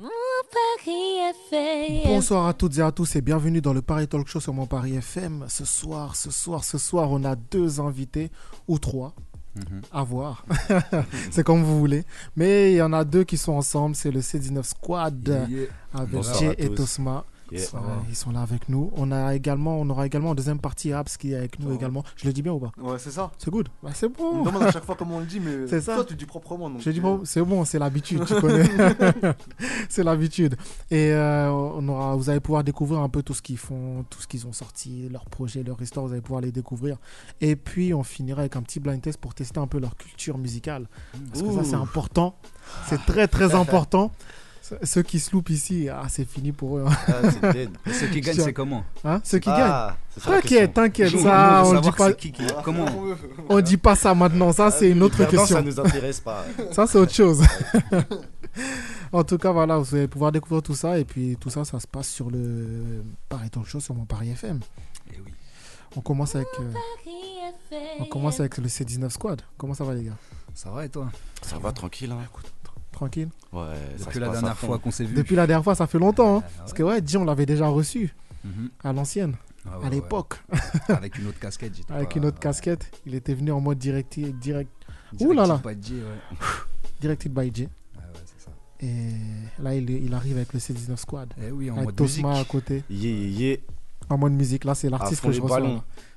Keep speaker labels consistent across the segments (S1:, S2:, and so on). S1: Mon Paris FM.
S2: Bonsoir à toutes et à tous et bienvenue dans le Paris Talk Show sur mon Paris FM. Ce soir, ce soir, ce soir, on a deux invités ou trois.
S3: Mhm.
S2: À voir, c'est comme vous voulez. Mais il y en a deux qui sont ensemble, c'est le C19 Squad avec
S4: Bonsoir
S2: Jay
S4: à
S2: et
S4: tous.
S2: Tosma.
S4: Yeah.
S2: Ils sont- Ils sont là avec nous. On a également, on aura également en deuxième partie Abs qui est avec nous
S5: Oh.
S2: également. Je le dis bien ou pas
S5: Ouais, c'est ça.
S2: C'est good. Bah, c'est
S5: On me
S2: bon.
S5: demande à chaque fois comment on le dit, mais
S2: C'est ça.
S5: toi, tu le dis proprement. Donc
S2: Je dis
S5: euh,
S2: bon, c'est bon, c'est l'habitude, tu connais. c'est l'habitude. Et euh, on aura, vous allez pouvoir découvrir un peu tout ce qu'ils font, tout ce qu'ils ont sorti, leurs projets, leurs histoires, vous allez pouvoir les découvrir. Et puis on finira avec un petit blind test pour tester un peu leur culture musicale. Parce que ça c'est important, c'est très très important. Ce- Ceux qui se loupent ici, ah, c'est fini pour eux. hein.
S4: Ah, c'est dead. Et ceux qui gagnent,
S2: Tiens.
S4: c'est comment
S2: Hein Ceux qui
S4: Ah, c'est ça la
S2: gagnent. T'inquiète,
S4: question.
S2: t'inquiète,
S4: Nous,
S2: ça
S4: on veut
S2: on dit,
S4: savoir
S2: pas,
S4: c'est qui qui- Comment
S2: on dit pas ça maintenant, ça c'est une autre
S6: Verdun,
S2: question.
S6: Ça nous intéresse pas.
S2: Ça, c'est autre chose. en tout cas, voilà, vous allez pouvoir découvrir tout ça. Et puis, tout ça, ça se passe sur le Paris Talk Show, sur mon Paris FM.
S4: Eh oui.
S2: On commence avec, euh,
S1: Paris FM.
S2: on commence avec le C19 Squad. Comment ça va, les gars
S4: Ça va et toi
S6: Ça va tranquille, hein.
S2: Tranquille
S6: Ouais, ça
S4: Euh, Depuis
S6: se
S4: la
S6: passe à
S4: dernière
S6: fond.
S4: fois qu'on s'est vu.
S2: Depuis la dernière fois, ça fait longtemps. hein.
S4: Ah, ouais.
S2: Parce que, ouais, Jay, on l'avait déjà reçu
S4: Mhm.
S2: à l'ancienne,
S4: Ah, ouais,
S2: à
S4: ouais.
S2: l'époque,
S4: Avec une autre casquette, j'étais
S2: avec
S4: pas-
S2: une autre
S4: ouais.
S2: casquette. Il était venu en mode direct, direct,
S4: Direct,
S2: Ouh là là.
S4: j'ai pas dit, ouais.
S2: directed by Jay.
S4: Ah, ouais, c'est ça.
S2: Et là, il, il arrive avec le C19 Squad.
S4: Eh oui, en
S2: Avec
S4: mode
S2: Tosma à
S4: musique.
S2: côté,
S6: Yé, yé, yé.
S2: en mode musique. Là, c'est
S6: à
S2: l'artiste
S6: fond
S2: que je
S6: les
S2: reçois.
S6: ballons.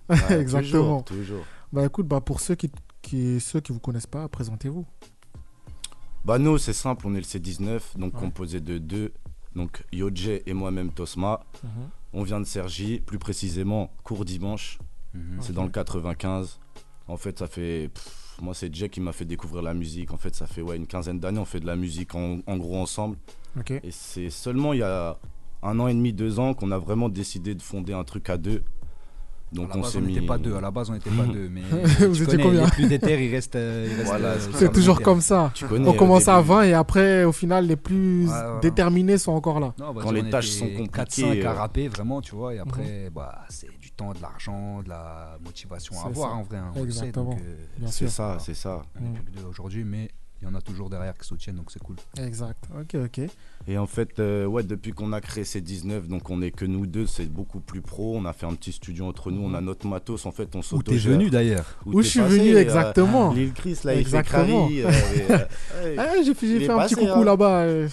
S2: là.
S6: Ouais, toujours,
S2: Exactement.
S6: Toujours.
S2: Bah écoute, bah pour ceux qui, qui ceux qui vous connaissent pas, présentez-vous.
S6: Bah, nous, c'est simple, on est le C19, donc
S2: Ouais.
S6: composé de deux. Donc, Yodje et moi-même, Tosma.
S2: Mhm.
S6: On vient de Sergi, plus précisément, Cours Dimanche.
S4: Mhm.
S6: C'est dans le 95. En fait, ça fait. pff, moi, c'est Jay qui m'a fait découvrir la musique. En fait, ça fait ouais, une quinzaine d'années, on fait de la musique en, en gros ensemble.
S2: Ok.
S6: Et c'est seulement il y a un an et demi, deux ans qu'on a vraiment décidé de fonder un truc à deux.
S4: À
S6: Donc,
S4: la
S6: on
S4: base,
S6: s'est
S4: on
S6: mis.
S4: n'était pas deux. À la base, on n'était pas deux. Mais
S2: Vous
S4: tu
S2: étiez
S4: connais,
S2: combien
S4: Les plus déter, ils restent. euh, ils restent,
S6: Voilà,
S4: euh,
S6: c'est
S4: sur
S2: C'est
S4: le
S2: toujours
S4: terrain.
S2: comme ça.
S6: Tu connais,
S2: On
S6: au
S2: commence à
S6: début,
S2: 20 et après, au final, les plus
S4: Ouais, ouais, ouais.
S2: déterminés sont encore là.
S4: Non, bah,
S6: Quand
S4: tu vois,
S6: les
S4: on
S6: tâches
S4: était
S6: sont compliquées,
S4: 4-5 à
S6: euh. Mhm.
S4: rapper, vraiment, tu vois. Et après, bah, c'est du temps, de l'argent, de la motivation
S2: C'est
S4: à avoir,
S2: ça.
S4: en vrai. hein, on le sait,
S2: Exactement.
S4: donc, euh,
S2: Bien
S6: C'est
S2: sûr.
S6: ça, c'est ça.
S4: On n'est
S2: Mm.
S4: plus que deux aujourd'hui, mais il y en a toujours derrière qui soutiennent, donc c'est cool.
S2: Exact. Ok, ok.
S6: Et en fait, euh, ouais, depuis qu'on a créé ces 19, donc on est que nous deux, c'est beaucoup plus pro. On a fait un petit studio entre nous, on a notre matos, en fait,
S4: Mhm.
S6: on
S4: Où
S6: s'auto
S4: t'es venu d'ailleurs
S2: Où je suis venu
S6: euh,
S2: exactement
S6: L'île Chris, là,
S2: Exactement.
S6: il fait crari, euh, et, euh, ouais,
S2: Eh, J'ai fait, j'ai
S6: Il est
S2: fait un petit
S6: passé,
S2: coucou
S6: hein.
S2: là-bas. euh.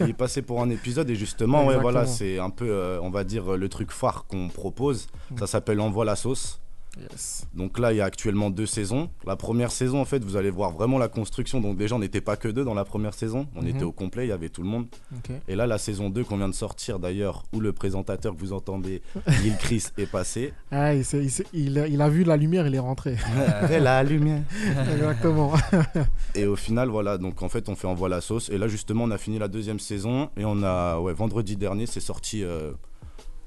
S6: il est passé pour un épisode et justement, ouais, voilà,
S2: Exactement.
S6: c'est un peu, euh, on va dire, euh, le truc phare qu'on propose.
S2: Mm.
S6: Ça s'appelle Envoie la sauce.
S2: Yes.
S6: Donc là, il y a actuellement deux saisons. La première saison, en fait, vous allez voir vraiment la construction. Donc déjà, on n'était pas que deux dans la première saison. On
S2: Mhm.
S6: était au complet, il y avait tout le monde.
S2: Ok.
S6: Et là, la saison 2 qu'on vient de sortir d'ailleurs, où le présentateur que vous entendez, Lil Chris, est passé.
S2: Ah, il, s'est- il s'est- il a- il a vu la lumière, il est rentré.
S6: Après la lumière.
S2: Exactement.
S6: Et au final, voilà, donc en fait, on fait envoi la sauce. Et là, justement, on a fini la deuxième saison. Et on a, ouais, vendredi dernier, c'est sorti euh,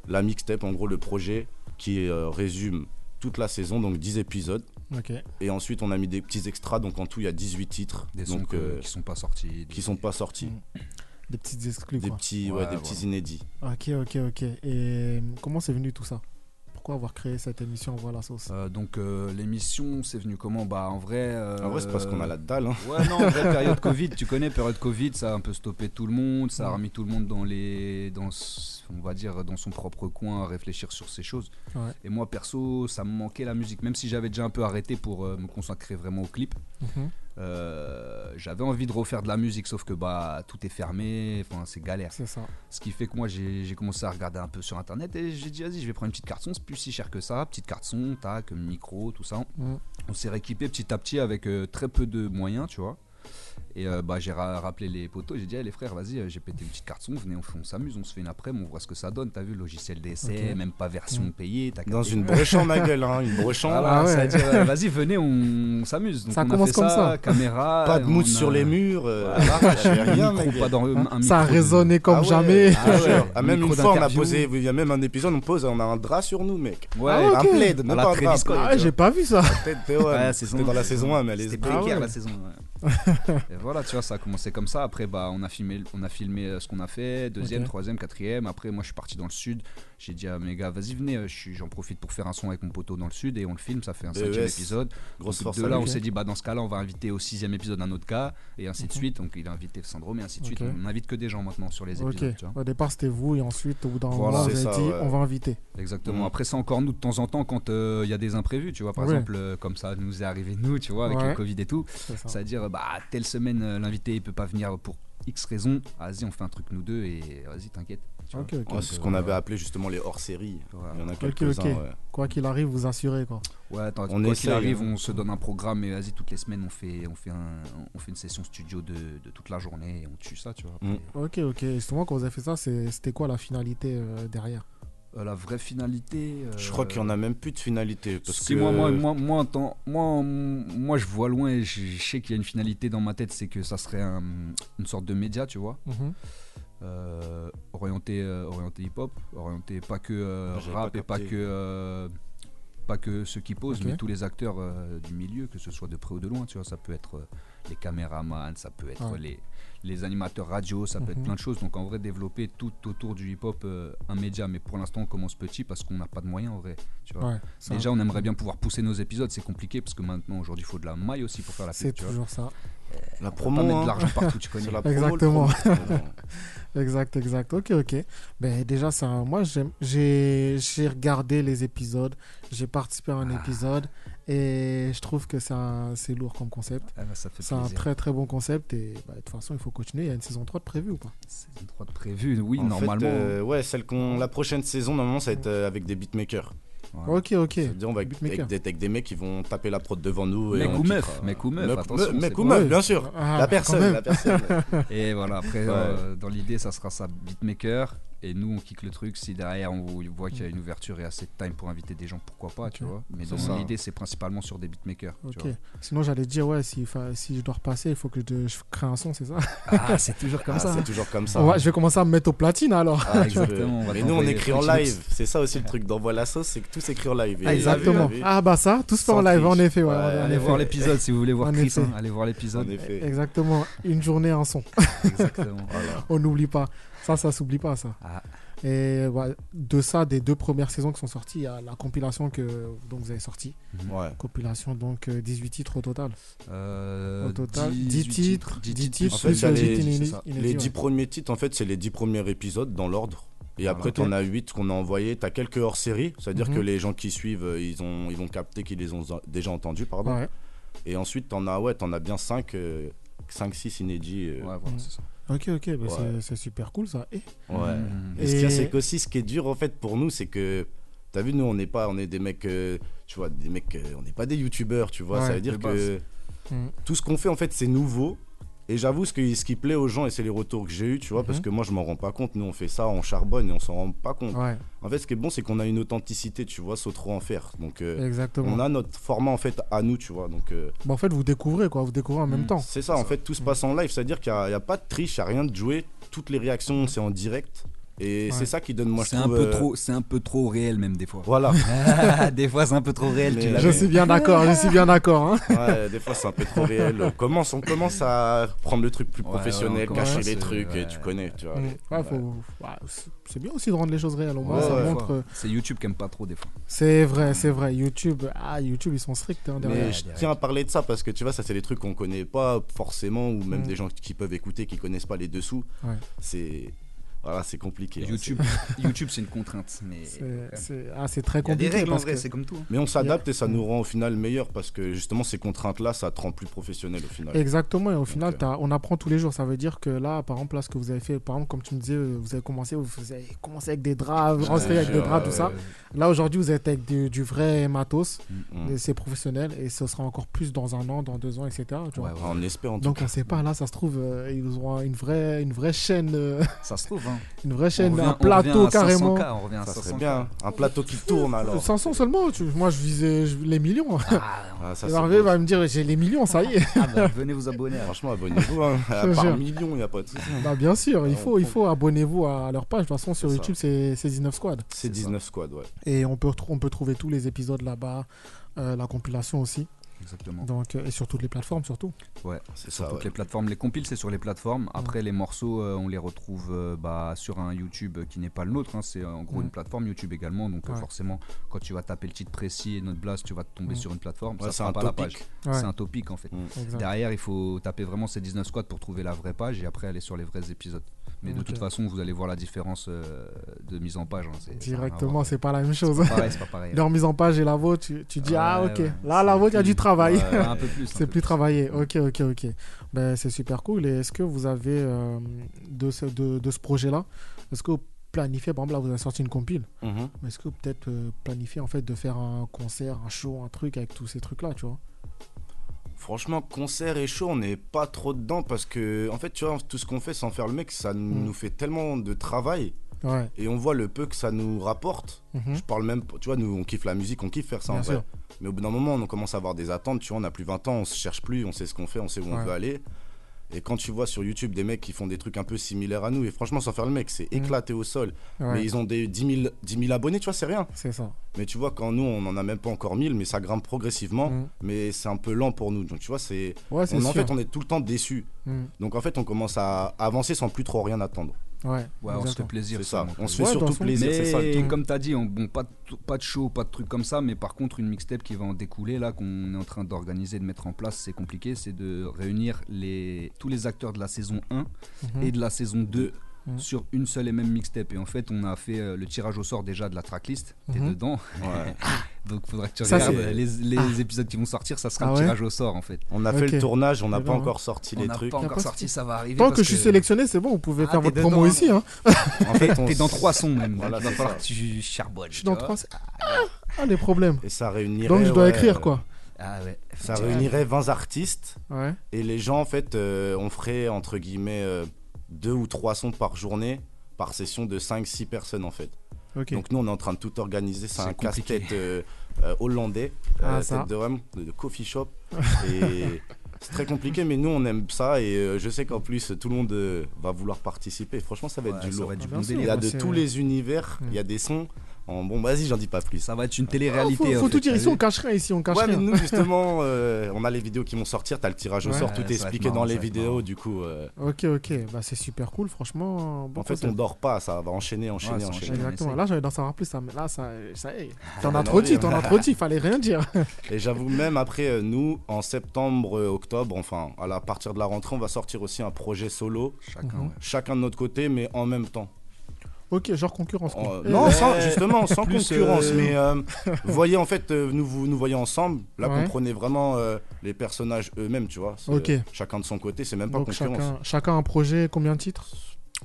S6: la mixtape, en gros, le projet qui euh, résume toute la saison, donc 10 épisodes.
S2: Ok.
S6: Et ensuite, on a mis des petits extras, donc en tout, il y a 18 titres
S4: Des sons
S6: donc,
S4: que-
S6: euh,
S4: qui sont pas sortis.
S6: qui sont pas sortis.
S2: Des petites exclus,
S6: Des
S2: quoi.
S6: petits, ouais,
S4: Ouais,
S6: des
S4: voilà.
S6: petits inédits.
S2: Ok, ok, ok. Et euh, comment c'est venu tout ça Pourquoi avoir créé cette émission Envoie la sauce
S4: Euh, donc euh, l'émission, c'est venu comment Bah en vrai. euh,
S6: En vrai, c'est parce qu'on a la dalle. hein.
S4: Ouais, non, en vrai, période Covid, tu connais, période Covid, ça a un peu stoppé tout le monde, ça a remis tout le monde dans les. Dans, s- on va dire, dans son propre coin à réfléchir sur ces choses.
S2: Ouais.
S4: Et moi, perso, ça me manquait la musique, même si j'avais déjà un peu arrêté pour euh, me consacrer vraiment au clip.
S2: Mhm.
S4: Euh, j'avais envie de refaire de la musique, sauf que bah tout est fermé, enfin c'est galère.
S2: C'est ça.
S4: Ce qui fait que moi j'ai j'ai commencé à regarder un peu sur internet et j'ai dit vas-y je vais prendre une petite carte son, c'est plus si cher que ça, petite carte son, tac, micro, tout ça.
S2: Mm.
S4: On s'est rééquipé petit à petit avec euh, très peu de moyens, tu vois. Et euh, bah, j'ai ra- rappelé les poteaux, j'ai dit, Eh, les frères, vas-y, euh, j'ai pété une petite carton, venez, on, fait- on s'amuse, on se fait une après, on voit ce que ça donne. T'as vu, logiciel d'essai,
S2: Ok.
S4: même pas version payée. t'as
S6: Dans
S4: capté.
S6: une brèche en ma gueule, hein, une brèche en-
S4: Voilà,
S2: Ah ouais.
S4: c'est-à-dire, euh, vas-y, venez, on, on s'amuse. Donc,
S2: Ça
S4: on a
S2: commence
S4: fait
S2: comme ça.
S4: Caméra.
S6: Pas de mood
S4: on
S6: sur
S4: a-
S6: les murs, euh,
S4: Voilà,
S6: j'ai rien,
S4: micro,
S6: mec.
S4: pas dans- un micro
S2: Hein? Ça a
S4: de-
S2: résonné comme
S6: Ah ouais,
S2: jamais.
S6: ah ouais.
S4: Ouais.
S6: Ah, même
S4: Micro
S6: une fois, on a
S4: d'interview.
S6: posé, il y a même un épisode, on pose, on a un drap sur nous, mec.
S4: Ouais,
S2: Ah ouais,
S6: Un
S2: ok.
S6: plaid,
S4: À
S6: non
S4: la
S6: pas un drap.
S4: Travis Scott.
S2: Ah, j'ai pas vu ça.
S6: Peut-être, ouais,
S4: Ouais,
S6: mais
S4: saison-
S6: C'était dans la saison 1, mais elle est.
S4: C'était
S2: Ah
S4: précaire
S2: ouais.
S4: la saison. ouais. Et voilà, tu vois, ça a commencé comme ça. Après, bah, on a filmé, on a filmé euh, ce qu'on a fait, deuxième,
S2: Ok.
S4: troisième, quatrième. Après, moi, je suis parti dans le sud. J'ai dit à mes gars, vas-y, venez. euh, je suis- J'en profite pour faire un son avec mon poteau dans le sud et on le filme. Ça fait un
S6: BES.
S4: cinquième épisode.
S6: Grosse
S4: Donc,
S6: force.
S4: de
S6: à
S4: là,
S6: lui.
S4: on s'est dit, bah, dans ce cas-là, on va inviter au sixième épisode un autre gars et ainsi de suite. Donc, il a invité Syndrome et ainsi de suite.
S2: Ok.
S4: On invite que des gens maintenant sur les
S2: Ok.
S4: épisodes. tu vois.
S2: Au départ, c'était vous, et ensuite, au bout d'un
S4: Voilà,
S2: moment, vous
S6: c'est
S2: avez
S6: ça,
S2: dit
S6: ouais.
S2: on va inviter.
S4: Exactement.
S6: Mm.
S4: Après, c'est encore nous de temps en temps quand euh, il y a des imprévus, tu vois. Par
S2: Ouais.
S4: exemple, euh, comme ça nous est arrivé nous, tu vois, avec
S2: Ouais.
S4: le Covid et tout.
S2: C'est ça.
S4: C'est-à-dire, euh, bah, telle semaine, euh, l'invité, il peut pas venir pour X raison. Vas-y, on fait un truc nous deux et vas-y, t'inquiète. tu vois.
S2: Ok, ok.
S6: Ouais, c'est ce qu'on avait appelé justement les hors-séries.
S4: Voilà.
S6: Il y en a
S2: ok.
S6: quelques-uns, ouais.
S2: Quoi qu'il arrive, vous assurez quoi.
S4: Ouais, attends,
S6: On
S4: quoi
S6: essaye,
S4: qu'il arrive,
S6: hein.
S4: on se donne un programme et vas-y, toutes les semaines, on fait, on fait, un, on fait une session studio de, de toute la journée et on tue ça, tu vois.
S6: Mm.
S4: Après,
S2: Ok, ok. Et Justement, quand vous avez fait ça, c'est- c'était quoi la finalité euh, derrière
S4: euh, la vraie finalité.
S6: Je crois qu'il y en a même plus de finalité. Parce
S4: Si
S6: que
S4: moi, moi, moi, moi, en tant- moi, moi, je vois loin et je, je sais qu'il y a une finalité dans ma tête, c'est que ça serait un- une sorte de média, tu vois. euh, orienté, euh, orienté hip-hop, orienté pas que euh,
S6: Ah, J'avais
S4: rap
S6: pas
S4: et pas
S6: capté.
S4: que, euh, pas que ceux qui posent,
S2: Ok.
S4: mais tous les acteurs euh, du milieu, que ce soit de près ou de loin. Tu vois, ça peut être euh, les caméramans, ça peut être
S2: Ouais.
S4: les, les animateurs radio, ça peut être
S2: Mhm.
S4: plein de choses. Donc en vrai, développer tout autour du hip-hop euh, un média, mais pour l'instant, on commence petit parce qu'on n'a pas de moyens en vrai. Tu vois.
S2: Ouais. ça-
S4: Déjà, on aimerait bien pouvoir pousser nos épisodes, c'est compliqué parce que maintenant, aujourd'hui, il faut de la maille aussi pour faire la pub.
S2: C'est
S4: tu vois.
S2: toujours ça.
S6: la
S4: On peut pas
S6: promo.
S4: mettre de
S6: hein.
S4: l'argent partout, tu connais.
S6: C'est la promo, le
S2: Exactement.
S6: promo.
S2: Exact, exact. Ok, ok. Ben déjà, ça, moi, j'aime- j'ai j'ai regardé les épisodes, j'ai participé à un
S4: Ah.
S2: épisode et je trouve que c'est un- c'est lourd comme concept.
S4: Ah bah, ça fait
S2: C'est un
S4: plaisir.
S2: très très bon concept et bah, de toute façon, il faut continuer. Il y a une saison 3 de prévue ou pas
S4: Saison 3 de prévu, oui,
S6: En fait,
S4: normalement. hein.
S6: euh, ouais, celle qu'on. La prochaine saison, normalement, ça va être euh, avec des beatmakers.
S4: Voilà.
S2: Ok, ok.
S6: C'est-à-dire, on va avec,
S2: Beatmaker.
S6: avec des, avec des mecs qui vont taper la prod devant nous. et
S4: Mec
S6: on
S4: ou meuf,
S6: titre, euh,
S4: mec ou meuf, attention,
S6: Mec
S4: c'est
S6: ou
S4: pas-
S6: meuf, bien sûr.
S2: Ah,
S6: la
S2: quand
S6: personne,
S2: même.
S6: la personne.
S4: Et voilà, après,
S6: Ouais.
S4: euh, dans l'idée, ça sera ça, beatmaker. Et nous, on kick le truc. Si derrière, on voit qu'il y a une ouverture et assez de time pour inviter des gens, pourquoi pas, tu
S2: Ok.
S4: vois. Mais
S6: C'est
S4: dans
S6: ça.
S4: l'idée, c'est principalement sur des beatmakers. tu
S2: Ok.
S4: vois.
S2: Sinon, j'allais dire, ouais, si, fa- si je dois repasser, il faut que je, je crée un son, c'est ça,
S4: Ah, c'est toujours comme
S6: Ah,
S4: ça.
S6: C'est toujours comme ça.
S2: On va- Je vais commencer à me mettre au platine alors.
S6: Ah, tu peux.
S4: Exactement, on va
S6: Mais nous, on
S4: t'envoyer
S6: écrit en
S4: Fruity
S6: live. C'est ça aussi le truc d'envoi la sauce, c'est que tout s'écrit en live.
S2: Ah,
S6: Et t'as vu,
S2: exactement.
S6: t'as vu
S2: Ah, bah ça, tout se fait en
S6: Sans
S2: live, en
S6: triche.
S2: effet. ouais,
S6: Ouais,
S2: en
S6: allez
S4: Allez
S2: effet.
S4: voir l'épisode si vous voulez voir
S2: En
S4: Chris.
S2: effet.
S4: hein. Allez voir
S6: En
S4: l'épisode.
S6: effet.
S2: Exactement, une journée, un son.
S4: Exactement.
S2: On n'oublie pas. Ça, ça s'oublie pas, ça.
S4: Ah.
S2: Et ouais, de ça, des deux premières saisons qui sont sorties, il y a la compilation que donc, vous avez sortie.
S6: Ouais.
S2: Compilation, donc euh, 18 titres au total.
S4: Euh,
S2: Au total,
S4: 18
S2: 10 titres,
S4: 10
S2: 10
S6: En
S2: titres,
S6: fait,
S2: plus
S6: il y a
S2: le
S6: les,
S2: titre inédit.
S6: c'est ça.
S2: inédit,
S6: les
S2: ouais.
S6: 10 premiers titres, en fait, c'est les 10 premiers épisodes dans l'ordre. Et
S4: Voilà.
S6: après,
S2: Ok.
S6: tu en as 8 qu'on a envoyés. Tu as quelques hors-séries, c'est-à-dire
S2: Mhm.
S6: que les gens qui suivent, euh, ils, ont, ils vont capter qu'ils les ont déjà entendus.
S4: Ah
S6: Pardon.
S2: Ouais.
S6: Et ensuite, tu en as, ouais, t'en as bien 5, 5-6 inédits. euh,
S4: Ouais, voilà, c'est ça.
S2: Ok, ok, bah,
S6: Ouais.
S2: c'est- c'est super cool ça. Et
S6: ouais.
S4: Mhm.
S6: Et ce qu'il y a,
S2: Et-
S6: c'est qu'aussi, ce qui est dur, en fait, pour nous, c'est que. T'as vu, nous, on n'est pas, on est des mecs, euh, tu vois, des mecs, euh, on n'est pas des youtubeurs, tu vois.
S2: Ouais,
S6: ça veut dire
S4: de
S6: que
S2: Mm.
S4: Hmm.
S6: tout ce qu'on fait, en fait, c'est nouveau. Et j'avoue, ce, que- ce qui plaît aux gens, et c'est les retours que j'ai eu, tu vois, parce
S2: Mhm.
S6: que moi, je m'en rends pas compte. Nous, on fait ça, on charbonne et on s'en rend pas compte.
S2: ouais,
S6: En fait, ce qui est bon, c'est qu'on a une authenticité, tu vois, sans trop en faire. Donc, euh,
S2: exactement.
S6: on a notre format, en fait, à nous, tu vois. Donc, euh,
S2: Bah, en fait, vous découvrez quoi, vous découvrez en même
S4: Mm.
S2: temps.
S6: c'est ça, en fait, tout se passe en live. C'est-à-dire qu'il n'y a, pas de triche, il n'y a rien de joué. Toutes les réactions, c'est en direct. Et
S2: Ouais.
S6: c'est ça qui donne, moi, je
S4: C'est un
S6: trouve,
S4: peu
S6: euh,
S4: trop, c'est un peu trop réel même des fois.
S6: Voilà.
S4: Ah, des fois, c'est un peu trop réel.
S6: Mais
S4: tu l'as
S2: Je
S4: vu.
S2: suis bien d'accord, je suis bien d'accord. hein.
S6: Ouais, des fois c'est un peu trop réel. On commence, on commence à prendre le truc plus
S4: Ouais, ouais,
S6: professionnel,
S4: on
S6: cacher
S4: commence,
S6: les
S4: euh,
S6: trucs,
S4: ouais.
S6: tu connais, tu vois.
S2: Mm. Ouais, faut- ouais, c'est- c'est bien aussi de rendre les choses réelles. Au moins,
S6: Ouais,
S2: ça
S6: ouais.
S2: montre. euh,
S4: C'est YouTube qui aime pas trop des fois.
S2: C'est vrai, c'est vrai. YouTube, ah, YouTube, ils sont stricts hein, derrière.
S6: Mais je tiens à parler de ça parce que tu vois, ça c'est des trucs qu'on connaît pas forcément ou même
S2: Mm.
S6: des gens qui peuvent écouter qui connaissent pas les dessous.
S2: Ouais.
S6: C'est Voilà, c'est compliqué. hein,
S4: YouTube, YouTube c'est une contrainte. Mais
S2: C'est- c'est- ah, c'est très
S4: Il y a des
S2: compliqué.
S4: règles en
S2: parce
S4: vrai,
S2: que-
S4: c'est comme tout. hein.
S6: c'est- Mais on s'adapte et ça
S2: Mm.
S6: nous rend au final meilleur parce que justement ces contraintes-là, ça te rend plus professionnel au final.
S2: Exactement, et au final,
S6: euh,
S2: t'as- on apprend tous les jours. Ça veut dire que là, par exemple, là, ce que vous avez fait, par exemple, comme tu me disais, euh, vous avez commencé, vous avez commencé avec des draps, vous rentrez avec des
S6: sûr,
S2: draps, tout
S6: ouais,
S2: ça. Là, aujourd'hui, vous êtes avec du, du vrai matos,
S6: Mm.
S2: et c'est professionnel, et ce sera encore plus dans un an, dans deux ans, etc. tu vois.
S4: Ouais, ouais.
S6: On espère en tout
S2: Donc, on sait pas, là, ça se trouve, euh, ils auront une vraie, une vraie chaîne, euh,
S4: Ça se trouve. hein.
S2: une vraie
S4: On
S2: chaîne
S4: revient-
S2: un
S4: on revient à
S2: plateau
S4: 500K,
S2: carrément.
S4: on revient à
S6: Ça serait
S4: 500K.
S6: bien. hein. Un plateau qui tourne alors.
S2: 500 seulement, tu- moi, je visais je- les millions.
S4: Ah,
S6: Ah, ça,
S2: Il
S6: c'est
S2: va arriver, il
S6: beau.
S2: va me dire, j'ai les millions, ça y est.
S4: ah bah, venez vous abonner. alors.
S6: Franchement, abonnez-vous. hein. À
S2: Je te
S6: part
S2: jure.
S6: million, il n'y a pas de souci.
S2: Bah, bien sûr, il
S6: Ah, on
S2: faut, il
S6: prend.
S2: faut abonnez-vous à leur page. De toute façon, sur
S6: C'est ça.
S2: YouTube, c'est c'est 19 Squad.
S6: C'est 19 squad, ouais.
S2: Et on peut, retrou- on peut trouver tous les épisodes là-bas, euh, la compilation aussi,
S4: Exactement.
S2: donc, euh, et sur toutes les plateformes surtout.
S6: C'est
S4: Sur
S6: ça.
S4: toutes
S6: ouais.
S4: les plateformes. Les compiles, c'est sur les
S2: Mm.
S4: plateformes. Après, les morceaux, euh, on les retrouve euh, bah, sur un YouTube qui n'est pas le nôtre. hein. C'est euh, en gros
S2: Mm.
S4: une plateforme YouTube également. Donc, euh,
S2: Ouais.
S4: forcément, quand tu vas taper le titre précis et notre blast, tu vas tomber
S2: Mm.
S4: sur une plateforme.
S6: Ouais,
S4: ça
S6: c'est
S4: sera
S6: un
S4: pas la
S6: topic.
S4: page.
S2: Ouais.
S4: C'est un topic en fait.
S2: Exact.
S4: Derrière, il faut taper vraiment ces 19 squats pour trouver la vraie page et après aller sur les vrais épisodes. Mais de
S2: Ok.
S4: toute façon, vous allez voir la différence euh, de mise en page. hein. C'est-
S2: Directement, c'est pas la même
S4: c'est
S2: chose.
S4: pas pareil, c'est pas pareil. hein.
S2: Leur mise en page et la vôtre, tu, tu dis,
S4: Ouais,
S2: ah ok,
S4: ouais.
S2: là la
S4: C'est
S2: vôtre, il y a
S4: plus-
S2: du travail.
S4: Ouais, un peu plus. un
S2: C'est
S4: peu
S2: plus travaillé. Ok, ok, ok. Ben, c'est super cool. Et est-ce que vous avez, euh, de ce, de, de ce projet-là, est-ce que vous planifiez, par exemple, là, vous avez sorti une compile,
S6: Mhm.
S2: mais est-ce que vous peut-être euh, planifiez en fait de faire un concert, un show, un truc avec tous ces trucs-là, tu vois
S6: Franchement, concert et show, on n'est pas trop dedans parce que, en fait, tu vois, tout ce qu'on fait sans faire le mec, ça
S2: Mm.
S6: nous fait tellement de travail
S2: Ouais.
S6: et on voit le peu que ça nous rapporte.
S2: Mhm.
S6: Je parle même, tu vois, nous, on kiffe la musique, on kiffe faire ça
S2: Bien
S6: en vrai.
S2: sûr.
S6: Mais au bout d'un moment, on commence à avoir des attentes, tu vois, on a plus 20 ans, on se cherche plus, on sait ce qu'on fait, on sait où
S2: Ouais.
S6: on veut aller. Et quand tu vois sur YouTube des mecs qui font des trucs un peu similaires à nous, et franchement, sans faire le mec, c'est
S2: Mhm.
S6: éclaté au sol.
S2: Ouais,
S6: Mais ils ont des 10 000, 10 000 abonnés, tu vois, c'est rien.
S2: C'est ça.
S6: Mais tu vois, quand nous, on en a même pas encore 1000, mais ça grimpe progressivement.
S2: Mm.
S6: Mais c'est un peu lent pour nous. Donc, tu vois, c'est.
S2: Ouais, c'est
S6: on-
S2: sûr.
S6: en fait, on est tout le temps déçus.
S2: Mm.
S6: Donc, en fait, on commence à avancer sans plus trop rien attendre.
S2: Ouais,
S4: Ouais, on se fait
S2: exactement.
S4: plaisir.
S6: C'est ça.
S4: sûrement.
S6: On se fait
S2: Ouais, dans
S6: surtout
S2: son-
S6: plaisir. C'est ça. le
S4: Mais
S6: truc.
S4: comme t'as dit, on- bon, pas, de t- pas de show, pas de truc comme ça, mais par contre, une mixtape qui va en découler, là, qu'on est en train d'organiser, de mettre en place, c'est compliqué, c'est de réunir les, tous les acteurs de la saison 1
S2: Mhm.
S4: et de la saison 2
S2: Mhm.
S4: sur une seule et même mixtape. Et en fait, on a fait euh, le tirage au sort déjà de la tracklist, t'es
S2: Mhm.
S4: dedans,
S6: Ouais.
S4: donc faudra que tu
S2: Ça,
S4: regardes
S6: c'est-
S4: les, les épisodes qui vont sortir, ça sera
S2: Ah
S4: le
S2: ouais
S4: tirage au sort, en fait.
S6: On a
S2: Ok. ben
S6: fait le tournage, on n'a
S2: C'est
S6: pas
S2: bien,
S6: encore sorti
S4: on
S6: les
S4: n'a
S6: trucs.
S4: pas
S2: Y a
S4: encore
S2: pas de
S4: sorti,
S2: souci.
S4: ça va arriver.
S2: Tant
S4: parce
S2: que, je suis sélectionné, c'est bon, vous pouvez
S4: Ah,
S2: faire
S4: t'es
S2: votre
S4: dedans,
S2: promo
S4: hein.
S2: ici. Hein.
S6: En fait, on
S4: T'es dans
S6: s-
S4: trois sons même,
S6: Voilà,
S4: il va
S6: c'est
S4: falloir
S6: ça.
S4: que tu charbonnes.
S2: Je
S4: tu
S2: suis dans
S4: vois.
S2: trois. Ah, ah, les problèmes.
S6: Et ça réunirait.
S2: Donc je dois
S6: ouais,
S2: écrire
S6: euh,
S2: quoi.
S4: Ah ouais.
S6: Ça réunirait 20 artistes.
S2: Ouais.
S6: Et les gens, en fait, euh, on ferait entre guillemets euh, deux ou trois sons par journée, par session de 5-6 personnes en fait.
S2: Ok.
S6: Donc nous, on est en train de tout organiser. C'est
S4: C'est
S6: un
S4: compliqué.
S6: casse-tête euh, euh, hollandais,
S2: Ah,
S6: euh,
S2: ça.
S6: tête de rhum, de, de coffee shop. et c'est très compliqué, mais nous, on aime ça. Et euh, je sais qu'en plus, tout le monde euh, va vouloir participer. Franchement, ça va être
S4: Ouais,
S6: du
S4: ça
S6: lourd.
S4: va être du
S2: Ah,
S4: bon
S2: bien sûr.
S6: Il
S4: délire.
S6: y a de
S2: C'est-
S6: tous les univers, il y a des sons. En... Bon, vas-y, j'en dis pas plus.
S4: Ça va être une
S2: Ah, faut,
S4: télé-réalité. en
S2: faut
S4: fait,
S2: tout dire
S4: t'as
S2: ici,
S4: vu
S2: on cache rien ici, on cache
S6: Ouais, mais
S2: rien.
S6: nous, justement, euh, on a les vidéos qui vont sortir. T'as le tirage au
S2: hein. Ouais.
S6: sort,
S4: Ouais,
S6: tout
S4: ça
S6: est
S4: va être
S6: expliqué
S4: marrant,
S6: dans
S4: ça
S6: les
S4: va être
S6: vidéos.
S4: marrant.
S6: Du coup, euh,
S2: Ok, ok. Bah c'est super cool, franchement. Bon
S6: en fait, on
S2: concept.
S6: dort pas. Ça va enchaîner, enchaîner,
S4: ça
S6: enchaîner.
S4: enchaîne.
S2: Exactement.
S4: essaye.
S2: Là, j'avais d'en savoir plus. Ça, mais là, ça, ça y est. T'en
S6: T'en
S2: as
S6: as
S2: trop dit,
S6: envie,
S2: t'en as trop dit. Fallait rien dire.
S6: Et j'avoue même après euh, nous en septembre, euh, octobre, enfin à la partir de la rentrée, on va sortir aussi un projet solo,
S4: Chacun,
S2: Mhm.
S4: ouais.
S6: chacun de notre côté, mais en même temps.
S2: Ok, genre concurrence. quoi.
S6: En- euh,
S2: Eh,
S6: Oh, non,
S2: ouais.
S6: sans- justement sans
S4: Plus,
S6: concurrence,
S4: euh,
S6: mais euh, vous voyez en fait, euh, nous vous nous voyez ensemble, là
S2: Ouais.
S6: comprenez vraiment euh, les personnages eux-mêmes, tu vois. C'est,
S2: Ok.
S6: euh, chacun de son côté, c'est même pas
S2: Donc
S6: concurrence.
S2: chacun, chacun un projet, combien de titres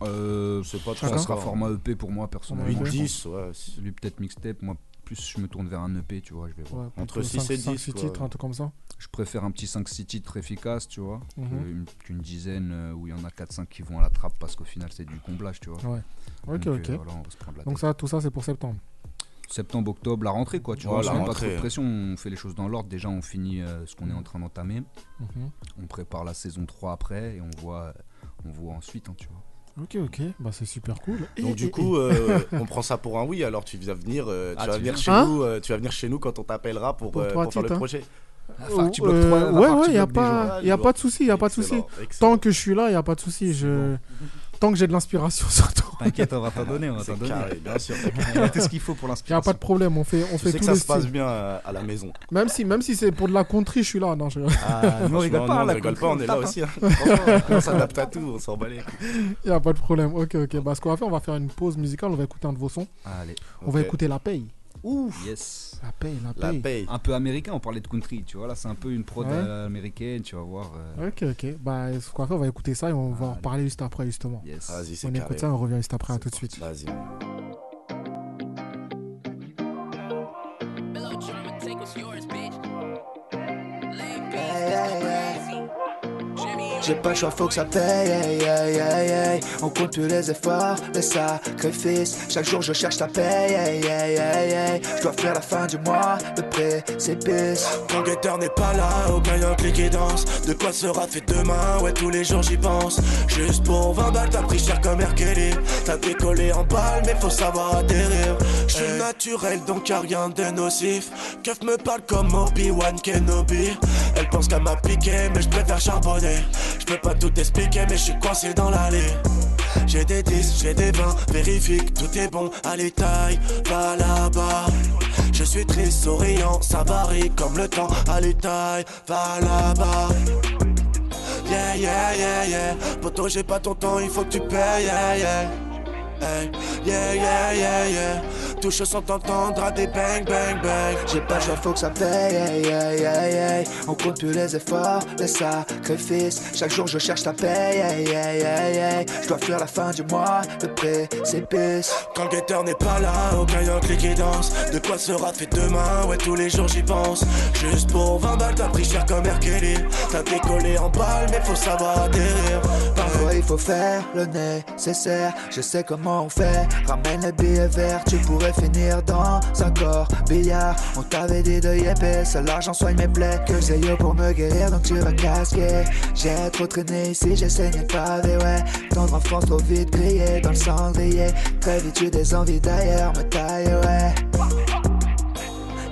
S4: Euh,
S6: C'est pas
S2: Chacun
S4: ça sera
S6: trop fort.
S4: format EP pour moi personnellement.
S2: Ouais.
S6: 10, ouais, c'est-
S4: Lui peut-être mixtape, moi plus je me tourne vers un EP, tu vois, je vais voir.
S2: Ouais,
S6: Entre
S2: plutôt
S6: six
S2: cinq-
S6: et
S2: cinq,
S6: dix,
S2: six
S6: quoi.
S2: titres, un truc comme ça.
S4: Je préfère un petit 5-6 titres efficaces, tu vois,
S2: Mhm.
S4: qu'une qu'une dizaine euh, où il y en a 4-5 qui vont à la trappe parce qu'au final c'est du comblage, tu vois.
S2: Ok,
S4: Donc,
S2: ok.
S4: euh, voilà, on va se prendre la
S2: Donc
S4: tête.
S2: ça, tout ça, c'est pour septembre.
S4: Septembre, octobre, la rentrée quoi, tu
S6: Ouais,
S4: vois,
S6: la
S4: on se met pas
S6: rentrée.
S4: trop de pression, on fait les choses dans l'ordre. Déjà on finit euh, ce qu'on est en train d'entamer,
S2: Mhm.
S4: on prépare la saison 3 après et on voit, on voit ensuite, hein, tu vois.
S2: Ok, ok, bah c'est super cool. Et-
S6: Donc
S2: et-
S6: du coup, euh, on prend ça pour un oui. Alors tu vas venir, euh, tu
S4: Ah,
S6: vas
S4: tu
S6: venir
S4: viens.
S6: chez
S2: Hein
S6: nous, euh, tu vas venir chez nous quand on t'appellera pour,
S2: Pour
S6: euh,
S2: trois
S6: pour faire le
S2: titres, hein.
S6: projet.
S4: Va
S6: Ah,
S2: et-
S4: falloir que tu
S2: euh,
S4: bloques trois- va
S2: ouais,
S4: falloir que
S2: ouais,
S4: tu
S2: y a
S4: bloques des jours.
S2: pas,
S6: jours.
S2: y a pas de souci, y a pas de souci.
S6: Excellent, excellent.
S2: Tant que je suis là, y a pas de souci. Je, Tant que j'ai de l'inspiration, surtout.
S4: T'inquiète, on va t'en donner, on va t'en
S6: C'est
S4: donner.
S6: carré, bien sûr.
S4: Il y a tout ce qu'il faut pour
S2: Y a pas
S4: l'inspiration.
S2: de problème, on fait, on
S6: Je
S2: fait
S6: sais que
S2: tous
S6: ça
S2: les
S6: se passe
S2: styles.
S6: bien euh, à la maison.
S2: Même si, même si c'est pour de la contrée, je suis là. Non, je...
S6: Ah,
S4: nous, on rigole pas,
S6: on
S4: la
S6: rigole
S4: country,
S6: pas,
S4: on
S6: on est
S4: tape,
S6: là aussi. hein. Franchement, on s'adapte à tout, on s'en bat les couilles.
S2: y a pas de problème. Ok,
S6: Ah.
S2: ok. Bah, ce qu'on va faire, on va faire une pause musicale. On va écouter un de vos sons.
S4: hein. Allez,
S2: On va
S6: Ok.
S2: écouter La Paye. Ouf.
S4: yes.
S2: La Paye, La
S6: La
S2: Paye.
S6: paye.
S4: Un peu américain, on parlait de country, tu vois. Là, c'est un peu une prod
S2: Ouais.
S4: euh, américaine, tu vas voir. euh,
S2: Ok, ok. Bah, ce qu'on va faire, on va écouter ça et on va en
S4: Allez.
S2: reparler juste après, justement.
S4: Yes.
S6: Vas-y, c'est
S2: On
S6: carré.
S2: écoute ça, on revient juste après. À Ah, tout de suite.
S6: Vas-y.
S7: J'ai pas le choix, faut que ça paye. aïe, aïe, aïe, aïe. On compte plus les efforts, les sacrifices. Chaque jour je cherche la paye. aïe, aïe, aïe, aïe. Je dois faire la fin du mois, le précipice.
S8: Quand le guetteur n'est pas là, aucun lien clique et danse. De quoi sera fait demain, ouais, tous les jours j'y pense. Juste pour 20 balles, t'as pris cher comme R. Kelly. T'as décollé en balle, mais faut savoir atterrir. Je suis naturel, donc y'a rien de nocif. Keuf me parle comme Obi-Wan Kenobi. Elle pense qu'elle m'a piqué, mais je préfère charbonner. Je peux pas tout expliquer, mais je suis coincé dans l'allée. J'ai des 10, j'ai des 20, vérifie que tout est bon à l'étail, va là-bas. Je suis triste, souriant, ça varie comme le temps à l'étail, va là-bas. Yeah, yeah, yeah, yeah. Poto, j'ai pas ton temps, il faut que tu payes, yeah, yeah. Hey, yeah, yeah, yeah, yeah. Touche sans t'entendre à des bang, bang, bang.
S7: J'ai pas le choix, faut que ça paye. aïe, aïe, aïe, aïe. On compte plus les efforts, les sacrifices. Chaque jour je cherche la paye. aïe, aïe, aïe, aïe. Je dois faire la fin du mois, le précipice.
S8: Quand le guetteur n'est pas là, aucun lien clique et danse. De quoi sera fait demain, ouais, tous les jours j'y pense. Juste pour 20 balles, t'as pris cher comme R. Kelly. T'as décollé en balle, mais faut savoir atterrir. Parfois,
S7: Parfois il faut faire le nécessaire, je sais comment on fait. Ramène les billets verts, tu pourrais finir dans un corps billard. On t'avait dit de yépé, seul l'argent soigne mes plaies. Que j'ai eu pour me guérir, donc tu vas casquer. J'ai trop traîné ici, j'ai saigné pas des ouais. Tendre enfance trop vite grillé dans le cendrier. Très vite, tu des envies d'ailleurs, me taille ouais.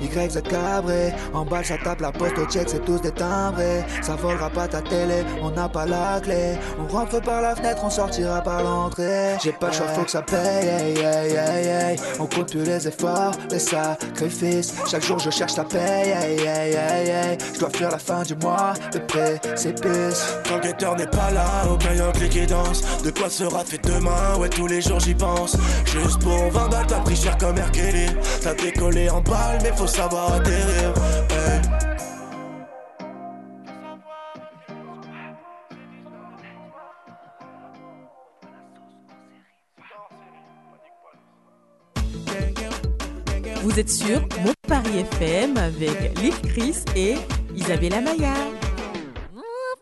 S7: Y c'est cabré, en bas ça tape la poste au check, c'est tous des timbrés. Ça volera pas ta télé, on n'a pas la clé. On rentre par la fenêtre, on sortira par l'entrée. J'ai pas le choix, faut que ça paye. aïe, aïe, aïe, aïe. On compte plus les efforts, les sacrifices. Chaque jour je cherche la paye. aïe, aïe, aïe, aïe. Je dois faire la fin du mois, le précipice.
S8: Quand le guetteur n'est pas là, aucun lien clique et danse. De quoi sera fait demain, ouais, tous les jours j'y pense. Juste pour 20 balles, t'as pris cher comme R. Kelly. T'as décollé en balle, mais faut savoir atterrir. Hey.
S9: Vous êtes sur Mon Paris FM avec Lil Chris et Isabella Maya.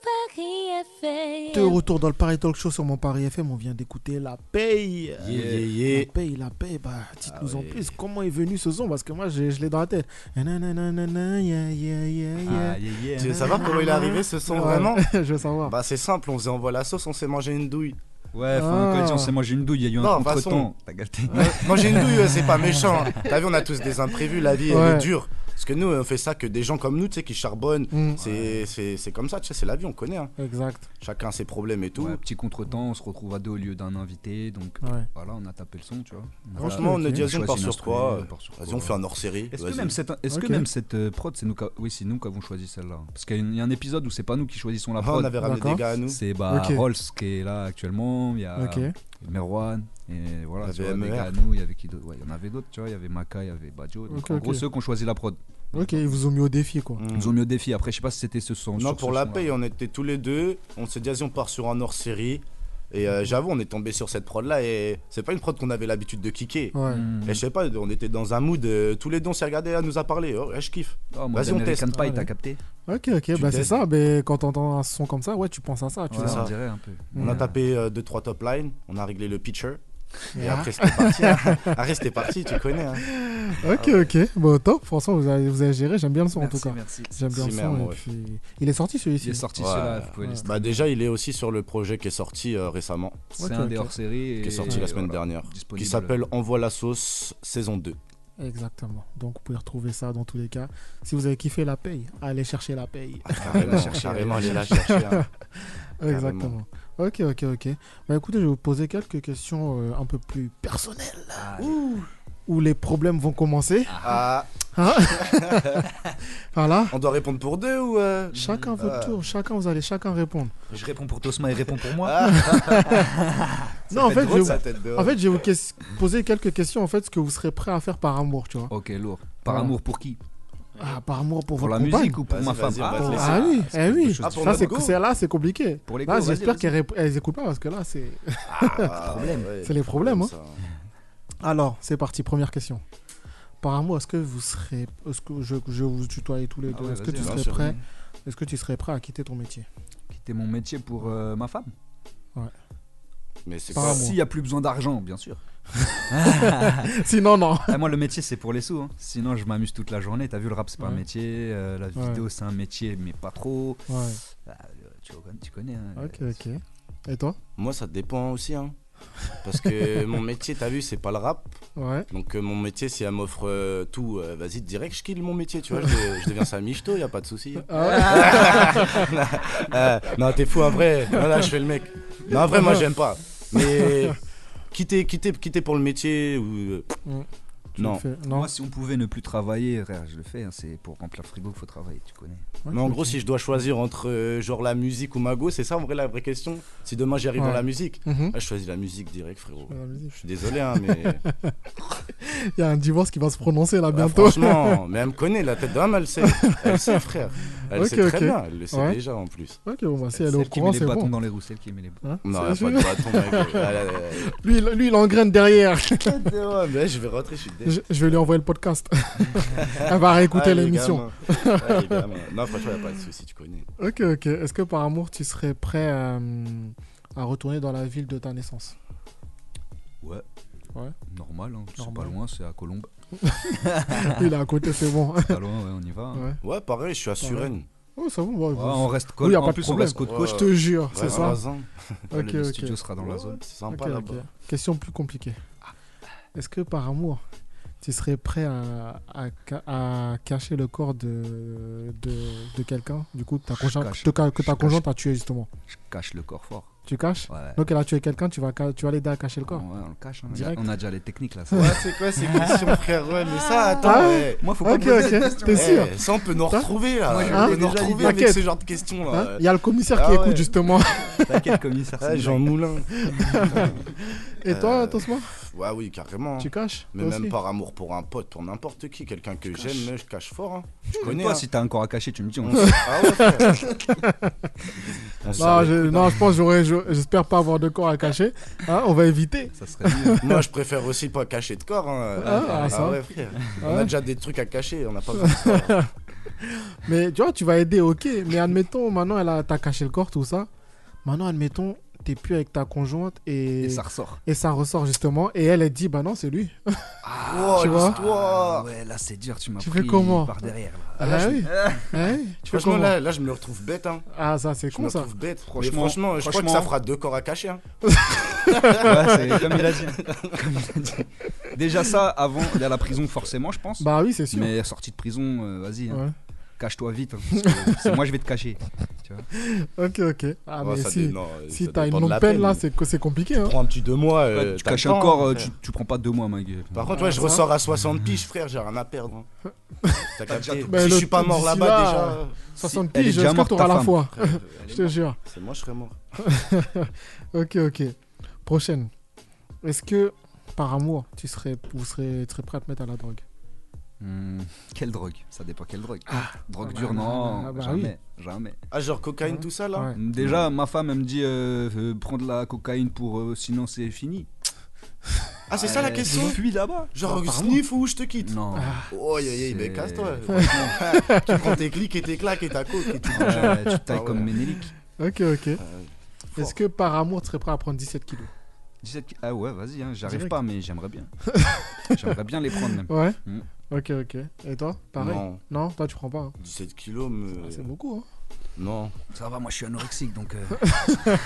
S1: Paris FM.
S2: De retour dans le Paris Talk Show sur mon Paris FM, on vient d'écouter La Paye.
S6: Yeah, yeah, yeah.
S2: La Paye, La Paye, bah dites-nous
S6: Ah
S2: en
S6: ouais.
S2: plus comment est venu ce son parce que moi j'ai- je l'ai dans la tête. Ah, nanana, yeah, yeah, yeah, yeah.
S4: Ah, yeah, yeah.
S6: Tu veux savoir comment il est arrivé ce son
S2: Ouais,
S6: vraiment
S2: Je veux savoir.
S6: Bah c'est simple, on s'est envoyé la sauce, on s'est mangé une douille.
S4: Ouais, faut
S2: Ah.
S4: quand on s'est mangé une douille, il y a eu un
S6: Non,
S4: contre-temps. T'as capté
S6: Ouais, Manger une douille, euh, c'est pas méchant. hein. T'as vu, on a tous des imprévus, la vie
S2: Ouais.
S6: elle est dure. Parce que nous, on fait ça que des gens comme nous, tu sais, qui charbonnent.
S2: Mm.
S6: C'est- C'est c'est comme ça, tu sais, c'est la vie, on connaît. hein.
S2: Exact.
S6: Chacun ses problèmes et tout.
S4: Ouais, petit contretemps, on se retrouve à deux au lieu d'un invité, donc
S2: Ouais.
S4: voilà, on a tapé le son, tu vois. On a-
S6: Franchement,
S2: Ok,
S6: on a
S2: ok.
S6: dit, vas-y, on
S4: Choisis
S6: part
S4: une
S6: sur
S4: instru,
S6: quoi
S4: on part sur
S6: Vas-y,
S4: quoi.
S6: on fait un hors-série.
S4: Est-ce que
S6: vas-y.
S4: même cette, est-ce
S2: Ok.
S4: que même cette euh, prod, c'est nous, qu'a- oui, c'est nous qui avons choisi celle-là Parce qu'il y a une- il y a un épisode où c'est pas nous qui choisissons la
S6: Ah,
S4: prod.
S6: on avait ramené
S2: D'accord.
S6: des gars à nous.
S4: C'est bah,
S2: Ok.
S4: Rolls qui est là actuellement, il y
S6: Ah.
S4: a
S2: Ok.
S4: Merwan, et voilà,
S6: Il y
S4: tu
S6: avait
S4: vois, des
S6: MER.
S4: gars à nous, il y avait qui d'autre Ouais, il y en avait d'autres, tu vois, il y avait Maka, il y avait Badjo. Donc
S2: Ok,
S4: en
S2: ok.
S4: gros, ceux qui ont choisi la prod.
S6: Mm.
S2: Ok, ils vous ont mis au défi quoi.
S4: Ils nous ont mis au défi. Après, je sais pas si c'était ce son.
S6: Non,
S4: sur
S6: pour
S4: ce
S6: la
S4: son-là.
S6: paye, on était tous les deux. On s'est dit, vas-y, on part sur un hors-série. Et euh, j'avoue, on est tombé sur cette prod-là. Et c'est pas une prod qu'on avait l'habitude de kicker.
S2: Ouais.
S4: Mm.
S6: Et je sais pas, on était dans un mood. euh, tous les deux, on s'est regardé, elle nous a parlé. Oh, ouais, je kiffe.
S4: Oh, mode
S6: Vas-y, on
S4: American
S6: teste.
S4: Pie,
S2: Allez.
S4: t'as capté
S2: Ok, ok, bah c'est
S6: testes.
S2: ça. Mais quand t'entends un son comme ça, ouais, tu penses à ça. Tu
S4: Ouais,
S2: vois.
S6: ça.
S4: on dirait un peu.
S6: On a
S4: Ouais.
S6: tapé 2 deux, trois top lines. On a réglé le pitcher. Et
S2: Yeah.
S6: après, c'était parti. hein. après, c'était parti, tu connais. hein.
S2: Ok, ok. Bon, top. Franchement, vous avez, vous avez géré. J'aime bien le son
S4: Merci,
S2: en tout cas.
S4: merci.
S2: J'aime bien le
S6: Merci,
S2: son.
S6: merde,
S2: et
S6: ouais.
S2: puis... Il est sorti
S4: Il
S2: celui-ci.
S4: est sorti
S6: Ouais.
S4: celui-là, vous pouvez
S2: Ouais.
S4: les
S6: Bah, déjà, il est aussi sur le projet qui est sorti euh, récemment,
S4: C'est
S2: Ok,
S4: un des
S2: ok.
S4: hors-séries.
S6: qui est sorti la semaine dernière, qui s'appelle Envoie la sauce saison 2.
S2: Exactement. Donc, vous pouvez retrouver ça dans tous les cas. Si vous avez kiffé la paye, allez chercher la paye.
S6: Ah, carrément,
S4: chercher,
S6: carrément,
S4: allez
S6: allez la chercher. hein. Carrément.
S2: Exactement. Ok, ok, ok. Bah écoutez, je vais vous poser quelques questions euh, un peu plus personnelles. Ouh. Où les problèmes vont commencer.
S6: Ah.
S2: Hein voilà.
S6: On doit répondre pour deux ou. euh,
S2: Chacun votre
S6: ah.
S2: tour, chacun, vous allez chacun répondre.
S4: Je réponds pour Tosma, il répond pour moi.
S6: Ah.
S2: non, en
S6: peut être
S2: fait,
S6: drôle,
S2: je,
S6: ça, tête de
S2: en fait, je vais vous ques- poser quelques questions, en fait, ce que vous serez prêt à faire par amour, tu vois.
S4: ok, lourd. Par
S2: Voilà.
S4: amour pour qui
S2: Ah, par amour pour,
S4: Pour la
S2: votre compagne.
S4: musique ou pour
S6: Vas-y,
S4: ma femme
S6: vas-y, on va
S4: Ah,
S6: te
S4: pour-
S6: laisser.
S2: Ah oui,
S4: c'est
S2: eh
S4: quelque
S2: oui.
S4: chose
S6: Ah, pour
S2: Ça,
S6: notre
S2: c'est
S6: go.
S2: c'est- là, c'est compliqué.
S4: Pour les
S2: Là,
S4: gosses, vas-y,
S2: j'espère
S4: vas-y.
S2: qu'elles rép- elles écoutent pas parce que là, c'est.
S6: Ah,
S4: Problème.
S6: ouais.
S2: C'est les problèmes, hein.
S6: Ça.
S2: Alors, c'est parti, première question. Par amour, est-ce que vous serez. Est-ce que je, je vous tutoie tous les
S4: Ah
S2: deux
S4: ouais,
S2: Est-ce que
S4: vas-y,
S2: tu
S4: hein,
S2: serais
S6: sur-
S2: prêt Est-ce que tu serais prêt à quitter ton métier
S4: Quitter mon métier pour euh, ma femme
S6: Mais c'est
S2: Par
S6: quoi
S2: amour.
S4: S'il n'y a plus besoin d'argent, bien sûr.
S2: Sinon, non.
S4: Ah, moi, le métier, c'est pour les sous. hein. Sinon, je m'amuse toute la journée. T'as vu, le rap, c'est pas un
S2: Ouais.
S4: métier. euh, la
S2: Ouais.
S4: vidéo, c'est un métier, mais pas trop.
S2: Ouais.
S4: Ah, euh, tu, tu connais. hein.
S2: Ok, ok. Et toi
S6: Moi, ça dépend aussi. Hein. Parce que mon métier, t'as vu, c'est pas le rap.
S2: Ouais.
S6: Donc, euh, mon métier, si elle m'offre euh, tout, euh, vas-y, direct, je kill mon métier, tu vois. Je, de- je deviens ça michto, y a pas de souci. hein.
S2: Ah
S6: Euh, non, t'es fou, en vrai. Non, là, je fais le mec. Non, en vrai, moi, j'aime pas. Mais quitter, quitter, quitter pour le métier ou. euh,
S2: Mm. tu
S6: Non.
S2: le fais. Non.
S4: Moi, si on pouvait ne plus travailler, frère, je le fais. hein. C'est pour remplir le frigo qu'il faut travailler, tu connais.
S2: Ouais,
S6: Mais en
S2: ok.
S6: gros, si je dois choisir entre euh, genre la musique ou Mago, c'est ça en vrai la vraie question. Si demain j'arrive
S2: Ouais.
S6: dans la musique,
S2: Mhm.
S6: ah, je choisis la musique direct, frérot.
S2: Ah, vas-y.
S6: Je suis désolé, hein, mais.
S2: Il y a un divorce qui va se prononcer là
S6: Ah,
S2: bientôt.
S6: franchement, mais elle me connaît, la tête d'homme, elle sait. Elle sait, frère. Elle
S2: Ok,
S6: sait très
S2: ok.
S6: bien, elle le sait
S2: Ouais.
S6: déjà en plus.
S2: ok, bon, bah, si
S4: Celle
S2: elle est au
S4: qui
S2: courant,
S4: met les
S2: c'est
S4: bâtons
S2: bon.
S4: dans les roues, celle qui met les bâtons.
S2: Hein
S6: Non,
S2: C'est-
S6: elle a pas de bâton, mec. Elle a-
S2: lui, il- lui, il engraine derrière.
S6: elle a- Ouais, mais je vais rentrer, je suis désolé.
S2: Je, je vais lui envoyer le podcast. Elle va réécouter
S6: Ah, les
S2: l'émission.
S6: gamins. Ah, les gamins. Non, franchement, il a pas de souci, tu connais.
S2: Ok, ok. Est-ce que par amour, tu serais prêt euh, à retourner dans la ville de ta naissance
S4: Ouais.
S2: Ouais.
S4: Normal, hein. c'est
S2: Normal.
S4: pas loin, c'est à Colombes.
S2: Lui, Il est à côté, c'est bon.
S4: Pas loin, ouais, on y va. hein.
S2: Ouais.
S6: Ouais, pareil, je suis à Suresnes.
S2: Oh, c'est bon. bah,
S4: Ouais,
S2: vous-
S4: on reste
S2: Oui,
S4: Colombes.
S2: y a pas
S4: en
S2: de
S4: plus, on
S2: problème.
S4: reste côte
S6: Ouais.
S4: coche.
S2: Je te jure, c'est
S6: Ouais,
S2: ça.
S6: Roisin.
S2: Ok,
S4: le
S2: ok.
S4: studio sera dans la
S6: Ouais,
S4: zone.
S6: C'est sympa
S2: Ok, ok.
S6: là-bas.
S2: Question plus compliquée. Est-ce que par amour, tu serais prêt à, à ca- à cacher le corps de, de, de quelqu'un Du coup, ta conjointe-
S4: cache.
S2: te ca- que
S4: Je
S2: ta
S4: cache.
S2: conjointe a tué justement.
S4: Je cache le corps fort.
S2: Tu caches
S4: Ouais.
S2: Donc elle a tué quelqu'un, tu vas, ca- tu vas l'aider à cacher le corps.
S4: Ouais, on le cache. hein.
S2: Direct.
S4: On a déjà les techniques là. ça.
S6: Ouais, c'est quoi ces questions, frère Ouais, mais ça, attends.
S2: Ah
S6: ouais.
S4: Moi, faut pas
S2: Ok,
S4: me poser cette
S2: ok,
S4: question.
S2: t'es sûr
S6: Eh, ça, on peut nous retrouver là.
S4: Moi, je
S6: on
S2: connais
S6: peut nous
S4: déjà
S6: retrouver
S2: l'idée.
S6: avec
S2: T'inquiète.
S6: ce genre de questions
S2: Hein
S6: là.
S2: Il y a le commissaire qui
S6: Ah
S2: écoute
S6: ouais.
S2: justement.
S4: T'inquiète,
S2: Hein
S4: commissaire.
S6: Ah,
S4: c'est
S6: Jean Moulin.
S2: Et toi,
S6: Euh,
S2: Tosma
S6: Ouais, oui, carrément.
S2: Tu caches
S6: Mais
S2: Toi
S6: même
S2: aussi
S6: par amour pour un pote, pour n'importe qui, quelqu'un que j'aime, je cache fort. Hein. Je
S4: Même
S6: connais.
S4: pas
S6: hein.
S4: si t'as encore à cacher, tu me dis. on-
S6: On s- Ah ouais, frère. On
S2: Non,
S6: savait.
S2: je, non, je pense que j'aurais- je- j'espère pas avoir de corps à cacher. Hein, on va éviter.
S4: Ça serait mieux.
S6: Moi, je préfère aussi pas cacher de corps. hein.
S2: Ah, ah, ça.
S6: ouais, frère.
S2: Ah
S6: On
S2: ouais.
S6: a déjà des trucs à cacher, on n'a pas besoin de ça.
S2: Mais tu vois, tu vas aider, ok. Mais admettons, maintenant, elle a, t'as caché le corps, tout ça. Maintenant, admettons, t'es plus avec ta conjointe et,
S4: Et ça ressort.
S2: et ça ressort justement. Et elle, elle dit, bah non, c'est lui.
S6: wow,
S2: tu vois
S6: Ah, l'histoire.
S4: Ah, ouais, là c'est dur, tu m'as
S2: Ah, Tu
S4: pris
S2: fais comment
S4: par derrière. là.
S2: Ah, oui. Ah oui. Tu fais
S6: Franchement,
S2: comment
S6: là, là, je me retrouve bête. Hein.
S2: Ah, ça, c'est
S6: Je me
S2: con ça.
S6: retrouve bête. Mais
S4: Franchement,
S6: franchement, je crois que
S4: franchement.
S6: ça fera deux corps à cacher. Hein.
S4: Ouais, c'est comme il a dit. hein. Comme il a dit. Déjà ça, avant d'aller à la prison, forcément, je pense.
S2: Bah oui, c'est sûr.
S4: mais sortie de prison, euh, vas-y, hein.
S2: Ouais.
S4: cache-toi vite. hein, parce que c'est moi, je vais te cacher.
S2: Ok, ok. Ah, mais
S6: Ouais, Oh, ça
S2: si,
S6: dé- non,
S2: si
S6: ça
S2: t'as
S6: dépend
S2: une
S6: de
S2: longue
S6: la
S2: peine là,
S6: mais-
S2: c'est c'est compliqué. Hein.
S6: Prends un petit deux mois. euh,
S4: tu
S6: t'as
S4: caches
S6: le temps,
S4: un corps,
S6: hein,
S4: euh,
S6: frère.
S4: tu, tu prends pas deux mois, ma gueule.
S6: Par contre, ouais, je
S2: Ah, ça.
S6: ressors à 60 piges, frère, j'ai rien à perdre. hein. T'as
S4: déjà tout.
S2: Mais
S6: capté Si je
S2: Bah, le
S6: suis pas
S2: temps
S6: mort
S2: d'ici
S6: là-bas
S2: là,
S6: déjà.
S2: euh,
S6: euh,
S2: 60
S4: elle est
S2: piges,
S4: déjà
S2: est-ce que
S4: morte,
S2: t'auras
S4: ta
S2: la
S4: femme.
S2: foi
S6: frère, elle est
S2: Je te
S6: morte.
S2: jure.
S6: C'est moi, je serais mort.
S2: Ok, ok. Prochaine. Est-ce que, par amour, tu serais, vous serez, tu serais prêt à te mettre à la drogue
S4: Hmm, quelle drogue Ça dépend quelle drogue. drogue
S2: ah bah,
S4: dure,
S2: ah
S4: non,
S2: bah, ah bah
S4: jamais, jamais.
S6: Ah, genre cocaïne,
S2: Ouais.
S6: tout ça là
S2: Ouais.
S4: Déjà, ma femme, elle me dit euh, euh, prendre la cocaïne pour euh, sinon c'est fini.
S6: Ah, c'est ça la
S4: Euh,
S6: question
S4: Fuis là-bas.
S6: Genre euh,
S2: Apparemment.
S6: sniff ou je te quitte
S4: Non.
S2: Ah.
S6: Oh, aïe, aïe, aïe, ben
S4: C'est-
S6: casse-toi.
S4: Franchement,
S6: Tu prends tes clics et tes claques et ta coke et tu
S4: euh, tu tailles
S6: Ah ouais.
S4: comme Ménélique.
S2: Ok, ok.
S6: Euh, fort.
S2: Est-ce que, par amour, tu serais prêt à prendre 17 kilos
S4: 17 qui- Ah ouais, vas-y, hein, j'arrive
S2: Direct.
S4: pas, mais j'aimerais bien. j'aimerais bien les prendre même.
S2: Ouais.
S4: Mm.
S2: Ok, ok. Et toi Pareil
S6: Non, Euh,
S2: Non, toi, tu prends pas. hein.
S6: 17 kilos, mais.
S2: Ah, c'est beaucoup. Hein.
S6: Non.
S4: Ça va, moi je suis anorexique donc. euh,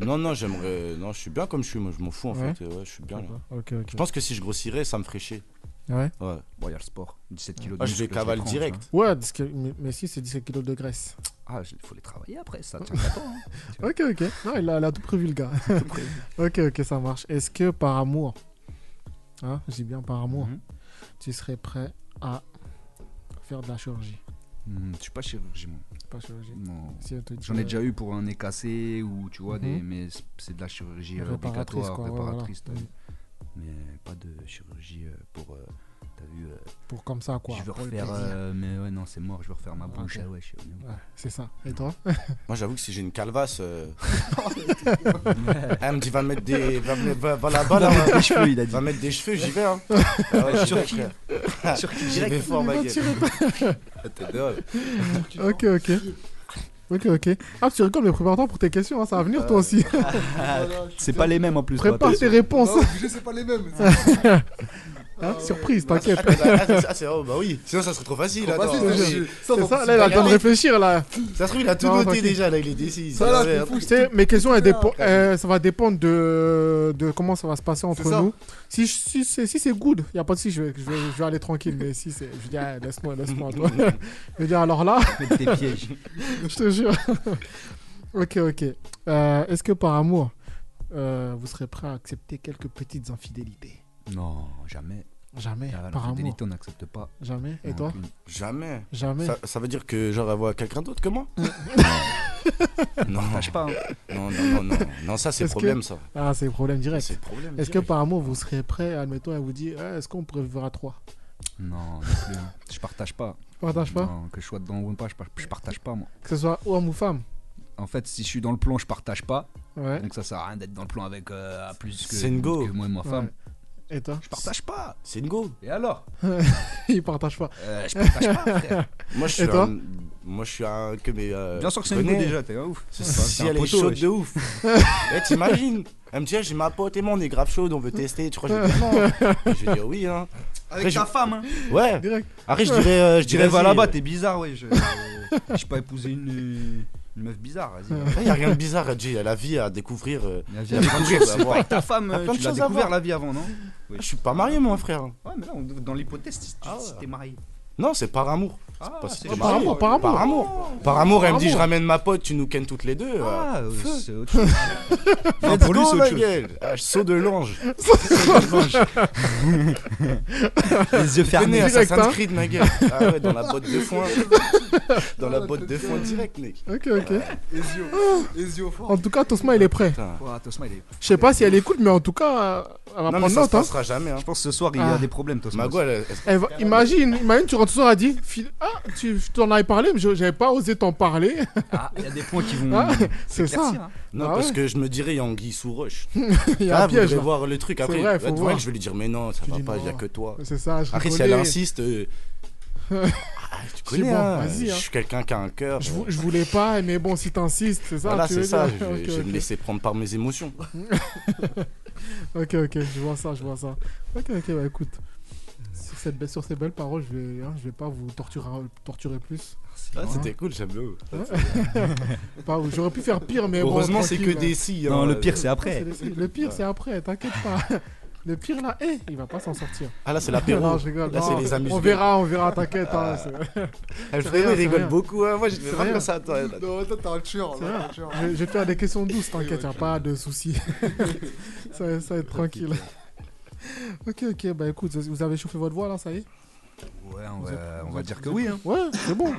S6: Non, non, j'aimerais. Non, je suis bien comme je suis, moi, je m'en fous en
S2: Ouais.
S6: fait. euh, Ouais, je suis bien là.
S2: Ok, ok.
S6: Je pense que si je grossirais, ça me ferait chier.
S2: Ouais.
S6: Ouais.
S4: Bon, il y a le sport. 17 kilos de
S6: Ah, je
S4: muscle,
S6: les cavale
S4: prends, tu
S6: direct.
S4: vois.
S2: Ouais, parce que- mais, mais si c'est 17 kilos de graisse.
S4: Ah, il faut les travailler après, ça tient qu'à toi. hein.
S2: Ok, ok. Non, il a, il a tout prévu, le gars. ok, ok, ça marche. Est-ce que par amour, hein, j'ai bien par amour, tu serais prêt à faire de la chirurgie
S4: Hmm, je suis pas chirurgien, moi.
S2: Pas chirurgie
S4: Non.
S2: Si on te dit,
S4: J'en ai
S2: euh,
S4: déjà eu pour un nez cassé ou tu vois, des,
S2: Mhm.
S4: mais c- c'est de la chirurgie
S2: Réparatrice,
S4: réparatrice,
S2: quoi, ouais,
S4: réparatrice
S2: voilà.
S4: t'as vu. mais pas de chirurgie euh, pour. euh, T'as vu, euh,
S2: Pour comme ça, quoi.
S4: je veux
S2: pour le
S4: refaire,
S2: plaisir.
S4: euh, mais ouais non c'est mort, je veux refaire ma
S2: Ah,
S4: bouche,
S2: ok.
S4: ah ouais, je suis on est bon.
S2: Ouais, c'est ça. Et toi
S6: Moi, j'avoue que si j'ai une calvasse. euh, Elle me dit, va mettre des. Va, me- va- va là-bas, là. hein.
S4: Va mettre des cheveux, il a dit.
S6: Va mettre des cheveux, j'y vais, hein. Ah ouais, j'y
S4: Sur
S6: vais,
S4: qui
S6: frère.
S4: Sur qui
S6: J'y
S4: direct
S6: vais fort,
S2: Il
S6: ma
S2: va
S6: gueule. Ah,
S2: tirer
S6: T'es dingue.
S2: Ok, ok. Ok, ok. Ah, tu rigoles, mais prépare-toi pour tes questions, hein, ça va venir toi aussi.
S4: C'est pas les mêmes en plus. toi,
S2: Prépare tes
S4: attention.
S2: réponses.
S3: Non, obligé, c'est pas les mêmes.
S2: Hein, surprise, t'inquiète.
S6: Ah, t'as- ah, c'est- oh, bah oui, sinon ça serait trop facile.
S3: Trop
S6: attends.
S3: facile,
S6: Ça
S3: c'est-
S2: C'est
S3: faut-
S2: ça, là, il a le temps de
S6: regardé.
S2: réfléchir, là.
S6: se trouve, il a tout
S2: Non,
S6: noté
S2: tranquille.
S6: déjà, là, il est décis.
S3: Ça, là, je m'en fous,
S2: Tu
S3: je
S2: sais, mes questions, elles dépo- euh, ça va dépendre de, de comment ça va se passer entre
S3: C'est ça.
S2: nous. Si, je- si, c'est- si c'est good, il n'y a pas de si, je vais, je vais, je vais aller tranquille. Mais si c'est. Je dis, ah, laisse-moi, laisse-moi. toi. je dis, alors là,
S4: Faites des pièges.
S2: je te jure. ok, ok. Euh, Est-ce que par amour, euh, vous serez prêt à accepter quelques petites infidélités
S4: Non, jamais.
S2: Jamais.
S4: Ah,
S2: par amour.
S4: L'infidélité, Ah, on n'accepte pas.
S2: Jamais. Eh, Et
S4: Non,
S2: toi
S4: aucune.
S6: Jamais.
S2: Jamais.
S6: Ça, ça veut dire que genre avoir quelqu'un d'autre que moi Non,
S4: Tâche pas. hein.
S6: non, non, non, non, non, ça c'est
S2: Est-ce que-
S6: problème ça.
S2: Ah, c'est problème
S6: C'est
S2: direct.
S6: problème.
S2: Est-ce que
S6: direct.
S2: par amour, vous serez prêt, admettons, elle vous dit, Ah, est-ce qu'on préférera trois
S4: Non, non plus. hein. Je partage pas.
S2: Partage pas
S4: Non, que je sois dedans ou pas, je par- je partage pas, moi.
S2: Que ce soit homme ou femme
S4: En fait, si je suis dans le plan, je partage pas.
S2: Ouais.
S4: Donc ça sert à rien d'être dans le plan avec euh, plus que,
S6: C'est une go.
S4: que moi et ma femme.
S2: Ouais. Et toi
S4: Je partage pas.
S6: C'est une go.
S4: Et alors
S2: Il partage pas.
S4: Euh, Je partage pas, frère.
S6: Moi je
S2: Et
S6: suis
S2: toi
S6: un... moi je suis un que mais euh,
S4: Bien sûr que c'est une go
S6: connais.
S4: déjà, t'es un ouf.
S6: C'est-
S4: Enfin,
S6: Si
S4: t'es un
S6: elle est
S4: poteau,
S6: chaude
S4: wesh.
S6: de ouf. Eh, t'imagines Elle me dit, j'ai ma pote et moi, on est grave chaude, on veut tester. Tu crois que je vais dire non Je vais dire oui, hein.
S4: Avec
S6: je-
S4: ta femme, hein.
S6: Ouais.
S2: Direct.
S6: Après, je dirais, euh, je
S4: Je dirais,
S6: dirais,
S4: va
S6: vas-y,
S4: là-bas,
S6: euh,
S4: t'es bizarre, ouais. Je je suis pas épousé une, une meuf bizarre, vas-y. va.
S6: Il Eh, y a rien de bizarre, Jay. Il y a la vie à découvrir. euh,
S4: La vie
S6: Il y a plein de choses à
S4: C'est
S6: voir.
S4: pas ta femme,
S6: Il y a
S4: euh,
S6: plein
S4: tu
S6: de
S4: l'as
S6: choses à
S4: découvert
S6: voir.
S4: la vie avant, non
S6: Je suis pas marié, moi, frère.
S4: Ouais, mais là, on- dans l'hypothèse, si tu-
S6: Ah ouais.
S4: si t'es marié.
S6: Non, c'est par amour.
S4: Ah,
S6: pas-
S4: c'est
S6: c'est
S2: Par
S6: Bah oui,
S2: amour, par amour.
S6: Par amour. Par amour, elle me dit,
S2: amour.
S6: je ramène ma pote, tu nous kennes toutes les deux. euh,
S4: Ah, euh, c'est autre chose. Non,
S6: Let's
S4: pour lui,
S6: go,
S4: c'est
S6: ma
S4: autre chose.
S6: gueule. Ah, je saut de l'ange.
S4: Les yeux
S6: Venez,
S4: fermés.
S2: hein.
S6: Assassin's Creed, ma gueule. Ah ouais, dans la botte de foin. Dans la botte de foin direct, mec.
S2: Ok, ok. Ah.
S3: Ezio. Ezio fort.
S2: En tout cas, Tosma, il est prêt.
S6: Putain.
S4: Ouah, Tosma, il est-
S2: Je sais pas si elle écoute, mais en tout cas, euh, elle va
S6: Non, mais
S2: prendre
S6: ça se
S2: note. Hein.
S6: passera jamais. Hein.
S4: Je pense que ce soir, il y a
S2: Ah.
S4: des problèmes, Tosma.
S6: Ma gueule, elle- elle-
S2: Elle va- Imagine, imagine, tu rentres ce soir, elle dit Fil- Ah, tu je t'en avais parlé, mais je- j'avais pas osé t'en parler.
S4: Ah, il y a des points qui
S6: Hmm.
S4: vont.
S2: Ah, c'est
S4: éclaircir,
S2: ça.
S4: hein.
S6: non,
S2: Ah
S6: parce
S2: ouais.
S6: que je me dirais, il y a Anguille sous roche.
S2: Il y a
S6: Ah,
S2: un
S6: vous
S2: piège.
S6: devez
S2: là.
S6: voir le truc. Après,
S2: C'est vrai,
S6: elle
S2: faut
S6: va être
S2: voir.
S6: mal, je vais lui dire, mais non, ça
S2: Tu
S6: va
S2: dis
S6: pas, il y a
S2: non.
S6: que toi.
S2: hein. C'est ça, je
S6: Après, si elle
S2: rigolais.
S6: insiste, euh, tu
S2: Je dis,
S6: connais,
S2: bon,
S6: hein,
S2: vas-y,
S6: je
S2: hein.
S6: suis quelqu'un qui a un cœur.
S2: Je, vou- je voulais pas, mais bon, si t'insistes, c'est ça.
S6: Voilà,
S2: tu
S6: c'est
S2: veux
S6: ça,
S2: dire.
S6: je,
S2: Ok,
S6: je vais
S2: ok.
S6: me laisser prendre par mes émotions.
S2: Ok, ok, je vois ça, je vois ça. Ok, ok, bah écoute. Sur, cette be- sur ces belles paroles, je vais, hein, je vais pas vous torturer, torturer plus.
S6: Ah,
S2: Ouais.
S6: c'était cool, j'aime bien.
S2: Pas- J'aurais pu faire pire, mais bon,
S6: Heureusement, c'est que
S2: tranquille,
S6: des si.
S4: Non,
S6: hein.
S4: le pire, c'est
S2: Ouais, c'est
S4: après.
S2: le- c'est- Le pire, c'est après, t'inquiète pas. Le pire, là, eh, il va pas s'en sortir.
S6: Ah, là, c'est
S2: Non,
S6: l'apéro.
S2: je rigole.
S6: Là,
S2: non,
S6: c'est les amusements. Ah,
S2: On verra, on verra, t'inquiète. hein, c'est- rien,
S6: Alfredo, il
S2: c'est
S6: rigole
S2: rien.
S6: beaucoup. hein. Moi, je
S2: C'est
S6: vais pas
S2: rien.
S6: faire ça à toi. là.
S3: Non, toi, t'es un tueur. là, t'es un tueur.
S2: je, je vais te faire des questions douces, t'inquiète, y'a pas de soucis. ça, va- ça va être tranquille. Ok, ok, bah écoute, vous avez chauffé votre voix là, ça y est
S4: Ouais, on
S2: Vous
S4: va,
S2: êtes-
S4: on
S2: vous
S4: va
S2: êtes-
S4: dire
S2: vous
S4: que
S2: êtes-
S4: oui. Hein.
S2: Ouais, c'est bon.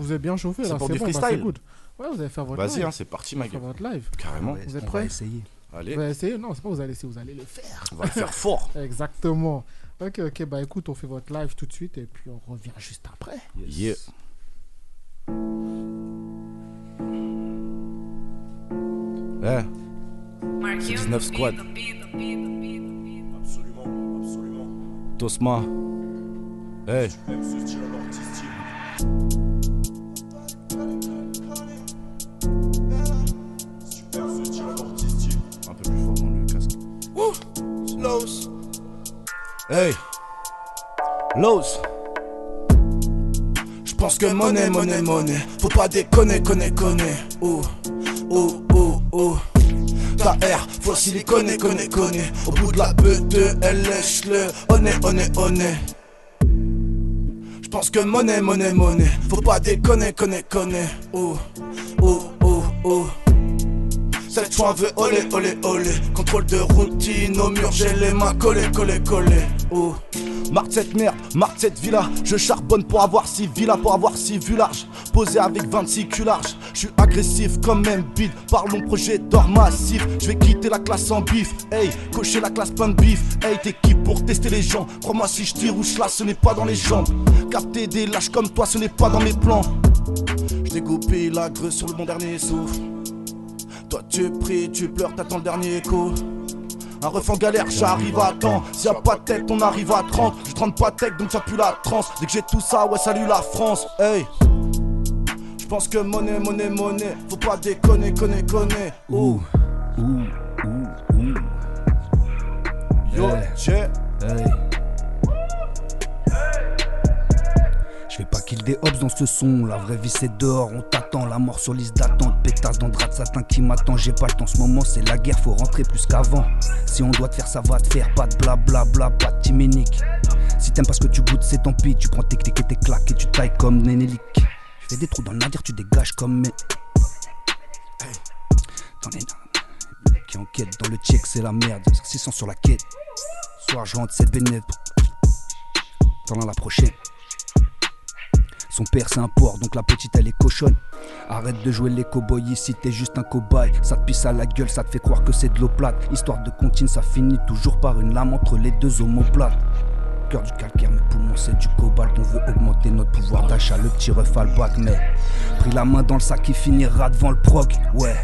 S2: Vous avez bien chauffé
S6: C'est
S2: là,
S6: pour
S2: c'est
S6: du
S2: bon, bah,
S6: freestyle.
S2: c'est good. Ouais, vous avez fait votre
S6: Vas-y,
S2: live.
S6: hein, c'est parti, ma
S2: Vous avez fait
S6: gueule.
S2: votre live.
S6: Carrément.
S4: Ouais,
S2: Vous êtes
S4: on
S2: prêts
S4: va essayer.
S6: Allez,
S2: Vous allez essayer Non, c'est pas vous allez essayer, vous allez le faire.
S6: on va le faire fort.
S2: Exactement. Ok, ok, bah écoute, on fait votre live tout de suite et puis on revient juste après.
S6: Yeah. Ouais. 19 squad. Tosma. Hey. Un peu plus fort dans le casque. Hey. Lowe's.
S8: Je pense que monnaie, monnaie, monnaie. Faut pas déconner, connaît, connaît. Oh, oh, oh, oh. Ta R, faut s'y les connaît, connaît, connaît. Au bout de la beuh, elle lèche le. On est, on est, on est. Je Je pense que monnaie, monnaie, monnaie. Faut pas déconner, connaît, connaît. Oh, oh, oh, oh. Cette fois, veut olé, olé, olé. Contrôle de routine au mur, j'ai les mains collées, collées, collées. Oh.
S6: Marque cette merde, marque cette villa. Je charbonne pour avoir six villas, pour avoir six vues larges. Posé avec 26 culs larges. Je suis agressif comme même bide. Par long projet d'or massif. Je vais quitter la classe en bif. Hey, cocher la classe plein de bif. Hey, t'es qui pour tester les gens Crois-moi si je tire ou je lasse, ce n'est pas dans les jambes. Capter des lâches comme toi, ce n'est pas dans mes plans. Je dégoupille la greu sur le bon dernier souffle. Toi tu pries, tu pleures, t'attends le dernier coup. Un ref en galère, j'arrive à temps. S'il y a pas de tech, on arrive à 30. Je 30 pas de tech, donc ça pue la transe. Dès que j'ai tout ça, ouais, salut la France. Hey! Je pense que monnaie, monnaie, monnaie. Faut pas déconner, connaît, connaît.
S5: Ouh, ouh, ouh, ouh.
S6: Yo,
S5: Yeah.
S6: j'ai.
S5: Hey. Je vais pas kill des hops dans ce son, la vraie vie c'est dehors, on t'attend, la mort sur liste d'attente, pétasse dans le drap de satin qui m'attend, j'ai pas le temps en ce moment, c'est la guerre, faut rentrer plus qu'avant. Si on doit te faire, ça va te faire, pas de blablabla, pas de timénique. Si t'aimes pas ce que tu goûtes, c'est tant pis, tu prends tes clics et tes claques et tu tailles comme Nénélic. Je fais des trous dans le nadir, tu dégages comme mes. Dans les nains, qui enquête, dans le check c'est la merde, 600 sur la quête. Soir, je rentre cette bénéve. Pendant la prochaine. Son père, c'est un porc, donc la petite, elle est cochonne. Arrête de jouer les cow-boys ici, t'es juste un cobaye. Ça te pisse à la gueule, ça te fait croire que c'est de l'eau plate. Histoire de contine, ça finit toujours par une lame entre les deux omoplates. Cœur du calcaire, mes poumons, c'est du cobalt. On veut augmenter notre pouvoir d'achat. Le petit ref a le bac, mais pris la main dans le sac, il finira devant le proc. Ouais.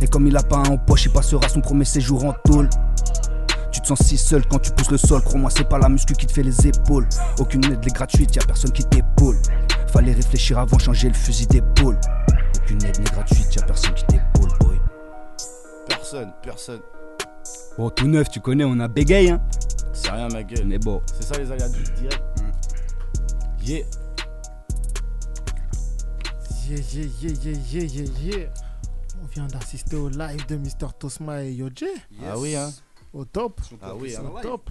S5: Et comme il a pas un en poche, il passera son premier séjour en tôle. Tu te sens si seul quand tu pousses le sol, crois-moi, c'est pas la muscu qui te fait les épaules. Aucune aide n'est gratuite, y a personne qui t'épaule. Fallait réfléchir avant, changer le fusil d'épaule. Aucune aide n'est gratuite, y a personne qui t'épaule, boy.
S6: Personne, personne.
S5: Oh, tout neuf, tu connais, on a bégayé, hein.
S6: C'est rien, ma gueule.
S5: Mais bon,
S6: C'est ça les aléas du direct. Yeah.
S2: Yeah, yeah, yeah, yeah, yeah, yeah, yeah. On vient d'assister au live de Mr. Tosma et Yoje.
S6: Ah oui, hein.
S2: Au top.
S6: Ah oui, hein.
S2: Au top.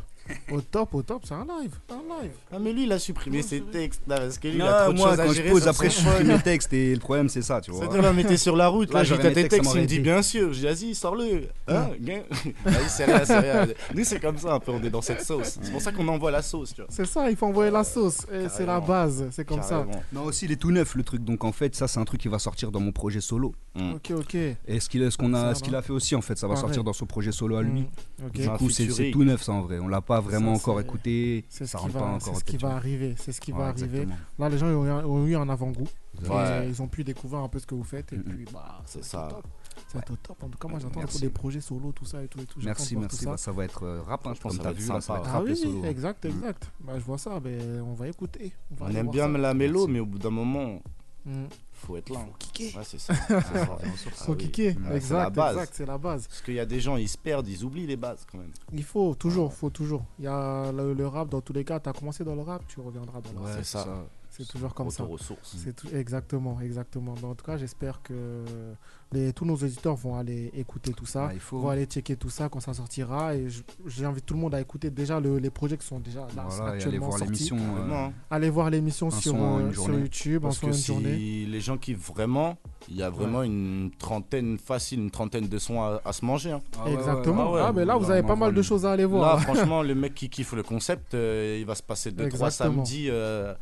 S2: Au top, au top, c'est un live. Un live.
S4: Ah, mais lui, il a supprimé ses textes là parce que lui, il a
S5: Non,
S4: trop de
S5: moi
S4: choses à
S5: quand je
S4: gérer
S5: pose,
S4: sur
S5: après je
S4: son
S5: supprime
S4: phone.
S5: les textes et le problème c'est
S2: Ah,
S5: ça, tu vois.
S4: C'est-à-dire, là, mais t'es sur la route,
S5: Là,
S4: là, j'ai
S5: j'aurais
S4: t'as
S5: mes
S4: tes
S5: textes, ça
S4: textes, il
S5: m'aurait
S4: me dit
S5: aidé.
S4: bien sûr. J'ai dit, vas-y, sors-le. Hein, gain. Vas-y, c'est rien, c'est rien. Nous, c'est comme ça un peu, on est dans cette sauce. C'est pour ça qu'on envoie la sauce, tu vois.
S2: C'est ça, il faut envoyer la sauce. Et C'est la
S6: Carrément.
S2: base, c'est comme
S6: Carrément.
S5: Non aussi il est tout neuf le truc, donc en fait ça c'est un truc qui va sortir dans mon projet solo.
S2: ça. Ok, ok.
S5: Et ce qu'il ce qu'on
S2: Ça
S5: a,
S2: va.
S5: ce qu'il a fait aussi en fait, ça va
S2: Pareil.
S5: sortir dans son projet solo à lui.
S2: Mm, ok.
S5: Du
S6: Un
S5: coup c'est c'est
S6: featuring.
S5: tout neuf ça en vrai, on l'a pas vraiment
S2: Ça,
S5: encore
S2: c'est-
S5: écouté,
S2: C'est ce
S5: ça
S2: qui
S5: rentre pas
S2: va, c'est
S5: encore en
S2: ce qui
S5: tête, tu
S2: va
S5: vois.
S2: arriver. C'est ce qui va
S5: Ouais,
S2: arriver.
S5: exactement.
S2: Là, les gens ils ont, ont eu un avant-goût. Et, euh,
S6: Ouais,
S2: Ils ont pu découvrir un peu ce que vous faites. Et puis, bah, ça
S6: c'est
S2: va être
S6: ça.
S2: au top. Ça va être au top. En tout cas, moi, j'attends
S5: Merci.
S2: pour des projets solo, tout ça et tout. Et tout. J'attends
S5: Merci,
S2: de voir tout
S5: merci.
S2: ça.
S5: Bah, ça va être euh, rap, hein,
S6: Je
S5: comme
S6: pense que
S5: t'as
S6: ça va être
S5: vu. Là, ça va
S6: sympa,
S5: être
S6: ouais.
S2: Ah
S5: rap et
S2: oui,
S5: solo.
S2: exact,
S5: Mm.
S2: exact. Bah, je vois ça, mais on va écouter. va
S6: On
S2: aller
S6: aime
S2: voir
S6: bien
S2: ça.
S6: la mélo,
S5: Merci.
S6: mais au bout d'un moment,
S2: Mm.
S6: faut être là. hein.
S2: Kicker.
S6: Ouais, c'est ça. c'est ça.
S5: Ah
S2: Faut kicker.
S5: Ouais,
S6: c'est la
S2: Exact,
S6: base.
S2: exact, c'est la base.
S6: Parce qu'il y a des gens, ils se perdent, ils oublient les bases quand même.
S2: Il faut, toujours, faut toujours. Il y a le, le rap, dans tous les cas, t'as commencé dans le rap, tu reviendras dans le
S5: Ouais,
S2: rap.
S5: c'est
S6: c'est
S5: ça.
S6: ça.
S2: C'est toujours comme ça.
S6: Retour aux
S5: Mm.
S6: sources.
S2: C'est tout- exactement, exactement. Mais en tout cas, j'espère que les, tous nos auditeurs vont aller écouter tout ça.
S5: Ah, il faut.
S2: vont aller checker tout ça quand ça sortira. Et je- j'invite tout le monde à écouter déjà le- les projets qui sont déjà là,
S5: Voilà, et aller
S2: actuellement
S5: voir
S2: sortis.
S5: l'émission. euh,
S6: Vraiment, hein.
S2: Allez voir l'émission
S5: Un
S2: sur,
S5: son en
S2: euh,
S5: une
S2: sur
S5: journée.
S2: YouTube, en
S6: Parce
S2: soit
S6: que
S2: une journée.
S6: si les gens kiffent vraiment, il y a vraiment une trentaine facile, une trentaine de sons à, à se manger. hein.
S5: Ah ouais, ouais,
S2: Exactement.
S5: ouais, ouais.
S2: ah, mais là, vous avez pas mal de choses à aller
S6: Là,
S2: voir.
S6: franchement, le mec qui kiffe le concept, euh, il va se passer de trois
S2: Exactement.
S6: samedis. euh,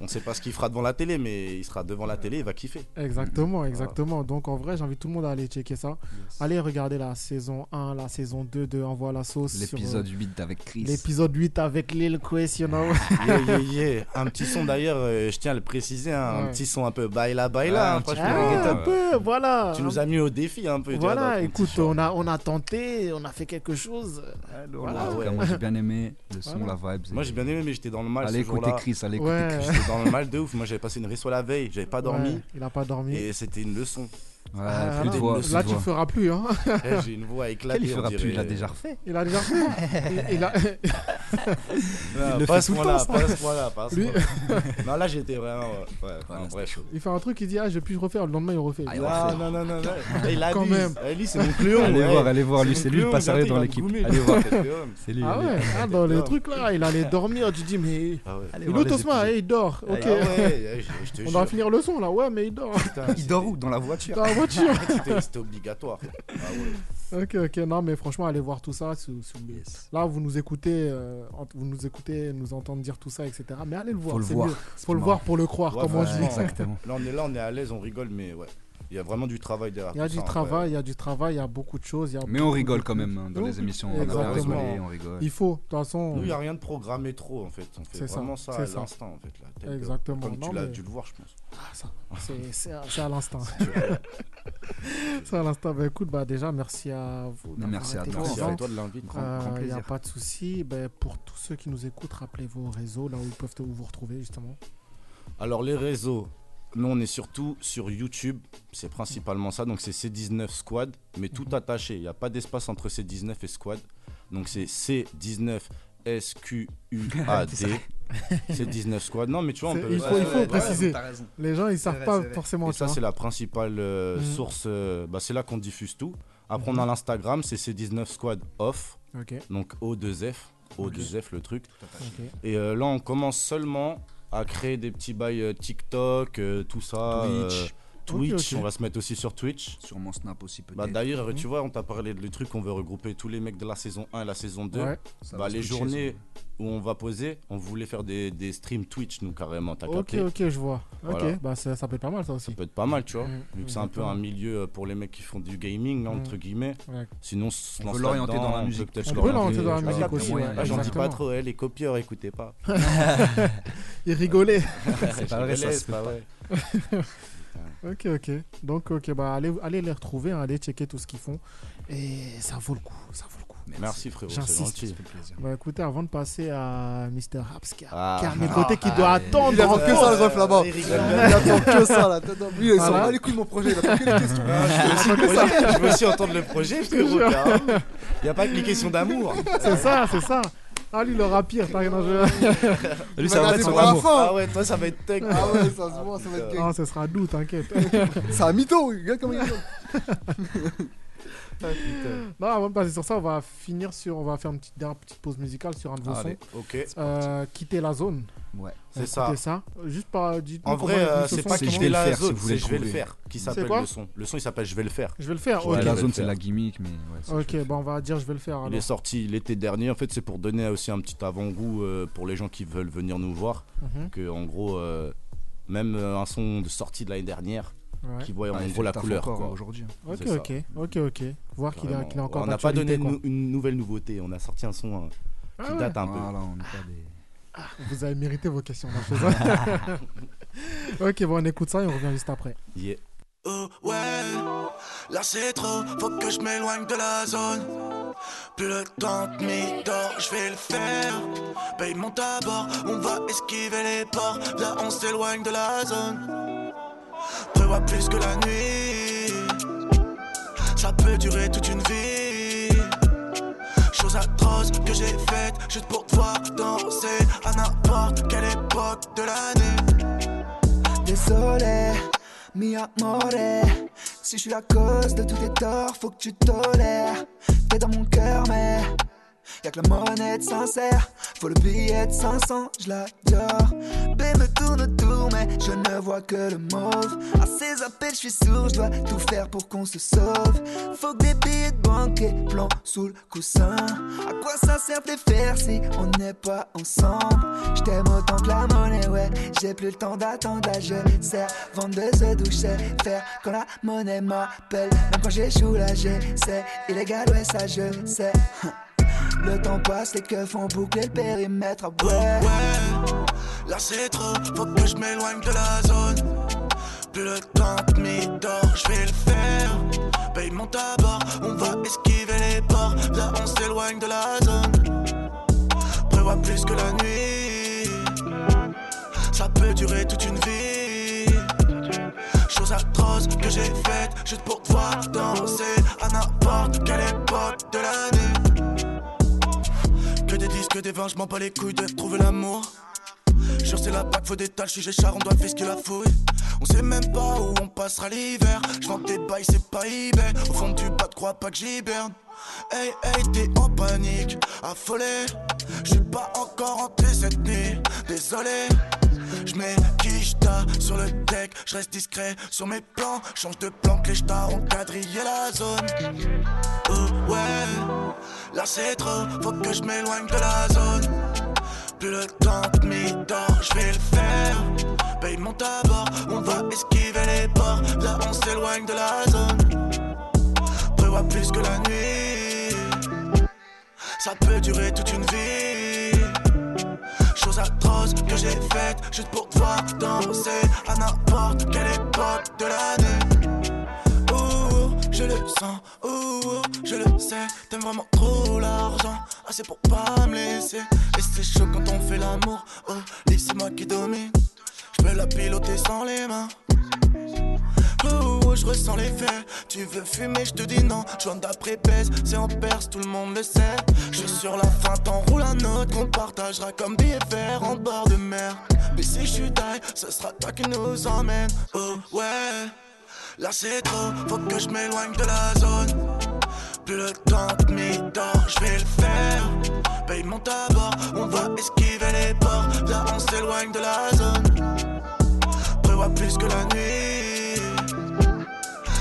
S6: on sait pas ce qu'il fera devant la télé, mais il sera devant la télé, il va kiffer.
S2: Exactement, exactement. Donc, en vrai, j'invite tout le monde à aller checker ça. Allez regarder la saison 1, la saison 2 de Envoie la sauce. sur, euh,
S5: L'épisode 8 avec Chris.
S2: L'épisode 8 avec Lil Quest, you know.
S5: Ah,
S6: Yeah, yeah, yeah. Un petit son d'ailleurs, euh, je tiens à le préciser, hein,
S2: Ouais.
S6: un petit son un peu baila
S5: Ah,
S6: baila. hein,
S5: un petit
S6: franchement,
S5: peu.
S6: t'as-
S2: Ah, un peu, voilà.
S6: Tu nous as mis au défi hein, un peu. tu vois,
S2: Voilà,
S6: dans ton
S2: écoute,
S6: petit
S2: on a, on a tenté, on a fait quelque chose.
S5: Voilà,
S6: ouais.
S5: ouais, moi, j'ai bien aimé le son,
S2: Voilà.
S5: la vibe.
S6: Moi j'ai bien aimé, mais j'étais dans le mal.
S5: Allez
S6: ce
S5: écouter
S6: jour-là.
S5: Chris, allez écouter
S2: Ouais.
S5: Chris.
S6: J'étais dans le mal de ouf. Moi j'avais passé une risso la veille, j'avais pas dormi.
S2: Ouais, il a pas dormi.
S6: Et c'était une leçon.
S2: Ah,
S4: plus de
S2: là,
S4: voix, plus de
S2: là, tu
S4: voix.
S2: feras plus. Hein.
S6: Eh, J'ai une voix éclatée.
S4: Quel il
S6: on
S4: fera plus, il l'a
S6: dirait.
S4: déjà refait.
S2: Il a déjà fait. Il- il a-
S6: Ah,
S4: le
S6: pas à
S4: fait
S6: ce
S4: tout le
S6: point-là,
S4: temps,
S6: pas à ce point-là, pas à ce
S2: Lui-
S6: point-là. Non, là j'étais vraiment. Ouais, ouais, non,
S4: Ah, c'était
S6: bref.
S2: Il fait un truc, il dit Ah, je vais plus refaire. Le lendemain, il refait.
S4: Ah, il refait.
S6: Non, non, non, non, non. Eh, Il
S2: Quand
S6: abuse.
S2: même.
S6: Eh, lui, c'est mon cléon.
S4: Allez
S6: ouais.
S4: voir, allez voir,
S6: C'est
S4: lui,
S6: mon
S4: c'est lui le
S6: cléon,
S4: passerelle dans
S6: regardez,
S4: l'équipe.
S6: il va me
S4: Allez voir.
S6: goumer.
S4: C'est lui.
S2: Ah
S4: allez.
S2: ouais, ah, dans les trucs là, il allait dormir. Tu dis Mais
S6: Ah ouais.
S4: Allez
S2: il
S4: voir
S2: est
S4: les
S2: au Tosma,
S4: épisodes.
S2: eh, il dort.
S6: Ah
S2: Ok,
S6: ouais, je- je te
S2: on doit
S6: jure.
S2: finir le son là. Ouais, mais il dort
S6: Putain,
S4: Il dort
S6: c'était-
S4: où Dans la voiture.
S2: dans la voiture.
S6: C'était c'était obligatoire. Ah ouais.
S2: Ok, ok, non, mais franchement, allez voir tout ça. si- si vous-
S4: Yes.
S2: Là, vous nous écoutez, euh, ent- vous nous écoutez, nous entendre dire tout ça, etc. Mais allez le voir.
S4: Faut le
S2: c'est
S4: voir.
S2: mieux. Faut le voir pour le croire.
S6: Ouais,
S2: comment
S6: ouais,
S2: je
S6: ouais.
S2: dis.
S4: Exactement.
S6: Là, on est là, on est à l'aise, on rigole, mais ouais. Il y a vraiment du travail derrière.
S2: Il y a
S6: tout
S2: du
S6: ça, hein,
S2: travail,
S6: ouais.
S2: il y a du travail, il y a beaucoup de choses. il y a
S4: Mais on
S2: beaucoup
S4: rigole
S2: de-
S4: quand même hein, dans
S2: Donc,
S4: les émissions. On adore
S2: exactement.
S4: rigoler, on rigole.
S2: Il faut, de toute façon.
S6: Nous, il n'y a rien de programmé trop, en fait. On fait
S2: C'est ça,
S6: vraiment ça,
S2: c'est
S6: à
S2: ça.
S6: l'instant, en fait. Là, tel que-
S2: Exactement.
S6: Comme
S2: Non,
S6: tu l'as
S2: mais-
S6: dû le voir, je pense.
S2: Ah, ça, c'est- c'est à- c'est à l'instant. c'est à l'instant. Bah, écoute, bah, déjà, merci à vous.
S4: Mais merci
S2: d'avoir
S4: à
S2: été
S4: toi.
S6: Merci
S2: présents.
S6: à toi de l'invite.
S4: Grand- grand
S2: Il n'y a
S4: plaisir.
S2: pas de souci. Ben, pour tous ceux qui nous écoutent, rappelez vos réseaux, là où ils peuvent te- où vous retrouver, justement.
S6: Alors, les réseaux. Nous, on est surtout sur YouTube. C'est principalement ça. Donc, c'est C19 Squad, mais tout
S2: Mhm.
S6: attaché. Il n'y a pas d'espace entre C19 et Squad. Donc, c'est C19 S-Q-U-A-D. C19 Squad. Non, mais tu vois, on
S2: C'est-
S6: peut.
S2: il faut- il faut préciser. Les gens, ils savent
S4: vrai,
S2: pas
S4: c'est vrai.
S2: forcément.
S6: Et
S2: tu
S6: ça,
S2: vois.
S6: c'est la principale euh,
S2: Mhm.
S6: source. euh, bah, c'est là qu'on diffuse tout. Après, on a l'Instagram, c'est C19 Squad Off,
S2: Ok,
S6: donc O2F. O2F, le truc.
S2: ok.
S6: Et euh, là, on commence seulement à créer des petits bails euh, TikTok, euh, tout ça. euh,
S4: Twitch,
S6: Twitch,
S2: ok.
S6: on va se mettre aussi sur Twitch.
S4: sur mon Snap aussi
S6: Bah,
S4: peut-être.
S6: D'ailleurs,
S2: Mhm.
S6: tu vois, on t'a parlé de le truc, on veut regrouper tous les mecs de la saison 1 et la saison 2.
S2: Ouais.
S4: Ça
S6: bah,
S4: va se
S6: les
S4: twitcher,
S6: journées-
S4: ça.
S6: Où on va poser, on voulait faire des, des streams Twitch, nous, carrément. T'as
S2: Ok,
S6: capté
S2: ok, je vois.
S6: Voilà.
S2: Ok, bah ça, ça peut être pas mal ça aussi.
S6: Ça peut être pas mal, tu vois.
S2: Mhm.
S6: Vu que c'est un peu
S2: Exactement.
S6: un milieu euh, pour les mecs qui font du gaming, là,
S2: Mhm.
S6: entre guillemets.
S2: Ouais.
S6: Sinon, se
S4: On
S6: lance
S4: peut l'orienter
S6: là-dedans,
S4: dans la
S6: on peut
S4: musique.
S6: peut-être
S2: On peut
S6: l'orienter.
S2: l'orienter dans la
S6: Tu vois,
S2: musique aussi.
S4: moyen,
S2: ouais,
S6: Ah, J'en dis
S2: exactement.
S6: pas trop, eh, les copieurs, écoutez pas.
S2: Il rigolait.
S4: C'est pas vrai, ça se
S6: c'est
S4: fait
S6: pas
S4: pas.
S6: vrai.
S2: ok, ok. Donc, ok, bah allez, allez les retrouver, hein, allez checker tout ce qu'ils font. Et ça vaut le coup, ça vaut le coup.
S6: Merci frérot, c'est
S2: J'insiste.
S6: gentil.
S2: Bah écoutez, avant de passer à Mr. Raps, qui a,
S6: Ah.
S2: qui a mes côtés qui doit attendre.
S10: Il attend
S2: encore.
S10: que ça, le ref là-bas.
S6: il
S10: Il
S6: rigole.
S10: attend que ça, là. Lui, il s'en
S2: Voilà.
S10: bat les couilles de mon projet. Il attend que les questions.
S6: Je veux aussi entendre le projet, frérot. Il n'y a pas que les questions d'amour.
S2: C'est ça, c'est ça. Ah, lui, le rapire, t'as rien à jouer.
S4: Lui,
S10: Il
S4: ça
S10: m'a
S4: va
S10: gardé
S4: être son
S10: pour la
S4: amour.
S10: fin.
S6: Ah ouais, toi, ça va être tech.
S10: Ah ouais, ça se voit, ça va être
S6: putain.
S10: gay.
S2: Ah, ce sera doux, t'inquiète.
S10: C'est un mytho. Regarde comment il est.
S2: non, avant de passer sur ça, on va finir sur. On va faire une petite, dernière petite pause musicale sur un de vos
S4: Allez.
S2: sons.
S6: Ok,
S2: Euh, quitter la zone.
S6: c'est ça.
S2: Écoutez ça. Juste par. dites-nous
S6: En
S2: comment
S6: vrai,
S2: il
S6: euh,
S2: dit ce
S6: c'est
S2: son,
S6: pas
S4: c'est
S6: qui
S4: Je
S6: je
S4: vais
S6: vais
S4: le
S6: la
S4: faire, si
S6: zone,
S4: vous voulez
S6: c'est je vais
S4: le
S6: le
S4: trouver.
S6: faire. Qui s'appelle
S2: quoi
S6: le son Le son, il s'appelle Je vais le faire.
S2: Je vais le faire.
S6: Ouais,
S2: Ok,
S6: vais
S4: La
S6: le
S4: zone, c'est
S6: faire.
S4: la gimmick, mais ouais. ça, je
S2: Ok,
S4: fais.
S2: bah on va dire je vais le faire. Alors.
S6: Il est sorti l'été dernier. En fait, c'est pour donner aussi un petit avant-goût euh, pour les gens qui veulent venir nous voir.
S2: Mhm.
S6: Que en gros, euh, même euh, un son de sortie de l'année dernière,
S2: Ouais.
S6: qui voit
S4: Ah,
S6: en
S4: il fait
S6: gros
S4: le
S6: la
S4: taf
S6: couleur.
S4: encore,
S6: quoi.
S4: hein, aujourd'hui.
S2: Ok,
S6: c'est ça.
S2: ok, ok, ok. Voir qu'il a,
S6: Carrément.
S2: qu'il a encore
S6: on n'a pas donné
S2: d'actualité,
S6: de
S2: quoi.
S6: nou- une nouvelle nouveauté. On a sorti un son hein,
S2: Ah
S6: qui
S2: ouais.
S6: date un peu.
S4: Voilà, on est pas des.
S2: Vous avez mérité vos questions. non, je sais pas. ok, bon, on écoute ça et on revient juste après.
S6: Yeah.
S8: Oh, ouais, là c'est trop, faut que je m'éloigne de la zone. Plus le temps de m'y tord, je vais le faire. Paye mon tabac, on va esquiver les ports. Là on s'éloigne de la zone. Prévois plus que la nuit. Ça peut durer toute une vie. Chose atroce que j'ai faite juste pour pouvoir danser à n'importe quelle époque de l'année.
S7: Désolé, mi amore Si je suis la cause de tous tes torts, faut que tu tolères T'es dans mon cœur mais Y'a que la monnaie de sincère Faut le billet de 500, je l'adore B me tourne autour mais je ne vois que le mauve À ses appels je suis sourd, je dois tout faire pour qu'on se sauve Faut que des billets de banque et plans sous le coussin À quoi ça sert de les faire si on n'est pas ensemble Je t'aime autant que la monnaie, ouais J'ai plus le temps d'attendre, là, je sers vendeuse de douche, c'est faire quand la monnaie m'appelle Même quand j'échoue là, j'essaie Illégal, ouais ça je sais le temps passe, les keufs font boucler le périmètre. ah Ouais.
S8: Ouais, là c'est trop, faut que je m'éloigne de la zone. Plus le temps de m'y tord, je vais le faire. Paye mon tabac, on va esquiver les ports. Là on s'éloigne de la zone. Prévois plus que la nuit. Ça peut durer toute une vie. Chose atroce que j'ai j'ai faite juste pour pouvoir danser à n'importe quelle époque de l'année. Que des disques, des vins, je m'en bats les couilles de trouver l'amour. Jure, c'est la bague, faut des tâches, j'ai char, on doit faire ce qu'il a fouille. On sait même pas où on passera l'hiver. Je vends tes bails, c'est pas eBay. Au fond du bas, crois pas que j'hiberne. Hey, hey, t'es en panique, affolé. J'suis pas encore hanté cette nuit, désolé. J'mets quicheta sur le deck, j'reste discret sur mes plans. Change de plan, que les stars ont quadrillé la zone. Oh, ouais, là c'est trop, faut que je m'éloigne de la zone. Plus le temps de mi-temps, j'vais le faire. Paye mon tabac, on va esquiver les bords. Là on s'éloigne de la zone. Prévois plus que la nuit. Ça peut durer toute une vie. Chose atroce que j'ai faite juste pour pouvoir danser à n'importe quelle époque de l'année. Ouh, je le sens, ouh, je le sais. T'aimes vraiment trop l'argent, assez pour pas me laisser. Et c'est chaud quand on fait l'amour, oh, laissez-moi qui domine. Je peux la piloter sans les mains. Ouh, je ressens les faits. Tu veux fumer, je te dis non. Joint d'après pèse, c'est en perse, tout le monde le sait. Je suis sur la fin, t'enroule un autre. On partagera comme billets verts en bord de mer. Mais si je suis taille, ce sera toi qui nous emmène. Oh ouais, là c'est trop, faut que je m'éloigne de la zone. Plus le temps de mi-temps, je vais le faire. Paye mon tabac, on va esquiver les bords. Là on s'éloigne de la zone. Prévois plus que la nuit.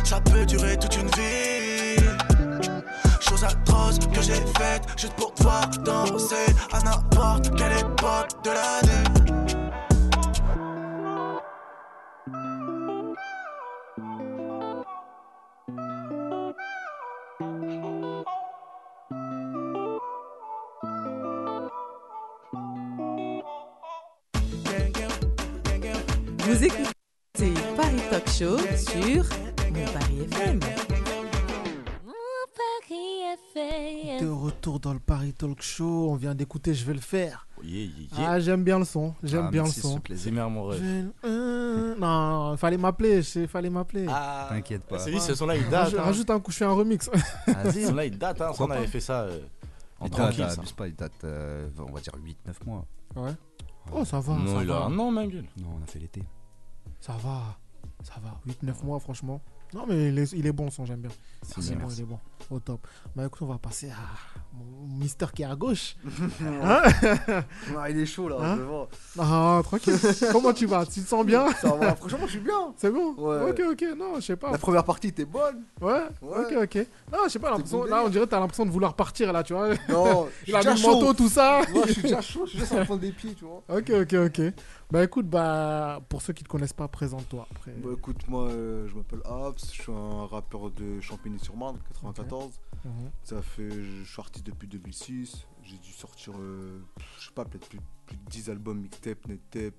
S8: Ça peut durer toute une vie. Chose atroce que j'ai faite juste pour pouvoir danser à n'importe quelle époque de l'année.
S9: Vous écoutez Paris Talk Show sur Mon Paris FM.
S2: De retour dans le Paris Talk Show, on vient d'écouter Je vais le faire.
S6: Yeah, yeah, yeah.
S2: Ah, j'aime bien le son, j'aime
S6: Ah,
S2: bien le
S6: merci,
S2: son.
S6: ce plaisir. Zimmer, mon rêve.
S2: Je- Euh, non, non, fallait m'appeler, je- fallait m'appeler.
S6: Ah,
S4: T'inquiète pas.
S6: C'est lui, ce son-là, il date.
S2: Rajoute-
S6: hein.
S2: Rajoute un coup, je fais un remix.
S6: Ah, ce son-là, il date. Hein. Ça, on avait fait ça euh, en
S4: Il date,
S6: tranquille. ça.
S4: abuse pas, il date, euh, on va dire 8-9 mois.
S2: Ouais. Oh, ça va.
S6: Non,
S2: ça
S6: il
S2: va.
S6: a un an, ma gueule.
S4: Non, on a fait l'été.
S2: Ça va, ça va. 8-9 mois, franchement. Non, mais il est, il est bon, le son, j'aime bien.
S4: C'est
S2: Il est
S4: bien,
S2: bon,
S4: merci.
S2: il est bon. Au top. Bah écoute, on va passer à mon Mister qui est à gauche.
S10: Ah, il est chaud, là, je le vois.
S2: Ah, tranquille. Comment tu vas Tu te sens bien
S10: Ça va, franchement, je suis bien.
S2: C'est bon
S10: Ouais.
S2: Ok, ok, non, je sais pas.
S10: La première partie était bonne.
S2: Ouais, ok, ok. Non, je sais pas, l'impression-
S10: bon
S2: là, on
S10: délire.
S2: dirait que t'as l'impression de vouloir partir, là, tu vois.
S10: Non,
S2: il a mis
S10: je suis
S2: le
S10: déjà
S2: manteau,
S10: chaud.
S2: tout ça.
S10: Tu vois, je suis déjà chaud, je suis déjà sur la pointe des pieds, tu vois.
S2: Ok, ok, ok. Bah écoute, bah, pour ceux qui te connaissent pas, présente-toi après.
S10: Bah écoute, moi euh, je m'appelle Abs, je suis un rappeur de Champigny-sur-Marne, 94.
S2: Mhm.
S10: Ça fait, je suis artiste depuis 2006. J'ai dû sortir, euh, pff, je sais pas, peut-être plus, plus de 10 albums, mixtape, nettape,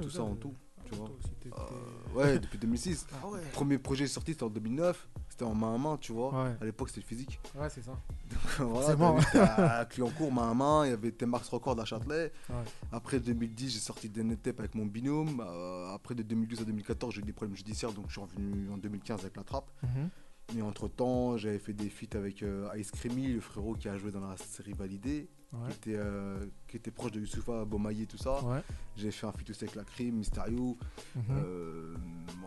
S10: tout ça en tout. Tu vois. Ah, bah, Euh, Ah ouais, depuis 2006. Le premier projet sorti c'était en 2009, c'était en main à main, tu vois.
S2: Ouais.
S10: À l'époque c'était physique.
S2: Ouais, c'est ça.
S10: voilà,
S2: C'est
S10: t'as
S2: bon.
S10: vu, t'as à Clignancourt, main à main, il y avait T-Max Record à Châtelet.
S2: Ouais.
S10: Après 2010, j'ai sorti des net tapes avec mon binôme. Euh, après de 2012 à 2014, j'ai eu des problèmes judiciaires, donc je suis revenu en 2015 avec la trappe.
S2: Mhm.
S10: Et entre temps, j'avais fait des feats avec euh, Ice Creamy, le frérot qui a joué dans la série Validée,
S2: Ouais.
S10: qui, était, euh, qui était proche de Youssoufa Bomaye, tout ça.
S2: Ouais.
S10: J'ai fait un feat aussi avec la crime, Mysterio.
S2: Mhm.
S10: euh,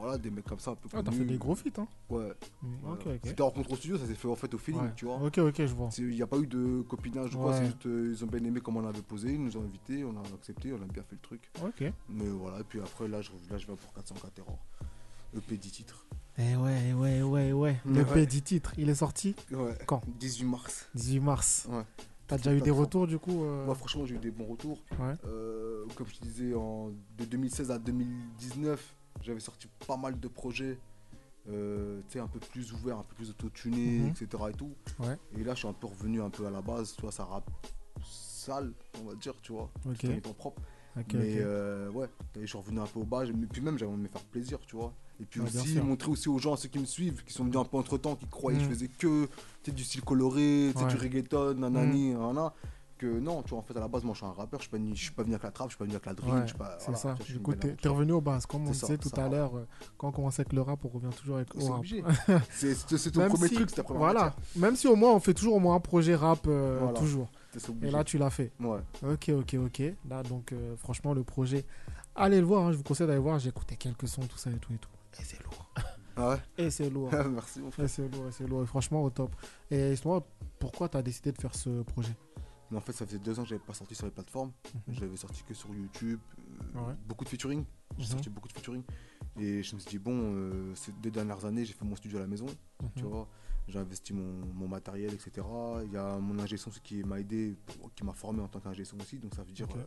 S10: voilà, des mecs comme ça un peu
S2: Ah, t'as
S10: connus.
S2: fait des gros feats, hein.
S10: Ouais.
S2: Mm,
S10: Voilà.
S2: ok, ok.
S10: C'était en rencontre au studio, ça s'est fait en fait au Euh, feeling,
S2: Ouais.
S10: tu vois.
S2: Ok, ok, je vois.
S10: C'est- Il n'y a pas eu de copinage ou quoi,
S2: Ouais.
S10: c'est juste euh, ils ont bien aimé comment on avait posé, ils nous ont invités, on a accepté, on a bien fait le truc.
S2: Ok.
S10: Mais voilà, et puis après là je, là, je viens pour 404 erreurs. EP 10 E titres.
S2: Eh ouais, eh ouais, eh ouais, eh ouais.
S10: Mm,
S2: Le
S10: ouais.
S2: petit titre, il est sorti
S10: Ouais.
S2: quand
S10: 18 mars.
S2: 18 mars.
S10: Ouais.
S2: T'as
S10: Toutes
S2: déjà
S10: les
S2: eu des
S10: plateformes.
S2: retours du coup euh,
S10: Moi franchement j'ai eu des bons retours.
S2: Ouais.
S10: Euh, comme je te disais, en, de 2016 à 2019, j'avais sorti pas mal de projets. euh, tu sais, un peu plus ouvert, un peu plus auto-tuné,
S2: Mhm.
S10: etc. Et, tout.
S2: Ouais.
S10: et là, je suis un peu revenu un peu à la base, tu vois, ça rappe sale, on va dire, tu vois,
S2: Ok.
S10: tout en étant propre.
S2: Ok,
S10: mais
S2: ok.
S10: euh, ouais, je suis revenu un peu au bas, mais puis même j'avais envie de me faire plaisir, tu vois. Et puis
S2: Ouais, bien
S10: aussi
S2: sûr.
S10: montrer aussi aux gens, à ceux qui me suivent, qui sont venus un peu entre temps, qui croyaient que
S2: Mhm.
S10: je faisais que tu sais, du style coloré, tu sais,
S2: Ouais. Mm.
S10: du reggaeton, nanani, nanana. que non, tu vois, en fait, à la base, moi, je suis un rappeur, je suis pas, ni- je suis pas venu avec la trappe, je suis pas venu avec la drill, je suis pas.
S2: c'est
S10: voilà,
S2: ça.
S10: tu vois, je suis
S2: Du
S10: une
S2: coup,
S10: galère,
S2: t'es
S10: tu
S2: t'es
S10: vois.
S2: revenu au base. Comme on
S10: C'est ça,
S2: disait tout
S10: ça,
S2: à
S10: voilà.
S2: l'heure, euh, quand on commence avec le rap, on revient toujours avec
S10: C'est
S2: au rap.
S10: obligé. C'est- c'est- c'est ton
S2: Même
S10: premier
S2: si-
S10: truc, c'est ta première
S2: Voilà.
S10: matière.
S2: Même si au moins on fait toujours au moins un projet rap, euh,
S10: Voilà.
S2: toujours.
S10: C'est- c'est
S2: Et
S10: obligé.
S2: là, tu l'as fait.
S10: Ouais.
S2: Ok, ok, ok. Là, donc, euh, franchement, le projet, allez le voir. hein, Je vous conseille d'aller voir. J'ai écouté quelques sons, tout ça et tout et tout. Et c'est lourd.
S10: Ah ouais
S2: Et c'est lourd.
S10: Merci, mon frère.
S2: Et c'est lourd, et c'est lourd. Et franchement, au top. Et justement, pourquoi t'as décidé de faire ce projet
S10: Mais en fait, ça faisait deux ans que j'avais pas sorti sur les plateformes. Je l'avais sorti que sur YouTube. euh,
S2: Mhm. Ouais.
S10: Beaucoup de featuring. J'ai
S2: Mhm.
S10: sorti beaucoup de featuring. Et je me suis dit, bon, euh, ces deux dernières années, j'ai fait mon studio à la maison. Tu
S2: Mhm.
S10: vois, j'ai investi mon, mon matériel, etc. Il y a mon ingé son qui m'a aidé, pour- qui m'a formé en tant qu'ingé son aussi. Donc ça veut dire.
S2: Ok.
S10: euh,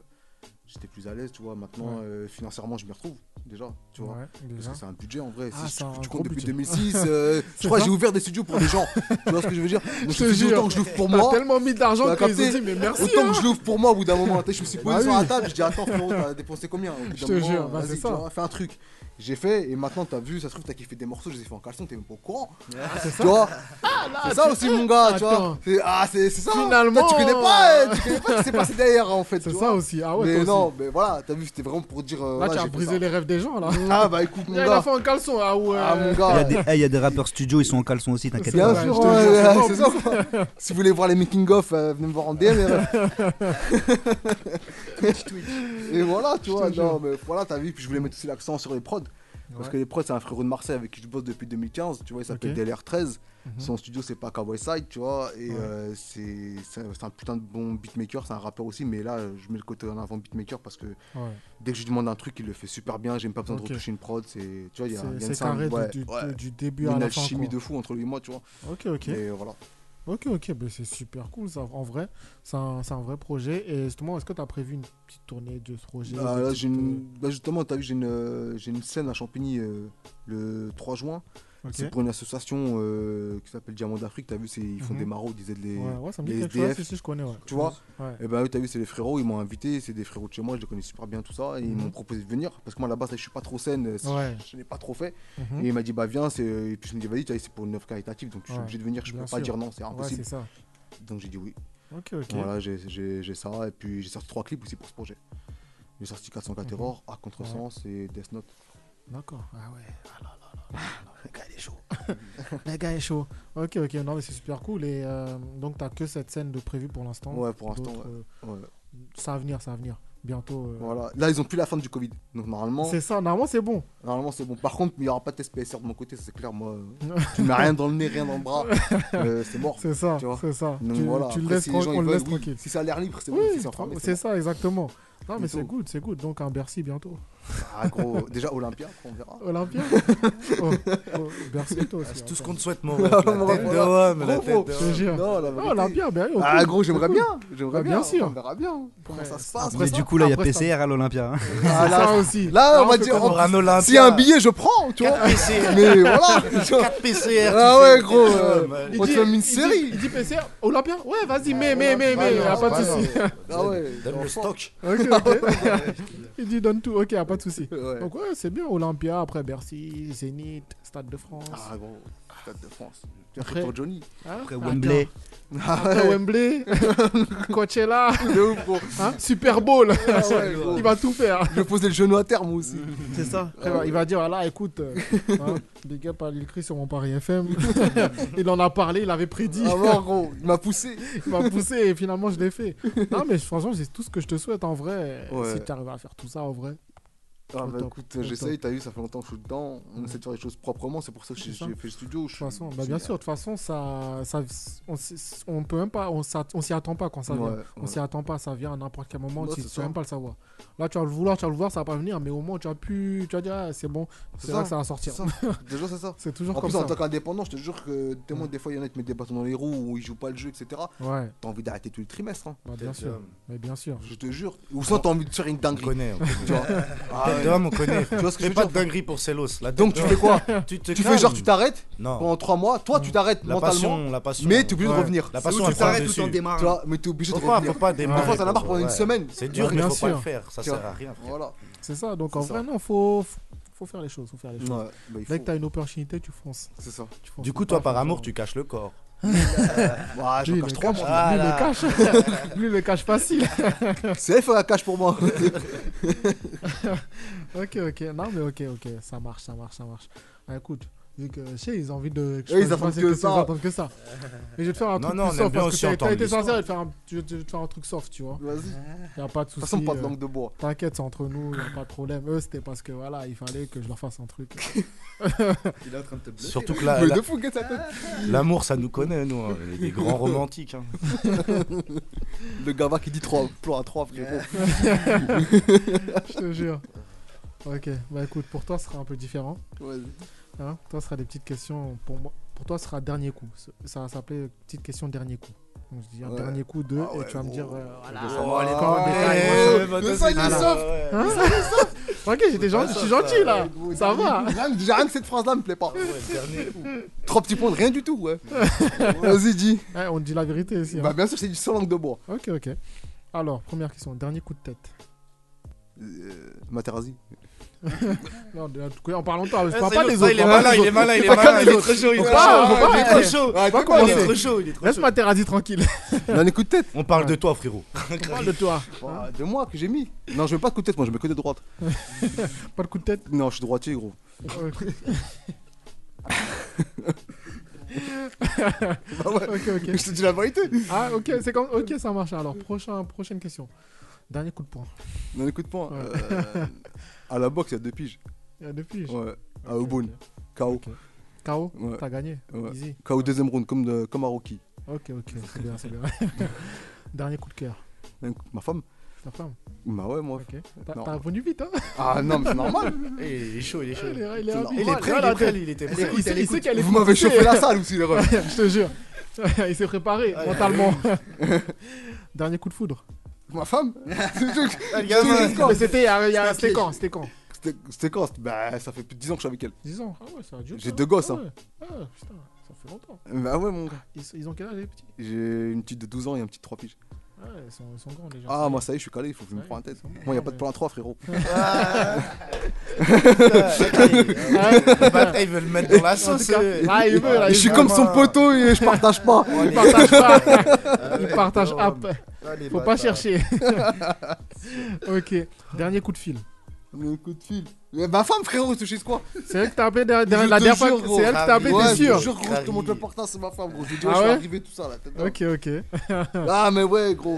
S10: J'étais plus à l'aise, tu vois. Maintenant,
S2: Ouais.
S10: euh, financièrement, je m'y retrouve déjà, tu vois.
S2: Ouais,
S10: Parce
S2: déjà.
S10: que c'est un budget en vrai.
S2: Ah,
S10: si
S2: c'est un
S10: je, tu
S2: gros
S10: comptes depuis
S2: budget.
S10: 2006, euh,
S2: C'est
S10: je crois que
S2: ça
S10: j'ai ouvert des studios pour des gens. tu vois ce que je veux dire Donc,
S2: Je te
S10: fais
S2: jure,
S10: autant que je l'ouvre pour
S2: t'as
S10: moi.
S2: tellement mis d'argent
S10: t'as
S2: qu'ils ont
S10: capté
S2: dit, mais merci,
S10: Autant
S2: hein.
S10: que je l'ouvre pour moi au bout d'un moment. Tu sais, Je me suis posé
S2: Bah
S10: sur
S2: oui.
S10: la table, je dis attends frérot, t'as dépensé combien Au bout
S2: Je
S10: d'un
S2: te
S10: moment,
S2: jure, bah,
S10: vas-y,
S2: c'est
S10: tu
S2: ça.
S10: vois, fais un truc. J'ai fait et maintenant t'as vu, ça se trouve t'as kiffé des morceaux, je les ai fait en caleçon, t'es même pas au courant.
S2: c'est ça.
S10: Tu vois
S2: Ah, là,
S10: C'est ça
S2: tu-
S10: aussi mon gars, tu
S2: Attends.
S10: vois. C'est- Ah c'est c'est ça.
S2: Finalement. hein.
S10: Toi, tu connais pas, euh, tu connais pas ce qui s'est passé derrière en fait.
S2: C'est
S10: tu
S2: ça
S10: vois.
S2: aussi. Ah ouais,
S10: Mais
S2: toi aussi.
S10: non, mais voilà, t'as vu, c'était vraiment pour dire. euh,
S2: Là,
S10: ouais,
S2: tu as
S10: j'ai fait
S2: brisé
S10: ça.
S2: les rêves des gens, là.
S10: Ah bah écoute mon
S2: Il a
S10: gars.
S2: fait en caleçon. Ah ouais.
S10: Ah mon
S11: Il y a
S10: gars.
S11: des, eh, il y a des rappeurs studio, ils sont en caleçon aussi, t'inquiète
S10: Bien
S11: pas.
S10: sûr, ouais, ouais, c'est ça. quoi. si vous voulez voir les making of, euh, venez me voir en DM. Et, voilà. Et voilà, tu
S2: Je
S10: vois.
S2: te jure.
S10: Non, mais voilà, t'as vu. Puis je voulais mettre aussi l'accent sur les prods. Parce
S2: Ouais.
S10: que les prods, c'est un frérot de Marseille avec qui je bosse depuis 2015. Tu vois, il s'appelle
S2: Ok.
S10: DLR13.
S2: Mhm.
S10: Son studio, c'est pas Cowboy Side, tu vois. Et
S2: Ouais.
S10: euh, c'est c'est un c'est un putain de bon beatmaker. C'est un rappeur aussi. Mais là, je mets le côté en avant beatmaker parce que
S2: Ouais.
S10: dès que je lui demande un truc, il le fait super bien. J'ai même pas besoin
S2: Ok.
S10: de retoucher une prod. C'est, tu vois, il y a,
S2: C'est-
S10: il y a une
S2: c'est
S10: sound-
S2: carré du-
S10: ouais,
S2: du-
S10: ouais.
S2: du début
S10: Il y a
S2: à
S10: une
S2: la fin,
S10: alchimie
S2: quoi.
S10: de fou entre lui et moi, tu vois.
S2: Ok, ok.
S10: Mais voilà.
S2: Ok, ok, ben, c'est super cool ça. En vrai, c'est un, c'est un vrai projet. Et justement, est-ce que tu as prévu une petite tournée de ce projet
S10: Bah,
S2: des
S10: là,
S2: petites,
S10: j'ai une- bah, justement, tu as vu, j'ai une, euh, j'ai une scène à Champigny euh, le 3 juin.
S2: euh, Ok.
S10: C'est pour une association euh, qui s'appelle Diamant d'Afrique. Tu as vu, c'est- ils font
S2: Mhm.
S10: des maraudes, ils aident les,
S2: Ouais, ouais, ça me dit
S10: les
S2: quelque chose,
S10: SDF.
S2: si, si, je connais, ouais.
S10: Tu vois
S2: Ouais.
S10: Et ben, tu as vu, c'est les frérots, ils m'ont invité. C'est des frérots de chez moi, je les connais super bien, tout ça. Et ils
S2: Mhm.
S10: m'ont proposé de venir. Parce que moi, à la base, je suis pas trop scène. euh,
S2: Ouais.
S10: Je, je n'ai pas trop fait.
S2: Mhm.
S10: Et il m'a dit, bah viens. c'est- Et puis je me dis, vas-y, tu vois, c'est pour une œuvre caritative. Donc je suis
S2: Ouais,
S10: obligé de venir. Je
S2: bien
S10: peux
S2: sûr.
S10: pas dire non, c'est
S2: Ouais,
S10: impossible.
S2: c'est ça.
S10: Donc j'ai dit oui.
S2: Ok, ok.
S10: Voilà, j'ai- j'ai j'ai ça. Et puis j'ai sorti trois clips aussi pour ce projet. J'ai sorti 404
S2: Mhm.
S10: Errors, à Contresens et Death Note.
S2: D'accord. Ah ouais. Ah là là là là là. Le gars, il est chaud. Le gars est chaud. Ok, ok. Non, mais c'est super cool. Et euh, donc, tu que cette scène de prévu pour l'instant
S10: Ouais, pour l'instant,
S2: D'autres,
S10: ouais. Ouais.
S2: euh, Ça va venir, ça va venir. Bientôt. euh,
S10: Voilà. Là, ils ont plus la fin du Covid. Donc normalement.
S2: C'est ça, normalement, c'est bon.
S10: Normalement, c'est bon. Par contre, il n'y aura pas de test PSR de mon côté, ça c'est clair. Moi, euh, tu mets rien dans le nez, rien dans le bras. Euh, c'est mort.
S2: C'est ça,
S10: tu vois.
S2: c'est ça.
S10: Donc
S2: Tu-
S10: voilà.
S2: tu le
S10: Après,
S2: laisses
S10: si les gens,
S2: tranquille,
S10: ils
S2: on le
S10: veulent,
S2: laisse
S10: oui.
S2: tranquille.
S10: Si ça a l'air libre, c'est bon.
S2: Oui,
S10: Si c'est enfermé,
S2: c'est ça, exactement. Non, mais
S10: Plutôt.
S2: c'est good, c'est good. Donc, un Bercy bientôt.
S10: Ah, gros. Déjà, Olympia, après, on verra.
S2: Olympia oh, oh, Bercy, toi aussi.
S10: Ah, c'est
S6: tout ce
S2: attends.
S6: qu'on te souhaite, mon ref. La
S10: Mon
S6: tête
S10: ref,
S6: de
S10: voilà.
S6: homme, la
S10: Gros,
S6: tête
S10: gros.
S6: de
S2: Je te jure.
S10: Non, la
S2: Ah,
S10: vérité.
S2: Olympia, ben, ok,
S10: Ah, gros,
S2: c'est
S10: j'aimerais
S2: cool.
S10: bien. J'aimerais
S2: Bah,
S10: bien.
S2: bien sûr.
S10: On verra bien. Comment ça se passe.
S11: Mais
S10: ça.
S11: du coup, là, il y a
S2: après ça-
S11: PCR à l'Olympia. hein.
S10: Ah,
S2: Ça aussi.
S10: Là,
S2: Là,
S10: on
S2: on
S10: va
S2: peut
S10: dire.
S2: prendre
S10: oh,
S11: un Olympia.
S10: S'il y a un billet, je prends, tu vois. Mais voilà. tu vois.
S6: 4 PCR.
S10: Ah
S6: tu
S10: ouais,
S6: sais.
S10: gros.
S6: Ah,
S10: euh,
S6: ouais.
S10: On te fait une
S2: il
S10: série.
S2: Dit, il dit PCR, Olympia Ouais, vas-y, mais, mais, mais, mais, y a pas de souci.
S10: Ah ouais.
S6: Donne le stock.
S2: Ok, ok. il dit donne tout, ok, y a pas de souci. Donc, ouais, c'est bien, Olympia, après Bercy, Zénith, Stade de France.
S10: Ah gros, Stade de France.
S2: Après-
S10: Après pour Johnny.
S2: Hein
S11: Après
S2: Attends.
S11: Wembley.
S2: Après Wembley, Coachella,
S10: De ouf, gros.
S2: hein, Super Bowl.
S10: Ah ouais, gros.
S2: il va tout faire.
S10: Je vais poser le genou à terre moi aussi. Ah
S2: C'est ça. il va dire, voilà, écoute, euh, hein, Big up à Lil Chris sur mon Paris FM. il en a parlé, il avait prédit.
S10: Ah bon, gros, il m'a poussé.
S2: Il m'a poussé et finalement je l'ai fait. Non mais franchement c'est tout ce que je te souhaite en vrai.
S10: Ouais.
S2: Si tu arrives à faire tout ça en vrai.
S10: Ah
S2: Au
S10: bah
S2: top,
S10: écoute,
S2: au
S10: j'essaye,
S2: top.
S10: t'as vu, ça fait longtemps que je suis dedans. On essaie de faire les choses proprement, c'est pour ça que
S2: C'est
S10: j'ai
S2: ça.
S10: j'ai fait le studio.
S2: De toute façon, bah bien sûr, de toute façon ça, ça on, s- on peut même pas, on s'att- on s'y attend pas quand ça vient.
S10: Ouais,
S2: On
S10: ouais.
S2: s'y attend pas, ça vient à n'importe quel moment.
S10: Ouais,
S2: tu
S10: c'est
S2: tu vas
S10: ça.
S2: même pas le savoir. Là tu vas le vouloir, tu vas le voir, ça va pas venir, mais au moins tu as pu, tu vas dire ah, c'est bon, c'est là que ça va sortir.
S10: c'est Déjà, c'est ça.
S2: C'est toujours
S10: En
S2: comme
S10: plus,
S2: ça.
S10: en tant qu'indépendant, je te jure que tellement des fois, il y en a qui mettent des bâtons dans les roues ou ils jouent pas le jeu, etc.
S2: Ouais,
S10: T'as envie d'arrêter tous les trimestres. hein.
S2: bah, bien sûr, mais bien sûr.
S10: Je te jure. Ou sinon, t'as envie de faire une
S6: On
S10: dinguerie.
S6: connaît. on
S10: Tu
S6: connaît.
S10: vois. Ah
S6: Tête
S10: ouais.
S6: de homme, on connaît.
S10: Tu vois ce que je
S6: Fais
S10: veux
S6: pas
S10: dire
S6: de dinguerie pour Celos. la tête
S10: Donc,
S6: de
S10: tu
S6: homme.
S10: fais quoi
S6: Tu te
S10: Tu fais
S6: calmes.
S10: genre, tu t'arrêtes
S6: Non.
S10: pendant 3 mois. Toi, tu t'arrêtes
S6: La
S10: mentalement.
S6: passion, la passion.
S10: Mais t'es obligé de
S2: Ouais.
S10: revenir.
S6: La
S11: C'est où
S6: passion,
S11: tu
S6: elle prend le
S11: t'arrêtes ou t'en
S6: dessus.
S11: démarres
S10: Tu vois, mais t'es obligé
S6: Faut
S10: de
S6: pas,
S10: revenir.
S6: faut pas démarrer.
S10: Parfois, t'en as marre pendant une
S6: Ouais.
S10: semaine.
S6: C'est dur,
S2: Ouais,
S6: mais
S2: bien
S6: faut pas
S2: sûr.
S6: le faire. Ça
S10: Tu
S6: sert
S10: vois.
S6: à rien.
S10: Voilà.
S2: C'est ça, donc en
S10: C'est
S2: vrai
S10: ça.
S2: non, faut, faut- faut faire les choses, faut faire les choses.
S10: Ouais, bah, il
S2: Dès que
S10: faut.
S2: t'as une opportunité, tu fonces.
S10: C'est ça.
S2: Tu fonces.
S6: Du
S2: Faut
S6: coup, toi,
S2: pas
S6: par
S2: faire
S6: amour,
S2: genre-
S6: tu caches le corps.
S10: Ouah, j'en
S2: Lui, il
S10: cache
S2: le
S10: trois, Ah
S2: cache.
S10: moi.
S2: Lui, il le
S10: Voilà.
S2: cache. Lui, il le cache facile.
S10: C'est vrai, il faut la cache pour moi.
S2: ok, ok. Non, mais ok, ok. Ça marche, ça marche, ça marche. Ah, écoute, vu que, je sais, ils ont envie de.
S10: Eh, ils
S2: je
S10: attendent
S2: pense
S10: que
S2: ils
S10: ça.
S2: attendent que ça. Mais je vais te faire un
S10: Non,
S2: truc
S10: non, on
S2: plus
S10: aime
S2: soft.
S10: bien
S2: parce que
S10: aussi
S2: t'as-
S10: entendre
S2: T'as été
S10: l'histoire.
S2: sincère, je vais te faire un- je vais te je vais te faire un truc soft, tu vois.
S10: Vas-y.
S2: Y a pas de
S10: toute
S2: souci.
S10: façon, pas de
S2: euh,
S10: langue de bois.
S2: T'inquiète, c'est entre nous, y a pas de problème. Eux, c'était parce que voilà, il fallait que je leur fasse un truc.
S10: Il est en train de te bluffer,
S6: Surtout
S10: là.
S6: que la-
S10: Mais
S6: la-
S10: de fou, qu'est-ce que ça peut-
S6: l'amour, ça nous connaît, nous, hein. On est des grands romantiques, hein.
S10: Le gamin qui dit 3 plans à 3, frérot.
S2: Je te jure. Ok, bah écoute, pour toi, ce sera un peu différent.
S10: Vas-y.
S2: Hein toi, ce sera des petites questions. Pour, moi, pour toi, ce sera dernier coup. Ce- Ça va s'appeler petite question dernier coup. Donc, je dis un
S10: Ouais. Ah
S2: dernier coup, deux, et tu vas me dire. euh, voilà,
S6: Ah,
S10: Oh,
S2: comment
S10: allez,
S2: comment
S10: ouais,
S2: détail,
S10: ouais,
S2: machin.
S10: ouais, bah, toi, c'est
S2: Voilà.
S10: du soft.
S2: Hein
S10: Mais ça, c'est soft.
S2: Ok, j'étais gentil, je suis gentil là.
S10: Ah,
S2: Ça va.
S10: Rien que- Déjà, rien que cette phrase-là me plaît pas. Trois petits points, de rien du tout, ouais. Vas-y, dis.
S2: Eh, on dit la vérité ici. hein.
S10: Bah, bien sûr, c'est du sans langue de bois.
S2: Ok, ok. Alors, première question, dernier coup de tête.
S10: Euh, Materazzi.
S2: Non, de- en parlant de toi, je
S5: Ah,
S10: Eh,
S2: parle
S10: ça
S2: pas
S10: y est,
S2: des
S10: ça,
S2: autres. hein.
S10: il est
S2: je parle
S10: malin,
S2: pas
S10: il
S2: des
S10: est malin,
S2: autres.
S10: il
S2: Faut
S10: est
S2: pas
S10: malin,
S2: comme
S10: il est
S2: les
S10: trop
S2: autres.
S10: chaud, il est
S2: Faut
S10: trop
S2: pas,
S10: chaud,
S2: faut pas,
S10: il est trop
S2: eh.
S10: chaud.
S2: Faut
S10: Ah, Il
S2: pas
S10: est trop chaud, il est
S2: commencer.
S10: trop chaud, il est trop
S2: Laisse
S10: chaud.
S2: ma Materazzi tranquille.
S10: Dernier coup de tête.
S6: On parle de toi, frérot.
S10: On
S2: parle de toi.
S10: de moi que j'ai mis. Non, je mets pas de coup de tête, moi, je mets que de droite.
S2: pas de coup de tête
S10: Non, je suis droitier, gros.
S2: Ok.
S10: Bah ouais.
S2: Ok, ok.
S10: Je te dis la vérité.
S2: Ah, ok, c'est comme... ok, ça marche. Alors, prochain, prochaine question. Dernier coup de poing.
S10: Dernier coup de poing.
S2: Ouais.
S10: euh, à la boxe, il y a deux piges.
S2: Il y a deux piges.
S10: Ouais, à Aubonne. KO.
S2: KO,
S10: Ouais.
S2: t'as gagné.
S10: Ouais.
S2: Easy.
S10: KO deuxième round, comme, de- comme à Rocky.
S2: Ok, ok, c'est bien, c'est bien. Dernier coup de cœur.
S10: Un coup- Hein, Ma femme
S2: Ta femme.
S10: Bah ouais, moi.
S2: T'as
S10: Non.
S2: t'as répondu vite, hein
S10: Ah non, mais c'est normal.
S5: Eh, il est chaud, il est chaud.
S2: Il est, il est
S5: C'est normal.
S2: habile.
S5: Il est prêt, il
S2: Voilà,
S5: est prêt, il était
S2: elle
S5: prêt.
S2: écoute,
S5: Il
S2: elle
S5: écoute.
S2: sait qu'elle
S10: Vous
S2: écoute.
S10: m'avez chauffé la salle aussi, l'erreur.
S2: Je te jure. Il s'est préparé
S10: Ah,
S2: mentalement.
S10: il
S2: Dernier coup de foudre.
S10: Ma femme
S2: Ah, le gamin. Mais c'était il y a- il y a- c'était quand, c'était quand
S10: C'était quand c'était- Bah ça fait plus de 10 ans que je suis avec elle.
S2: 10 ans. Ah ouais, ça a dû.
S10: J'ai deux gosses, hein.
S2: Ah, putain, ça fait longtemps.
S10: Bah ouais, mon gars.
S2: Ils, ils ont quel âge, les petits
S10: J'ai une petite de 12 ans et un petit de 3 piges.
S2: Ouais, ils sont, ils sont grands déjà.
S10: Ah, moi ça y est, je suis calé, il faut que je me
S2: Ça y
S10: prends la
S2: est,
S10: tête.
S2: c'est bon.
S10: Moi, il a pas de plan à 3, frérot.
S2: Ah.
S10: Le
S5: bâtard, il veut le mettre dans la sauce, euh.
S2: Ah, il veut, là,
S10: Je
S2: il
S10: suis
S2: veut. euh,
S10: comme son poteau et je partage pas.
S2: Il partage pas. Il partage app. Faut pas chercher. ok, dernier coup de fil.
S10: Le coup de fil. Mais ma femme, frérot, tu sais quoi
S2: C'est elle que t'as appelé derrière- derrière- la dernière fois.
S10: jure, gros.
S2: C'est elle que t'as appelé,
S10: Ouais,
S2: t'es sûr
S10: Je te jure, gros, je te montre le portable, c'est ma femme, gros. Je lui dis, ouais,
S2: Ah
S10: je suis
S2: ouais
S10: arrivé, tout ça, là. t'es dedans.
S2: Ok, ok.
S10: Ah, mais ouais, gros.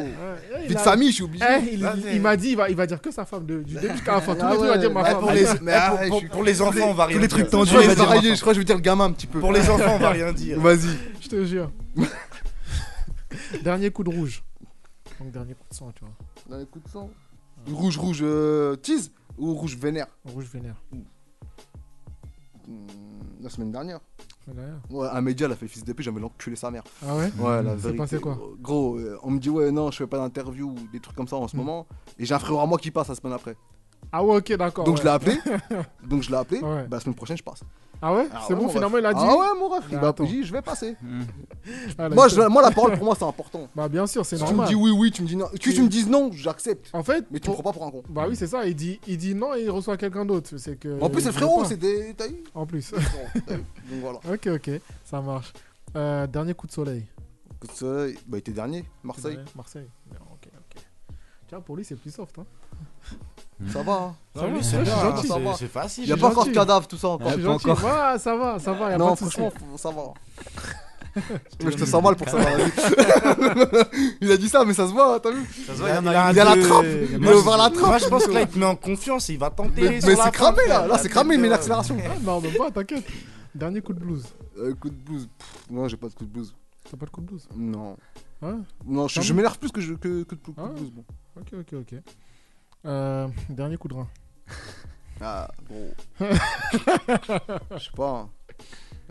S10: Vie de famille, Ah je suis obligé.
S2: Eh, il il- il m'a dit, il va, il va dire que sa femme de- du début jusqu'à la fin. Tous
S10: Ah
S2: les deux, il va
S10: ouais,
S2: dire ma
S10: ouais,
S2: femme. Eh,
S10: pour les- mais ah, je suis-
S5: pour les
S10: tous
S5: enfants, on va rien
S10: Tous les
S5: dire.
S10: trucs tendus,
S5: Pour les
S10: je vais dire ma
S5: enfants.
S10: femme. Je crois que je vais dire le gamin un petit peu.
S5: Pour les enfants, on va rien dire.
S10: Vas-y.
S2: Je te jure. dernier coup de rouge. Donc, dernier coup de sang, tu vois.
S10: Dans coup de sang. Rouge, rouge, euh, tease ou rouge vénère
S2: Rouge vénère.
S10: Hmm, La semaine dernière.
S2: Mais derrière.
S10: Ouais, un média l'a fait fils d'épée, j'avais l'enculé sa mère.
S2: Ah ouais
S10: Ouais, la
S2: C'est
S10: vérité.
S2: passé quoi
S10: Gros, euh, on me dit, ouais, non, je fais pas d'interview ou des trucs comme ça en
S2: Hmm.
S10: ce moment. Et j'ai un frérot à moi qui passe la semaine après.
S2: Ah ouais, ok, d'accord.
S10: donc,
S2: ouais.
S10: je l'ai appelé, donc je l'ai appelé.
S2: Ouais.
S10: Bah, la semaine prochaine, je passe.
S2: Ah ouais
S10: Ah
S2: C'est
S10: ouais,
S2: bon,
S10: mon
S2: finalement,
S10: ref.
S2: il a dit.
S10: Ah ouais, mon ref, il
S2: Bah,
S10: m'a
S2: attends.
S10: dit, je vais passer.
S2: Ah, là,
S10: Moi,
S2: il te-
S10: je- moi, la parole pour moi, c'est important.
S2: Bah, bien sûr, c'est
S10: Si
S2: normal.
S10: tu me dis oui, oui, tu me dis non. Que tu me dises non, j'accepte.
S2: En fait.
S10: Mais tu me prends pas pour un con.
S2: Bah oui, c'est ça. Il dit, il dit non et il reçoit quelqu'un d'autre. C'est que.
S10: En plus, c'est
S2: il
S10: le frérot,
S2: veut pas.
S10: c'est des. t'as eu
S2: En plus.
S10: Donc voilà.
S2: ok, ok, ça marche. Euh, dernier coup de soleil.
S10: Coup de soleil, bah, il était dernier, Marseille.
S2: Marseille. Non, ok, ok. Tu vois, pour lui, c'est plus soft. Hein.
S10: Ça va. hein.
S2: Ça va, je suis gentil.
S10: ça va.
S2: c'est
S10: Il
S2: facile.
S10: n'y a
S2: Je suis
S10: pas encore de
S2: gentil.
S10: cadavre, tout ça encore.
S2: Je suis gentil. Voilà, ça va, ça va. y a
S10: non,
S2: pas de souci.
S10: franchement, faut- ça va.
S2: te
S10: Mais je te
S2: jure.
S10: sens mal pour ça. vas-y. il a dit ça, mais ça se voit, hein, t'as vu
S5: Ça se voit, il y en
S10: il
S5: a un
S10: est à la
S5: peu-
S10: trappe.
S5: Moi,
S10: Il
S5: je-
S10: est ouvert à la trappe.
S5: Moi, je pense que là, il te met en confiance et il va tenter.
S10: Mais,
S5: sur
S10: mais
S5: la
S10: c'est
S5: fin,
S10: cramé là,
S5: frère.
S10: là c'est cramé, il met
S5: Ouais.
S10: l'accélération.
S2: Ah, non, même pas, t'inquiète. Dernier coup de blues.
S10: Euh, coup de blues, pff, non j'ai pas de coup de blues.
S2: T'as pas de coup de blues
S10: Non.
S2: Hein
S10: Non, je,
S2: Ah
S10: je
S2: bon
S10: m'énerve plus que, je, que, que de coup de
S2: Ah.
S10: blues. Bon.
S2: Ok, ok, ok. Euh, dernier coup de rein.
S10: Ah, gros. Je sais pas. hein.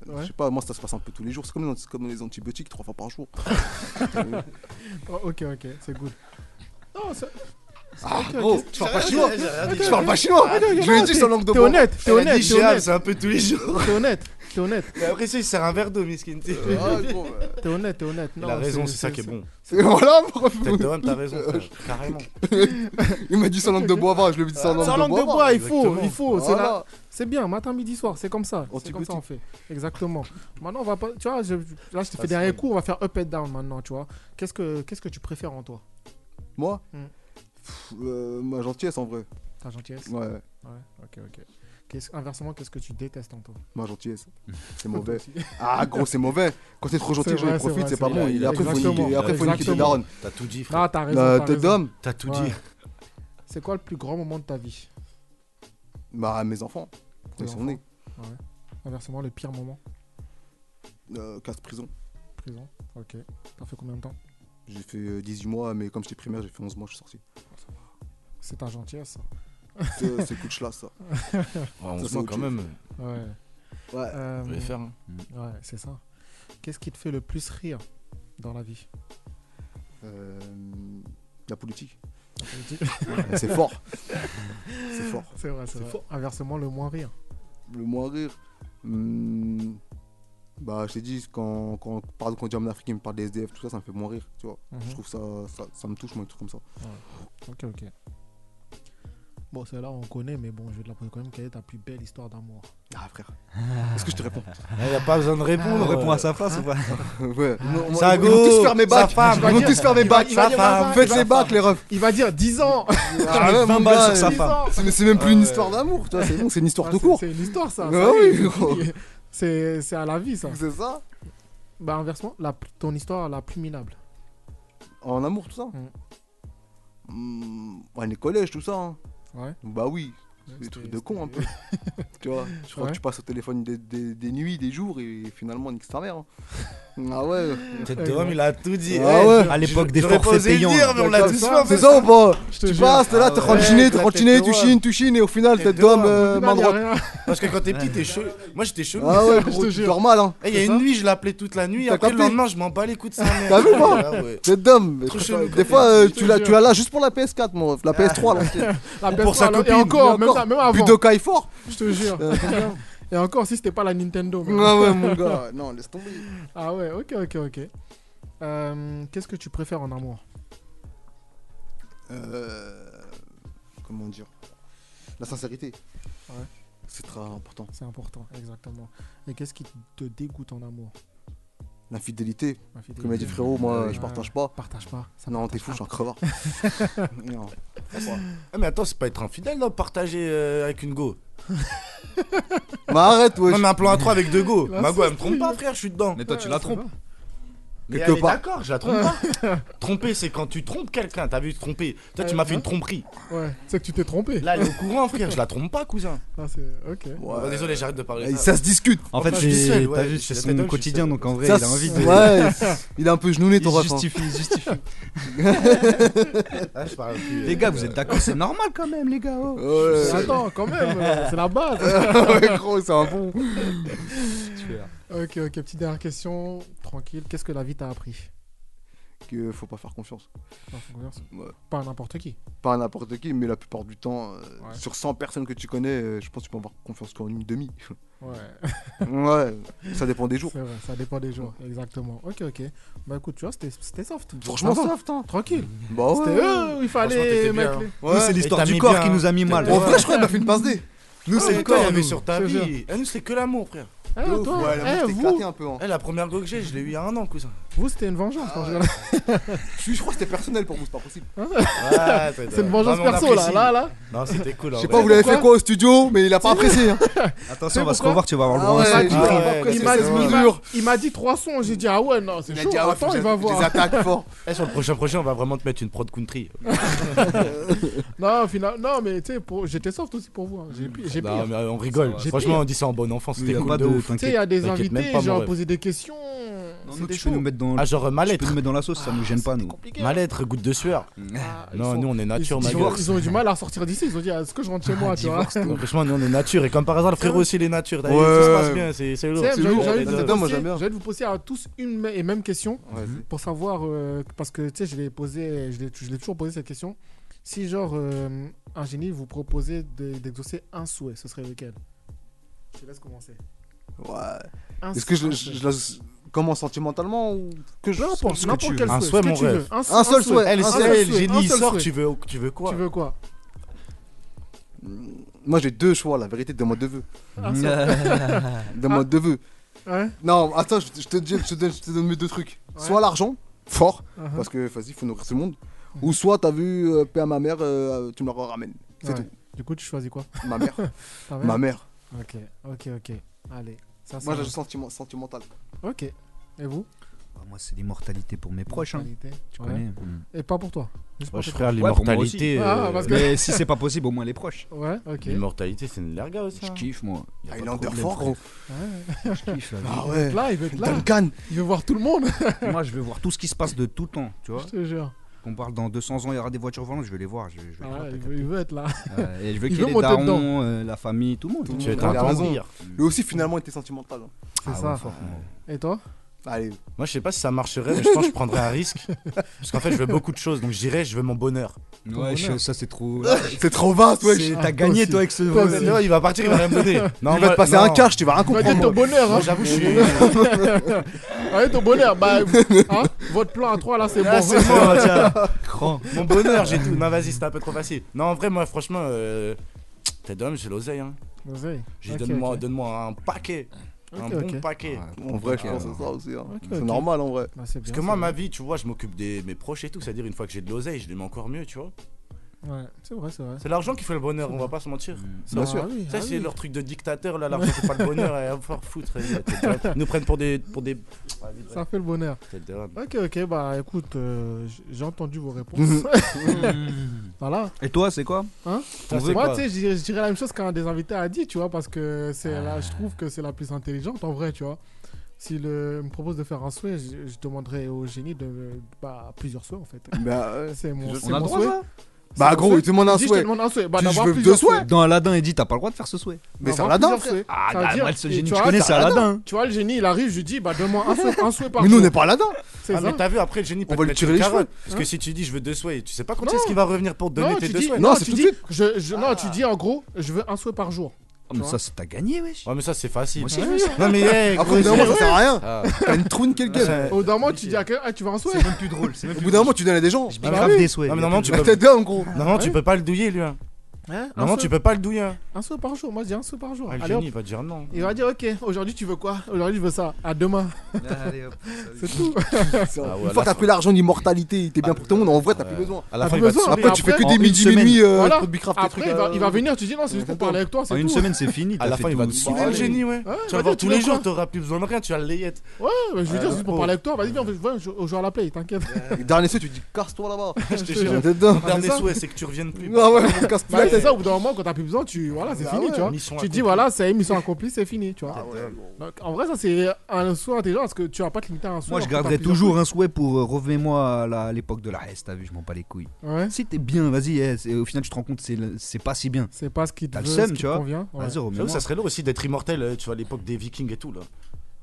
S10: Euh, Je sais pas, moi ça se passe un peu tous les jours. C'est comme, c'est comme les antibiotiques, trois fois par jour.
S2: Oh, ok, ok, c'est good. Non, c'est.
S10: Ah,
S2: ok, ok.
S10: gros, tu parles pas
S2: J'ai
S10: chinois
S2: rien dit, j'ai rien
S10: Tu
S2: dit.
S10: parles pas chinois
S2: Ah, non,
S10: Je
S2: non,
S10: lui ai dit
S2: t'es-
S10: sans langue de
S2: T'es
S10: bois.
S2: honnête, t'es
S10: Elle a
S2: honnête.
S10: dit
S2: t'es
S10: Géal,
S2: honnête.
S10: c'est un peu tous les jours.
S2: T'es honnête. T'es honnête.
S6: Mais après ça, il sert un verre d'eau, Miskin. tu sais.
S10: Ah,
S2: T'es honnête, t'es honnête.
S6: Il
S2: Non,
S6: a Euh, raison, c'est ça qui est bon.
S2: c'est-
S10: Voilà, bravo.
S6: T'as- t'as- t'as raison, frère, carrément.
S10: Il m'a dit sans langue de bois avant, je lui ai dit sans langue de bois.
S2: Sans langue de bois, il faut,
S10: Exactement.
S2: il faut. C'est
S10: Voilà.
S2: la- c'est bien, matin, midi, soir, c'est comme ça. C'est comme ça on fait. Exactement. Maintenant, on va pas. Tu vois, je- là, je te fais
S10: Facile.
S2: derrière coup, on va faire up and down maintenant, tu vois. Qu'est-ce que, qu'est-ce que tu préfères en toi
S10: Moi
S2: Hmm.
S10: Pff, euh, Ma gentillesse en vrai.
S2: Ta gentillesse
S10: Ouais, ouais.
S2: ok, ok. Qu'est-ce- inversement, qu'est-ce que tu détestes en toi
S10: Ma gentillesse. C'est mauvais.
S2: Aussi.
S10: Ah gros, c'est mauvais. Quand t'es trop gentil,
S2: C'est
S10: j'en
S2: vrai, c'est
S10: profite,
S2: vrai,
S10: c'est pas
S2: c'est
S10: bon.
S2: vrai.
S10: Et après, faut
S2: Exactement.
S10: niquer- et après, faut niquer tes
S2: Exactement.
S10: darons.
S12: T'as tout dit,
S2: Ah, t'as raison.
S10: Euh,
S2: t'as
S10: T'es
S2: raison.
S10: d'homme
S12: T'as tout
S2: Ouais. C'est quoi le plus grand moment de ta vie
S10: Bah, mes enfants.
S2: Tes
S10: Ils sont
S2: enfants.
S10: nés.
S2: Ouais. Inversement, le pire moment
S10: Euh, Casse prison.
S2: Prison. Ok. T'as fait combien de temps
S10: J'ai fait euh, 18 mois, mais comme j'étais primaire, j'ai fait 11 mois, je suis sorti.
S2: C'est ta gentillesse, ça.
S10: C'est c'est coup de chlasse, ça.
S2: Ouais,
S10: Ça,
S6: on
S10: c'est
S6: sent
S10: autre
S6: quand
S10: chose.
S6: même.
S2: Ouais.
S10: Ouais.
S2: Euh,
S6: Faut les faire, hein.
S2: Ouais, c'est ça. Qu'est-ce qui te fait le plus rire dans la vie
S10: Euh, La politique.
S2: politique.
S10: c'est fort. C'est fort.
S2: C'est vrai, c'est vrai. Inversement, le moins rire.
S10: Le moins rire. hmm, Bah, je t'ai dit, quand, quand, par exemple, quand Diamond Afrique il me parle des SDF, tout ça, ça me fait moins rire, tu vois.
S2: Mhm.
S10: Je trouve ça, ça, ça me touche, moi, des trucs comme ça.
S2: Ok, ok. Bon, celle-là, on connaît, mais bon, je vais te la poser quand même. Quelle est ta plus belle histoire d'amour
S10: Ah, frère. Est-ce que je te réponds
S2: Ah, euh, y a pas besoin de répondre.
S10: On répond
S2: Réponds à sa face ou pas
S10: Ouais. Non,
S2: Ça
S10: ils vont
S2: go,
S10: tous faire mes
S2: sa
S10: bacs.
S2: femme.
S10: Ils vont tous faire mes
S2: Il va-
S10: bacs.
S2: il va dire, vas-y,
S10: Faites
S2: vas-y,
S10: les bacs, les refs.
S2: Il va dire 10 ans
S10: Ah ouais, mon gars, c'est- C'est c'est même plus une histoire d'amour, tu vois. C'est bon, c'est une histoire
S2: Ah,
S10: tout
S2: c'est-
S10: court.
S2: C'est une histoire, ça.
S10: Ah
S2: ça
S10: oui,
S2: y est.
S10: gros.
S2: C'est c'est à la vie, ça.
S10: C'est ça
S2: Bah, inversement, la, plus- ton histoire la plus minable.
S10: En amour, tout ça Hmm, ouais, Les collèges, tout ça. hein.
S2: Ouais.
S10: Bah oui.
S2: Ouais,
S10: Des
S2: c'était-
S10: trucs de con hein. un peu. tu vois, je crois
S2: Ouais.
S10: que tu passes au téléphone des, des- des nuits, des jours et finalement nique ta mère. hein. Ah ouais.
S12: Tête de homme, il a tout dit.
S10: Ah
S12: Eh,
S10: ouais.
S12: à l'époque des J'aurais pas forfaits osé le payants, dire, là. mais on l'a
S10: Comme
S12: tous
S10: ça,
S12: fait, en
S10: C'est
S12: fait.
S10: ça ou pas
S12: Je te
S10: Tu
S12: jure.
S10: passes, t'es là,
S12: Ah
S10: t'es
S12: ouais.
S10: rantiné,
S12: Ouais,
S10: t'es
S12: la
S10: rantiné,
S12: tête de
S10: tu
S12: homme.
S10: chines, tu chines et au final, tête d'homme, euh, main droite.
S6: Parce que quand t'es petit, t'es chaud. Moi j'étais chaud.
S10: Ah ouais, gros, tu dors mal, hein.
S6: Eh, Il y a
S10: C'est
S6: une
S10: ça
S6: nuit, je l'appelais toute la nuit.
S10: T'as
S6: Après le
S10: capté
S6: lendemain, je m'en bats les coups de sa mère.
S10: T'as vu
S6: Ah
S10: pas
S6: ouais.
S10: Tête d'homme.
S6: Trop chelou,
S10: Des
S6: comme
S10: fois,
S6: ça.
S10: euh,
S6: Je te
S10: tu l'as- tu
S6: jure.
S10: l'as là juste pour la PS4, mon ref, La PS3, là.
S2: La
S10: Ou
S2: PS3,
S10: Pour sa
S2: là,
S10: copine.
S2: Et encore, même, ça, même avant.
S10: Plus de caille fort.
S2: Je te jure.
S10: Euh,
S2: et encore si c'était pas la Nintendo. mais-
S10: Ah ouais, mon gars. Non, laisse tomber.
S2: Ah ouais, ok, ok, ok. Euh, Qu'est-ce que tu préfères en amour
S10: Euh, Comment dire La sincérité.
S2: Ouais.
S10: C'est très important.
S2: C'est important, exactement. Et qu'est-ce qui te dégoûte en amour
S10: L'infidélité.
S2: L'infidélité.
S10: Comme a dit frérot, moi
S2: Ouais.
S10: je partage pas.
S2: Euh, Partage pas. Ça
S10: non, t'es fou, je suis un crevard. non.
S6: Ah, mais attends, c'est pas être infidèle là, partager euh, avec une go.
S10: Mais arrête, wesh.
S6: Non, mais un plan à 3 avec deux go.
S10: Là,
S6: Ma go,
S10: c'est
S6: elle me trompe pas, frère, je suis dedans.
S13: Mais toi, tu Ouais, la ça trompes. va.
S6: Mais
S10: Quelque
S6: elle est
S10: part.
S6: d'accord, je la trompe pas. Tromper, c'est quand tu trompes quelqu'un. T'as vu, tromper. Toi, tu
S2: Ouais,
S6: m'as fait
S2: hein.
S6: une tromperie.
S2: Ouais, c'est que tu t'es trompé.
S6: Là, elle est au courant, frère. Je la trompe pas, cousin.
S2: Ah, c'est. Ok.
S6: Bah, Désolé, j'arrête de
S2: Ah,
S6: parler.
S10: Et ça se discute.
S4: En fait,
S6: Enfin,
S4: c'est-
S6: je suis seul,
S4: t'as
S6: ouais,
S4: vu,
S6: je
S4: c'est
S6: suis
S4: son
S6: seul, je suis
S4: quotidien,
S6: seul.
S4: donc en vrai,
S10: Ça
S4: il a
S10: se-
S4: envie de.
S10: Ouais, il est un peu genouné, ton
S4: Il
S10: ref, hein.
S4: justifie, il justifie.
S6: Ah, je parle plus,
S4: Les
S6: euh,
S4: gars, vous êtes d'accord, c'est normal quand même, les gars. oh.
S10: Ouais.
S2: Attends, quand même, euh, c'est la base.
S10: ouais, gros, c'est un bon.
S2: Ok, ok, petite dernière question. Tranquille, qu'est-ce que la vie t'a appris
S10: Que faut pas faire confiance.
S2: Pas à confiance
S10: Ouais.
S2: Pas à n'importe qui.
S10: Pas à n'importe qui, mais la plupart du temps, euh,
S2: Ouais.
S10: sur 100 personnes que tu connais, euh, je pense que tu peux avoir confiance qu'en une demi.
S2: Ouais.
S10: ouais, ça dépend des jours.
S2: C'est vrai, ça dépend des jours, exactement. Ok, ok. Bah écoute, tu vois, c'était c'était soft.
S10: Franchement,
S2: Ça va,
S10: soft, hein.
S2: Tranquille.
S10: Bah ouais.
S2: C'était eux où il fallait, mec.
S4: Nous, c'est l'histoire du corps qui nous a mis mal.
S10: En Ah, vrai, je crois qu'elle m'a fait une pince D.
S6: Nous, c'est le corps. Il y avait
S10: nous.
S6: sur ta
S10: Je te
S6: vie. Ah, nous, c'est que l'amour, frère.
S2: Eh,
S10: De ouf,
S2: toi,
S10: ouais, la meuf,
S2: eh,
S10: t'es
S2: vous,
S10: éclatée un peu. hein.
S6: Eh, la première go que j'ai, je l'ai eu il y a un an, cousin.
S2: vous c'était une
S10: Ah
S2: vengeance. quand je regarde.
S10: Je je crois que c'était personnel pour vous, c'est pas possible.
S6: Ouais,
S2: C'est une vengeance
S6: Non, mais on
S2: perso, là,
S6: apprécie.
S2: là, là.
S6: Non, c'était cool.
S10: Je
S6: en
S10: sais
S6: vrai.
S10: pas, vous l'avez fait Ah quoi au studio, mais il a pas apprécié. hein.
S4: Attention, on va se
S2: pourquoi
S4: revoir, tu vas avoir le
S10: Ah
S4: grand
S10: ouais,
S4: sac.
S10: il
S6: Ah
S10: a
S6: ouais,
S10: pas apprécié,
S2: Il m'a dit,
S10: c'est
S2: il
S10: dur.
S2: m'a- il m'a dit trois sons, j'ai dit ah ouais non c'est
S10: Il a
S2: chaud,
S10: dit, ah ouais,
S2: attends
S10: faut
S2: il
S10: que
S2: va
S10: je- je les
S2: voir.
S10: attaque fort.
S6: Eh, sur le prochain projet, on va vraiment te mettre une prod country.
S2: Non final, non mais tu sais pour- j'étais soft aussi pour vous, hein. j'ai pi- j'ai
S6: Non,
S2: pire.
S6: mais on rigole.
S2: J'ai
S6: Franchement,
S2: pire.
S6: on dit ça en bonne enfance.
S4: Oui,
S6: C'était
S4: y a
S6: cool
S4: pas
S6: de
S4: de-
S6: ouf.
S2: Tu sais il y a des
S6: T'inquiète même
S2: invités,
S6: pas,
S2: genre
S6: mon
S2: poser des questions.
S4: Nous,
S2: C'était
S4: tu peux
S2: chaud.
S4: nous mettre dans
S6: Ah, genre ma
S4: tu peux
S6: lettre.
S4: nous mettre dans la sauce, ça nous gêne pas, nous.
S6: Ma lettre, goutte de sueur. Non, nous, on est
S2: hein. Ah, Ils,
S6: nature, ma
S2: ils
S6: gueule.
S2: ont, ils ont eu du mal à sortir d'ici, ils ont dit ah, est-ce que je rentre chez moi tu vois.
S6: Divorce, tout. Franchement, nous, on est nature. Et comme par hasard, le frérot aussi, il est nature. T'as vu,
S10: Ouais.
S6: Tout se passe bien, c'est c'est lourd.
S2: Tiens,
S6: C'est
S2: j'ai-
S6: lourd, Euh,
S2: j'ai envie de
S6: les
S2: vous
S6: deux.
S10: dedans, moi,
S2: poser-
S10: j'aime bien.
S2: j'ai envie de vous poser à tous une me- et même question
S10: Vas-y.
S2: pour savoir euh, parce que tu sais je l'ai posé, je l'ai je l'ai toujours posé cette question. Si genre euh, un génie vous proposait de- d'exaucer un souhait, ce serait lequel Je te laisse commencer. Un
S10: Ouais. Est-ce que je, je- je la. Comment sentimentalement ou que je
S2: N'importe-
S10: ce que
S2: n'importe
S10: tu
S2: quel
S10: veux.
S2: souhait, ce que tu veux. Un- un souhait.
S10: Eh, le
S2: Un
S10: ciel,
S2: seul
S10: le
S2: souhait,
S10: génie,
S2: un
S10: il
S2: seul
S10: sort,
S2: souhait.
S10: tu veux, tu veux quoi
S2: Tu veux quoi
S10: Moi j'ai deux choix, la vérité, demande deux vœux.
S2: Un seul.
S10: Demande deux vœux.
S2: Ouais.
S10: Non, attends, je je te, dis- je, te donne, je te donne mes deux trucs. Soit l'argent, fort,
S2: Uh-huh.
S10: parce que vas-y, faut nourrir tout le monde. Ou soit t'as vu, euh, paix à ma mère, euh, tu me la ramènes. C'est
S2: Ouais.
S10: tout.
S2: Du coup, tu choisis quoi
S10: Ma mère.
S2: Ta
S10: Ma mère.
S2: Ok, ok, ok. Allez. Ça,
S10: Moi
S2: ça
S10: j'ai
S2: va.
S10: le sentiment, sentimental. Ah,
S2: Ok. Et vous
S4: Ah, Moi, c'est l'immortalité pour mes proches. hein.
S2: L'immortalité,
S4: Tu
S2: ouais.
S4: connais mm.
S2: Et pas pour toi. Juste pour
S6: Wesh
S2: tes
S6: frère,
S2: proches. Ouais, pour moi aussi.
S6: l'immortalité.
S2: Ah,
S6: euh,
S2: parce que-
S4: Mais si c'est pas possible, au moins les proches.
S2: Ouais, ok.
S6: L'immortalité, c'est une larga aussi. hein.
S4: Je kiffe, moi. Y a pas de
S10: Highlander
S4: problème,
S10: fort,
S4: frère.
S10: gros.
S4: Je kiffe, la
S10: Ah
S4: vie.
S10: ouais.
S2: Là, il veut être là.
S10: Duncan.
S2: Il veut voir tout le monde.
S4: Moi, je veux voir tout ce qui se passe de tout temps, tu vois.
S2: Je te jure.
S4: On parle dans 200 ans, il y aura des voitures volantes, je vais les voir. Je, je vais les
S2: Ouais,
S4: voir.
S2: il, veut, il veut être là.
S4: Ouais, et je veux
S2: il
S4: qu'il y ait
S2: veut
S4: les
S2: monter
S4: darons,
S2: dedans.
S4: euh, la famille, tout le monde.
S10: Tu as raison. Lui aussi finalement il était sentimental. hein.
S2: C'est
S4: Ah
S2: ça.
S4: ouais, fort,
S2: Et toi
S10: Allez.
S6: Moi, je sais pas si ça marcherait, mais je pense que je prendrais un risque. Parce qu'en fait, je veux beaucoup de choses. Donc, je dirais, je veux mon bonheur.
S4: Ouais, je- ça, c'est trop.
S10: C'est trop vaste, wesh.
S4: C'est-
S10: Ah,
S4: T'as
S10: toi
S4: gagné,
S10: aussi.
S4: toi, avec ce.
S10: Toi aussi.
S6: Non, il va partir, il va rien me donner. Non,
S10: il va
S6: moi-
S10: te passer
S6: non.
S10: un cash, tu vas rien comprendre.
S2: Regardez ton
S10: moi.
S2: bonheur.
S6: Moi,
S2: hein.
S6: j'avoue, je suis.
S2: Regardez ton bonheur. Bah, hein, votre plan à 3 là, c'est
S6: Ah,
S2: bon. Bah,
S6: c'est bon, tiens. Mon bonheur, j'ai tout. Non, vas-y, c'était un peu trop facile. Non, en vrai, moi, franchement, euh, t'es d'homme, j'ai l'oseille. Hein.
S2: Vas-y.
S6: J'ai
S2: Ok,
S6: donne-moi,
S2: ok.
S6: donne-moi un paquet. un
S2: Ok,
S6: bon
S2: ok.
S6: paquet.
S10: En vrai, je pense à ça aussi. hein.
S2: Ok,
S10: C'est
S2: ok.
S10: normal en vrai.
S2: Bah, c'est
S6: Parce
S2: bien,
S6: que moi,
S2: c'est
S6: ma vie, tu vois, je m'occupe de mes proches et tout. C'est-à-dire, une fois que j'ai de l'oseille, je les mets encore mieux, tu vois.
S2: Ouais, c'est vrai, c'est vrai.
S6: C'est l'argent qui fait le bonheur, on va pas se mentir.
S2: C'est
S6: Bien
S2: vrai.
S6: sûr.
S2: Ah oui,
S6: ça,
S2: ah
S6: c'est
S2: oui.
S6: leur truc de dictateur, là. L'argent, c'est pas le bonheur. Et à me faire foutre. Ils nous prennent pour des. Pour des...
S2: Ça fait le bonheur.
S6: Tête de homme.
S2: Ok, ok, bah écoute, euh, j- j'ai entendu vos réponses. voilà.
S4: Et toi, c'est quoi
S2: Hein
S4: Ton vœu,
S2: Moi,
S4: quoi
S2: tu sais, je dirais- je dirais la même chose qu'un des invités a dit, tu vois, parce que c'est là, je trouve que c'est la plus intelligente en vrai, tu vois. S'il euh, me propose de faire un souhait, je, je demanderais au génie de bah, plusieurs souhaits en fait.
S10: Bah, ouais.
S2: C'est mon,
S10: Je-
S2: c'est
S4: On a le
S2: mon
S4: droit,
S2: souhait.
S4: ça
S2: C'est
S10: Bah,
S2: mon
S10: gros, il te demande un
S2: dit,
S10: souhait.
S2: Je te demande un souhait. Bah,
S10: Tu dis, je
S2: d'avoir
S10: veux deux
S2: plusieurs
S10: souhaits.
S4: Dans Aladdin, il dit T'as pas le droit de faire ce souhait.
S10: Mais c'est
S2: D'avoir
S10: Aladdin,
S2: plusieurs
S10: frère.
S2: souhaits.
S4: Ah,
S2: Ça veut
S4: bah,
S2: dire-
S4: moi, le seul
S2: et
S4: génie
S2: tu
S4: que je
S2: vois,
S4: connais,
S2: t'as
S4: c'est Aladdin.
S2: Tu vois, le génie, il arrive, je lui dis, bah, donne-moi un souhait, un souhait par
S10: Mais nous, on
S2: jour.
S10: n'est pas Aladdin.
S2: C'est
S6: Ah,
S2: ça. Hein
S6: mais t'as vu, après, le génie peut
S10: On va
S6: te
S10: lui
S6: mettre
S10: tirer
S6: une
S10: les
S6: carotte.
S10: cheveux.
S6: Parce que si tu dis, je veux deux souhaits, tu sais pas quand
S2: Non.
S6: est-ce qu'il va revenir pour te donner
S2: Non,
S6: tes
S2: tu
S6: deux
S2: dis,
S6: souhaits.
S10: Non,
S2: non,
S10: c'est
S2: tu
S10: tout de
S2: dis, je, je- non, tu dis en gros, je veux un souhait par jour.
S4: Oh, mais ça, c'est- t'as gagné, wesh.
S6: Ouais, mais ça, c'est facile.
S4: Moi aussi, je
S2: Ouais.
S4: veux ça.
S6: Non, mais, hey,
S10: Après, au bout
S6: gros,
S10: d'un moment, ça
S6: c'est-
S10: sert à rien.
S6: Ah.
S10: T'as une troune quelqu'un.
S6: Ouais.
S2: Au bout d'un moment, tu dis à quelqu'un, ah, tu veux un souhait
S4: même plus drôle. C'est même
S10: Au bout d'un moment, tu donnes à des gens. Ah,
S4: Je
S2: Bah
S4: dis grave
S2: oui.
S4: des souhaits.
S6: Non, mais normalement,
S4: tu
S6: tu
S10: Bah,
S6: peux.
S10: t'es dingue, gros.
S6: Non, tu
S2: Ouais.
S6: peux pas le douiller, lui. hein.
S2: Hein, un
S6: Non,
S2: souhait-
S6: tu peux pas le douiller. hein.
S2: Un souhait par jour, moi je dis un souhait par jour.
S6: Ah, le
S2: Allez,
S6: génie,
S2: hop.
S6: il va dire non.
S2: Il va dire ok, aujourd'hui tu veux quoi Aujourd'hui je veux ça, à demain. C'est tout.
S6: Ah ouais,
S10: Une
S6: à
S10: fois
S6: la
S10: que t'as
S6: fin.
S10: pris l'argent d'immortalité, il t'es bien pour tout le monde. En vrai, t'as plus
S6: Ouais.
S10: besoin.
S6: À la
S2: T'as
S6: fin,
S2: plus
S6: il va te
S2: besoin,
S6: saouler.
S2: mais
S10: Après, tu fais que
S2: en
S10: des
S2: une
S10: midi
S6: semaine.
S10: minuit. euh,
S2: Voilà.
S10: pour te bicraft tes
S2: Après
S10: trucs,
S2: il va,
S10: euh,
S2: il va venir, tu dis non, c'est juste pour parler avec toi,
S4: En
S2: c'est
S4: une
S2: tout.
S4: semaine, c'est fini.
S6: À
S4: t'as
S6: la
S4: fait
S6: fin, il va
S4: tout.
S6: te saouler le
S2: Ouais.
S6: génie, ouais.
S2: Ouais,
S6: Tu
S2: vas-y,
S6: vas voir
S2: tu
S6: tous
S2: veux
S6: les
S2: quoi
S6: jours, t'auras plus besoin de rien, tu as le layette.
S2: Ouais, mais je veux
S6: Ouais,
S2: dire, c'est juste pour
S6: oh.
S2: parler avec toi, vas-y, viens, on va- viens, on joue on joue à la play, t'inquiète.
S10: Dernier souhait, tu dis casse-toi là-bas.
S6: Je te
S2: Je te
S6: jure.
S10: T'es dedans.
S6: Mon dernier
S2: ça.
S6: souhait, c'est que tu reviennes plus.
S10: Ah ouais, on casse plus
S2: Bah,
S10: la
S2: c'est
S10: tête.
S2: ça, au bout d'un moment, quand t'as plus besoin, tu. Voilà, c'est
S10: Bah
S2: fini,
S10: ouais,
S2: tu vois.
S6: mission
S2: Tu te dis,
S6: accomplie.
S2: voilà, c'est mission accomplie, c'est fini, tu vois.
S10: Ah ouais.
S2: Donc, en vrai, ça, c'est un souhait intelligent parce que tu vas pas te limiter à un souhait.
S4: Moi, je
S2: alors que
S4: garderai
S2: t'as plusieurs
S4: toujours un souhait pour euh, revenez-moi à la- à l'époque de la Hesse, t'as vu, je m'en bats les couilles.
S2: souhaits. Ouais.
S4: Si t'es bien, vas-y, eh, c'est- au final, tu te rends compte, c'est le- c'est pas si bien.
S2: C'est pas ce qui te
S4: T'as le
S2: veut,
S4: seum,
S2: ce qui
S4: tu
S2: te
S4: vois.
S2: convient. ouais.
S4: Vas-y,
S6: J'avoue,
S4: reviens-moi.
S6: ça serait lourd aussi d'être immortel, euh, tu vois, à l'époque des Vikings et tout, là.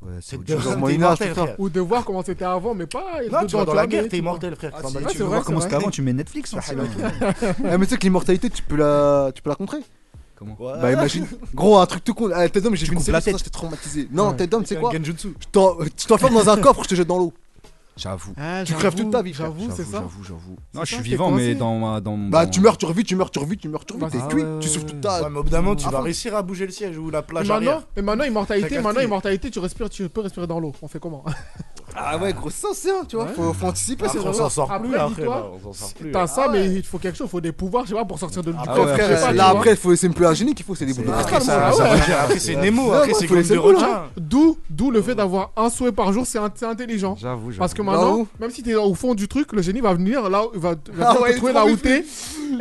S4: Ouais, c'est
S6: C'est
S4: autre
S6: dur
S4: chose.
S10: chose.
S6: d'être
S10: Moyen Âge,
S6: immortel,
S10: tout ça.
S6: frère.
S2: Ou de voir comment c'était avant, mais pas.
S6: Non,
S2: de-
S6: tu vas dans la
S2: jamais,
S6: guerre,
S2: tu
S6: t'es
S2: vois.
S6: immortel, frère. Bah,
S4: Ah,
S6: tu t'en
S4: si,
S6: bats les
S2: ouais,
S4: tu
S2: c'est
S4: veux
S2: vrai,
S4: voir comment
S2: c'est
S4: c'est
S2: vrai.
S4: avant, tu mets Netflix.
S10: Ah,
S4: frère,
S10: c'est
S4: c'est
S10: vrai. Eh, mais tu sais que l'immortalité, tu peux la, tu peux la contrer.
S4: Comment
S6: couilles.
S10: Bah imagine, gros, un truc tout con. Eh, Ted Dom, j'ai vu une
S4: coupes
S10: série,
S4: la
S10: sur ça,
S4: tête.
S10: j'étais traumatisé. Non,
S2: Ouais.
S10: Ted Dom, c'est quoi
S6: Genjutsu.
S10: Je t'en- Tu t'enfermes dans un coffre, je te jette dans l'eau.
S4: J'avoue.
S2: Ah,
S10: Tu crèves
S2: j'avoue,
S10: toute ta vie, frère.
S2: J'avoue,
S4: J'avoue,
S2: c'est ça.
S4: j'avoue, j'avoue.
S2: C'est
S4: Non, je suis
S2: ça, t'es
S4: vivant, mais
S2: coincé.
S4: dans ma. Dans,
S10: Bah,
S4: dans-
S10: tu meurs, tu revis, tu meurs, tu revis, tu meurs, tu revis,
S2: Bah,
S10: t'es
S4: ah
S10: cuit,
S4: ouais.
S10: tu souffres toute
S6: Ouais,
S10: ta.
S6: mais au bout d'un moment, tu
S10: Ah,
S6: vas
S10: bon.
S6: réussir à bouger le siège ou la
S2: Et
S6: plage
S2: maintenant,
S6: arrière.
S2: et maintenant, immortalité,
S6: Chacun
S2: maintenant,
S6: style.
S2: immortalité, tu respires, tu peux respirer dans l'eau. On fait comment
S10: Ah ouais, gros, ça c'est un, tu vois.
S2: Ouais.
S10: Faut, faut anticiper ces
S6: Après, on
S10: erreurs.
S6: s'en sort plus,
S2: Après,
S6: après,
S2: dis-toi,
S6: là, on s'en sort plus.
S2: T'as
S6: hein.
S2: ça,
S10: Ah ouais.
S2: mais il te faut quelque chose, il faut des pouvoirs, je sais pas, pour sortir de du
S6: Ah
S10: Après,
S2: coffre.
S4: ouais,
S10: frère,
S2: je sais pas, tu
S10: là
S2: vois.
S10: après, faut- c'est plus un génie qu'il faut, c'est des boules de
S2: Ah,
S10: cristal,
S6: Après,
S2: calme,
S10: moi.
S6: ça-
S2: ouais.
S6: ça va dire, après, c'est Nemo,
S10: Ouais,
S6: après,
S10: faut
S6: c'est
S10: laisser
S6: Gold de
S10: le boulot,
S6: Romain.
S2: Hein? D'où, d'où le fait d'avoir un souhait par jour, c'est int- c'est intelligent.
S4: J'avoue,
S2: Parce que
S4: j'avoue.
S2: maintenant,
S10: où
S2: même si t'es au fond du truc, le génie va venir là, il va, il va
S10: Ah
S2: venir
S10: ouais,
S2: te trouver
S10: trop
S2: là où
S10: vite.
S2: t'es,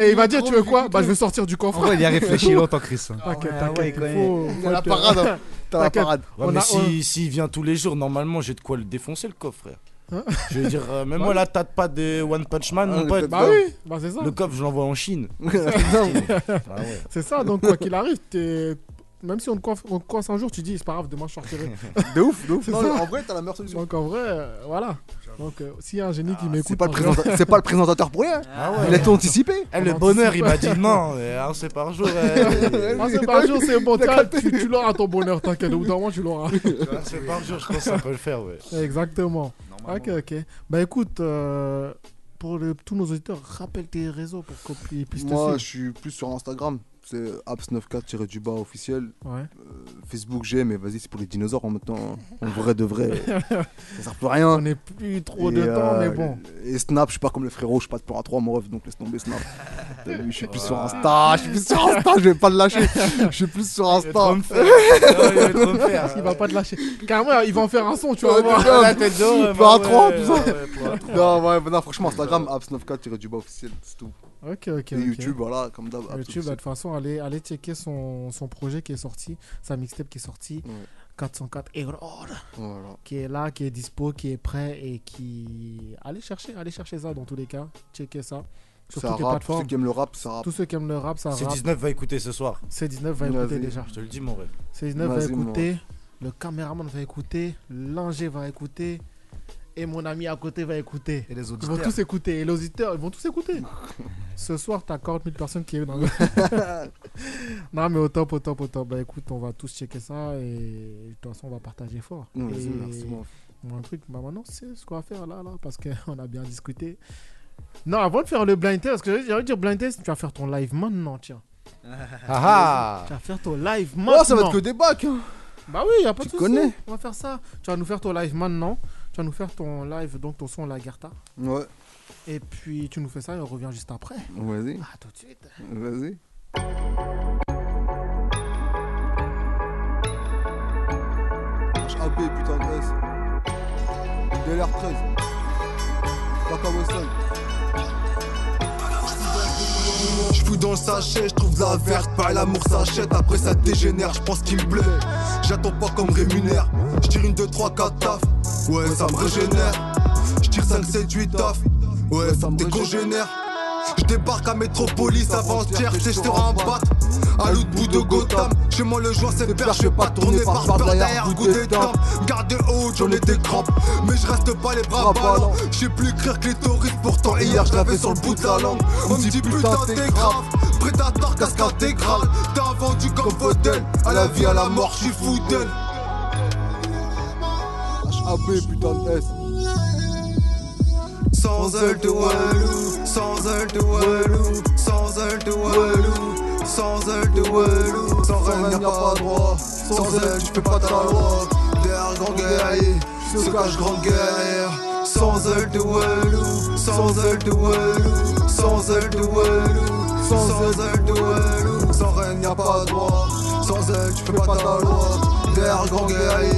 S2: et il va dire
S10: Trop
S2: tu veux
S10: vite,
S2: quoi
S10: vite,
S2: Bah je
S10: vite.
S2: vais sortir du
S4: En
S2: coffre.
S4: vrai, il y a réfléchi longtemps, Chris. hein.
S2: T'inquiète,
S4: Ah ouais,
S2: t'inquiète,
S4: ouais,
S2: faut- faut
S10: T'as la
S2: être-
S10: parade, hein. t'as la
S2: T'inquiète.
S10: parade.
S6: Ouais,
S2: On
S6: mais
S2: a-
S6: si-
S2: on-
S6: s'il vient tous les jours, normalement, j'ai de quoi le défoncer, le coffre, frère.
S2: Hein
S6: Je veux dire, euh, même moi, là, tâte pas de One Punch Man,
S10: Ah,
S6: mon
S10: le
S6: pote.
S10: tâte
S2: Bah oui, bah c'est ça.
S6: Le coffre, je l'envoie en Chine.
S10: Non,
S6: Ah ouais.
S2: C'est ça, donc quoi qu'il arrive, t'es Même si on te coiffe, on te coince un jour, tu dis, c'est pas grave, demain je sortirai.
S10: Ah.
S14: De ouf, de ouf.
S2: C'est
S14: Non,
S2: ça.
S14: en vrai, t'as la meilleure solution.
S2: Donc en vrai, euh, voilà. Donc euh, s'il y a un génie qui m'écoute.
S14: c'est pas le
S2: en
S14: présenta-
S2: vrai-
S14: c'est pas le présentateur pour rien. Ah ouais. Il a tout anticipé. Eh, le
S2: On
S14: bonheur, il m'a
S2: anticipe.
S14: dit non, mais
S5: un c'est par jour.
S2: Un seul par jour, c'est bon. t'as- Tu, tu l'auras ton bonheur, t'inquiète. Au bout d'un moment, tu l'auras.
S5: Un seul par jour, je pense que ça peut le faire, ouais.
S2: Exactement. Ok, ok. Bah écoute, euh, pour le- tous nos auditeurs, rappelle tes réseaux pour qu'ils puissent te
S10: Moi,
S2: suivre.
S10: je suis plus sur Instagram. C'est apps94-du-bas officiel.
S2: Ouais.
S10: Euh, Facebook, j'ai, mais vas-y, c'est pour les dinosaures hein, maintenant. En vrai de vrai, ça sert plus à rien.
S2: On n'est plus trop
S10: euh,
S2: dedans, mais bon.
S10: Et Snap, je suis pas comme le frérot, je suis pas de peur à 3, mon ref, donc laisse tomber Snap. T'as vu, je suis plus sur Insta, je suis plus sur Insta, je vais pas le lâcher. Je suis plus sur Insta.
S6: hein.
S2: Il va pas te lâcher. Carrément, il va en faire un son, tu vas
S10: Ouais,
S2: voir.
S10: putain, pour
S6: bah
S10: un 3, putain.
S2: ouais.
S10: Non, ouais, bah non, franchement, Instagram, apps94-du-bas officiel, c'est tout.
S2: Ok, ok.
S10: Et
S2: ok.
S10: YouTube, voilà, comme d'hab.
S2: YouTube, bah,
S10: apps
S2: de
S10: officiel.
S2: toute façon, allez, allez checker son, son projet qui est sorti, sa mixtape qui est sortie, 404 Error,
S10: Voilà.
S2: qui est là, qui est dispo, qui est prêt et qui. Allez chercher, allez chercher ça dans tous les cas, checker ça. Sur
S10: Ça
S2: toutes les
S10: rappe,
S2: plateformes.
S10: ceux qui aiment le rap, ça rappe.
S2: Tous ceux qui aiment le rap, ça
S10: C'est
S2: rappe.
S10: 19
S5: va écouter ce soir.
S2: C'est 19 va écouter
S5: Vas-y.
S2: déjà.
S5: Je te le dis, mon ref.
S2: C'est 19 va
S5: Vas-y, mon
S2: écouter, le caméraman va écouter, l'ingé va écouter. Et mon ami à côté va écouter.
S14: Et les
S2: Ils vont tous écouter. Et les auditeurs, ils vont tous écouter. Ce soir, t'as 40 000 personnes qui est dans le. non, mais au top, au top, au top. Bah écoute, on va tous checker ça. Et de toute façon, on va partager fort.
S10: Mmh, vas-y,
S2: Et
S10: merci, mon-
S2: Mon truc, bah maintenant, c'est ce qu'on va faire là, là. Parce qu'on a bien discuté. Non, avant de faire le blind test, parce que j'allais dire blind test, tu vas faire ton live maintenant, tiens.
S14: ah.
S2: Tu vas faire ton live maintenant.
S14: Oh, ça va être que des bacs. hein.
S2: Bah oui, y a pas
S14: Tu
S2: de souci.
S14: connais.
S2: On va faire ça. Tu vas nous faire ton live maintenant. Tu vas nous faire ton live, donc ton son Lagarta.
S10: Ouais.
S2: Et puis tu nous fais ça et on revient juste après.
S10: Vas-y.
S2: Ah, tout de suite.
S10: Vas-y. HAP, putain de S. DLR 13. Paka Westside.
S11: Je fous dans le sachet, je trouve la verte, pas l'amour s'achète, après ça dégénère, je pense qu'il me plaît. J'attends pas comme rémunère, je tire une 2, 3, 4 taf, ouais ça me régénère. Je tire 5, 7, 8 taf, ouais ça me décongénère. Je débarque à Métropolis avant-hier, je sur un bat. À l'autre bout de Gotham, chez moi le joint c'est père, je vais pas tourner par peur derrière goût des temps. Garde haut, j'en ai des crampes, mais je reste pas les bras ballants. Je sais plus écrire que les touristes, pourtant hier je l'avais sur le bout de la langue. On me dit putain t'es grave, prédateur casque intégral. T'as vendu comme Vaudel, à la vie, à la mort, je suis fou d'elle.
S10: HAP, putain de S.
S11: Sans elle de Walou, sans elle de Walou, sans elle de Walou, sans elle de Walou, sans elle n'y a pas droit, sans elle tu peux pas ta loi, derrière grand guerrier, se cache grand guerrier, sans elle de Walou, sans elle de Walou, sans elle de Walou, sans elle de Walou, sans elle n'y a pas droit, sans elle tu peux pas ta loi, derrière grand guerrier,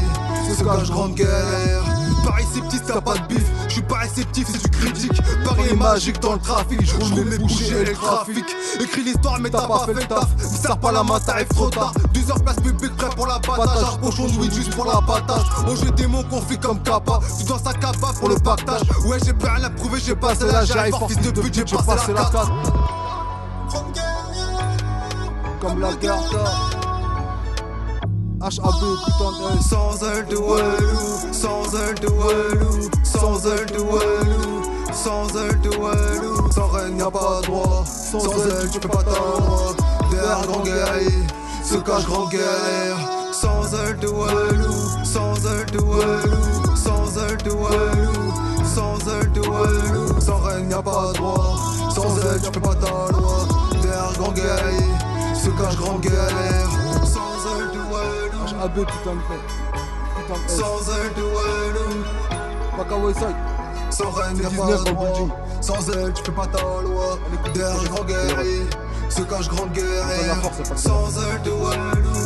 S11: se cache grand guerrier. Paris sceptique, t'as pas de bif. Je suis pas réceptif, c'est du critique. Paris est magique dans le trafic. Je roule les bouchées et le trafic. Écris l'histoire, mais t'as pas fait le taf. Me Serre pas la main, t'arrives trop tard. Deux heures place publique, prêt pour la bataille. Un cochon de weed juste pour la patate. Oh, j'ai des mots conflits comme kappa. Tu danses à kappa pour le partage. Ouais, j'ai plus rien à prouver, j'ai passé la j'arrive fort, fils de pute, j'ai passé la carte.
S10: Comme la garde. HAB, putain de S.
S11: Sans elle de Walou, sans elle de Walou, sans elle de Walou, sans elle de Walou, sans elle n'y a pas droit, sans elle tu peux pas t'avoir, derrière grand guerrier, se cache grand guerrier, sans elle de Walou, sans elle de Walou, sans elle de Walou, sans elle de Walou, sans elle n'y a pas droit, sans elle tu peux pas t'avoir, derrière grand guerrier, se cache grand guerrier, sans elle de Walou.
S10: HAB, putain de S. Putain de S.
S11: Sans elle de Walou,
S10: Paka Westside.
S11: sans reine,
S10: C'est
S11: y'a pas
S10: 19
S11: de
S10: dans le
S11: droit.
S10: building.
S11: Sans elle, tu peux pas ta loi. Derrière grand guerrier, se cache grand
S10: C'est
S11: guerrier.
S10: la force, c'est pas le
S11: Sans elle de Walou.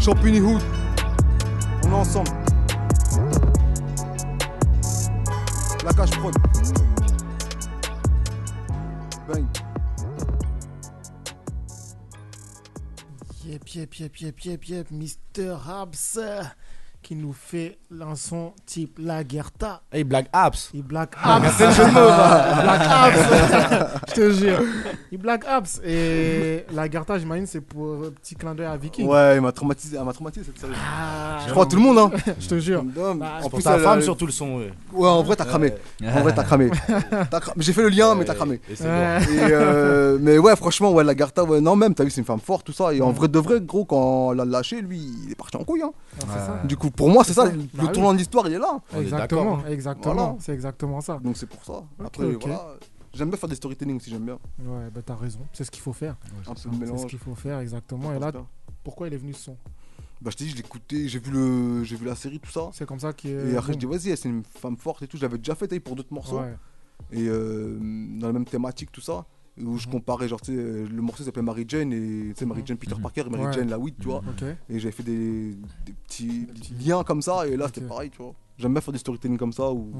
S10: Champigny Hood. On est ensemble. La cache prod. Bang.
S2: Yep, yep, yep, yep, yep, yep, Mr. Habs. qui nous fait un son type La Guerta.
S6: Et Black Apps.
S2: Il Black
S6: Ah,
S2: Apps.
S6: c'est le jeu de mots, bah.
S2: Black Apps. Je te jure. Il Black Apps. Et La Guerta, j'imagine, c'est pour un petit clin d'œil à Viking. Ah.
S10: Ouais, il m'a traumatisé, elle m'a traumatisé cette série. je crois tout le monde, hein.
S2: Je te jure.
S10: En
S6: Pour
S10: plus,
S6: ta
S10: elle-
S6: femme,
S2: euh,
S10: elle-
S6: surtout le son, ouais.
S10: Ouais, en vrai, t'as cramé.
S6: Ouais.
S10: En vrai, t'as cramé. T'as cra- J'ai fait le lien, mais t'as
S6: Ouais,
S10: cramé.
S6: et c'est bon.
S10: Et, euh, mais ouais, franchement, ouais, la Garta, ouais, non, même, t'as vu, c'est une femme forte, tout ça. Et en
S2: Mm.
S10: vrai de vrai, gros, quand on l'a lâché, lui, il est parti en couille. hein.
S2: c'est Ouais. ça.
S10: Du coup, pour moi, c'est ça,
S2: C'est ça.
S10: le
S2: Bah oui.
S10: tournant de l'histoire, il est là.
S2: On est Exactement, d'accord. exactement, c'est exactement ça.
S10: Donc c'est pour ça.
S2: Ok,
S10: Après,
S2: ok.
S10: voilà. J'aime bien faire des storytelling aussi, j'aime bien.
S2: Ouais, bah t'as raison, c'est ce qu'il faut faire.
S10: Un peu de
S2: c'est ce
S10: mélange.
S2: qu'il faut faire, exactement. Et là,
S10: J'espère.
S2: pourquoi il est venu ce son
S10: Bah, je t'ai dit, je l'écoutais, j'ai vu, le... j'ai vu la série, tout ça.
S2: C'est comme ça que.
S10: Et après, je dis, vas-y, elle, c'est une femme forte et tout. Je l'avais déjà faite elle, pour d'autres morceaux.
S2: Ouais.
S10: Et euh, dans la même thématique, tout ça. Où
S2: Mhm.
S10: je comparais, genre, tu sais, euh, le morceau s'appelait Mary Jane et tu sais, Mary Jane Peter Parker et Mary
S2: Mhm. Ouais. Mhm.
S10: Jane la Weed, tu vois.
S2: Ok.
S10: Et j'avais fait des, des petits, liens comme ça. Et là, c'était pareil, tu vois. J'aime bien faire des storytelling comme ça où
S2: Mhm.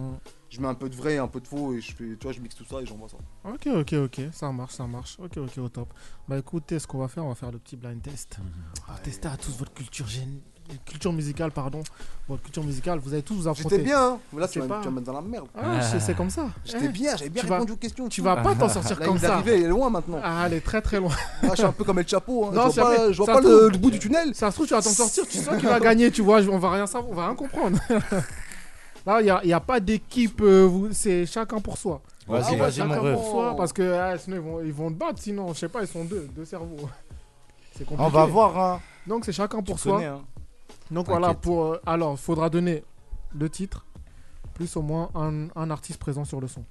S10: je mets un peu de vrai et un peu de faux et je fais, tu vois, je mixe tout ça et j'envoie ça.
S2: Ok, ok, ok, ça marche, ça marche. Ok, ok, au top. Bah écoutez, ce qu'on va faire, on va faire le petit blind test.
S6: Mhm.
S2: On va tester à tous votre culture gén- culture musicale, pardon. Votre culture musicale, vous allez tous vous affronter.
S10: J'étais bien, hein. Mais là, tu
S2: Je sais
S10: vas
S2: pas.
S10: me- tu vas me mettre dans la merde.
S2: Ah, c'est- c'est comme ça.
S10: J'étais
S2: Eh,
S10: bien, j'avais bien
S2: tu vas-
S10: répondu aux questions.
S2: Tu vas pas t'en sortir
S10: La
S2: comme
S10: ligne
S2: ça.
S10: d'arrivée, elle est loin maintenant.
S2: Ah, elle est très très loin.
S10: Ah, je suis un peu comme El Chapeau. hein.
S2: Non,
S10: je vois
S2: c'est-
S10: pas, je vois
S2: ça
S10: pas
S2: se
S10: le,
S2: trouve-
S10: le bout du tunnel.
S2: Ça se trouve, tu vas t'en sortir, tu sens qui va gagner, tu vois, je- on va rien savoir, on va rien comprendre. Là, il n'y a, y a pas d'équipe, euh, vous- c'est chacun pour soi.
S6: Vas-y,
S2: Ah ouais,
S6: vas-y,
S2: chacun
S6: mon ref.
S2: pour
S10: Oh.
S2: soi, parce que ah, sinon, ils vont, ils vont te battre, sinon, je sais pas, ils sont deux, deux cerveaux. C'est compliqué.
S6: On va voir, hein.
S2: Donc, c'est chacun pour
S6: Tu
S2: soi.
S6: connais, hein.
S2: Donc,
S6: T'inquiète.
S2: voilà, pour. euh, alors, faudra donner le titre, plus au moins un, un artiste présent sur le son,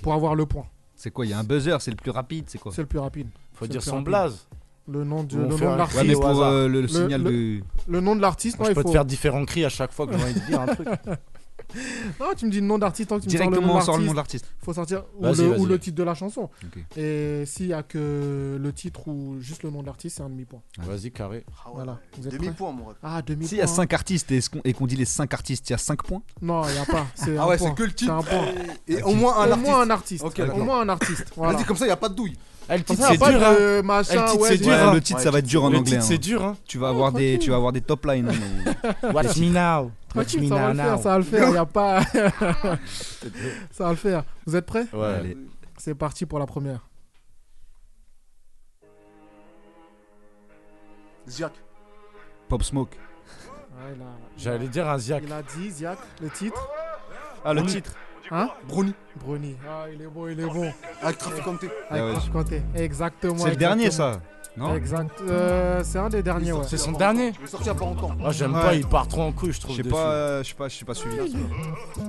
S2: pour avoir le point.
S4: C'est quoi Il y a un buzzer, c'est le plus rapide, c'est quoi
S2: C'est le plus rapide.
S4: Faut
S2: C'est
S4: dire
S2: le plus
S4: son
S2: rapide.
S4: blaze.
S2: Le nom, du,
S4: Ou on
S2: le nom
S4: fait un-
S2: de l'artiste.
S4: Ouais, mais pour, euh, le- le signal
S2: le-
S4: de-
S2: le nom de l'artiste, non,
S6: je
S2: il
S6: peux
S2: faut.
S6: te faire différents cris à chaque fois que j'ai envie de dire un truc.
S2: Non, Ah, tu me dis le nom d'artiste tant que tu me sors le
S4: Directement,
S2: nom
S4: on sort le
S2: d'artiste.
S4: nom de l'artiste.
S2: Faut sortir ou,
S4: Vas-y,
S2: le,
S4: vas-y.
S2: ou le titre de la chanson.
S4: Ok.
S2: Et s'il y a que le titre ou juste le nom de l'artiste, c'est un demi-point.
S6: Vas-y, carré.
S2: Voilà. Ah Vous êtes prêts
S10: Demi-point, mon ref.
S2: Ah, demi-point.
S4: S'il y a 5 artistes et ce qu'on- et qu'on dit les 5 artistes, il y a 5 points
S2: Non, il n'y a pas. C'est
S10: Ah
S2: un
S10: ouais,
S2: point.
S10: c'est que le titre.
S2: un point.
S10: Et au moins un
S2: Au
S10: artiste.
S2: moins un artiste.
S10: Ok,
S2: au
S10: d'accord.
S2: moins un artiste. Voilà.
S10: Vas-y, hein. comme ça, il n'y a pas de douille.
S6: Elle
S2: Comme ça, y a pas de machin, ouais, j'ai-
S4: Ouais, Le titre, ça va être dur en
S6: Le
S4: anglais.
S6: titre,
S4: hein.
S6: hein. c'est dur, hein.
S4: Tu vas avoir des, tu vas avoir des top lines. hein,
S6: Watch me now. Watch
S2: Tranquille,
S6: me
S2: ça va
S6: now.
S2: le faire, ça va le faire. Il a pas. ça va le faire. Vous êtes prêts
S6: Ouais. Allez.
S2: C'est parti pour la première.
S10: Ziak.
S4: Pop Smoke.
S2: Ouais, là.
S6: J'allais dire un Ziak.
S2: Il a dit Ziak, le titre.
S4: Ah, le titre.
S2: Hein
S10: Bruni.
S2: Bruni. Ah, il est bon, il est bon.
S10: Avec Traficante.
S2: Avec
S4: Ah ouais.
S2: Traficante, Exactement.
S4: C'est le dernier, ça,
S2: exactement.
S4: non
S2: Exact. Euh, c'est un des derniers, ouais.
S6: C'est son dernier
S10: Il est sorti il y a pas longtemps.
S6: Ah, j'aime
S4: Ouais.
S6: pas, il part trop en couille, je trouve.
S4: Je sais
S6: dessus.
S4: pas, euh, je sais pas, je sais pas suivi.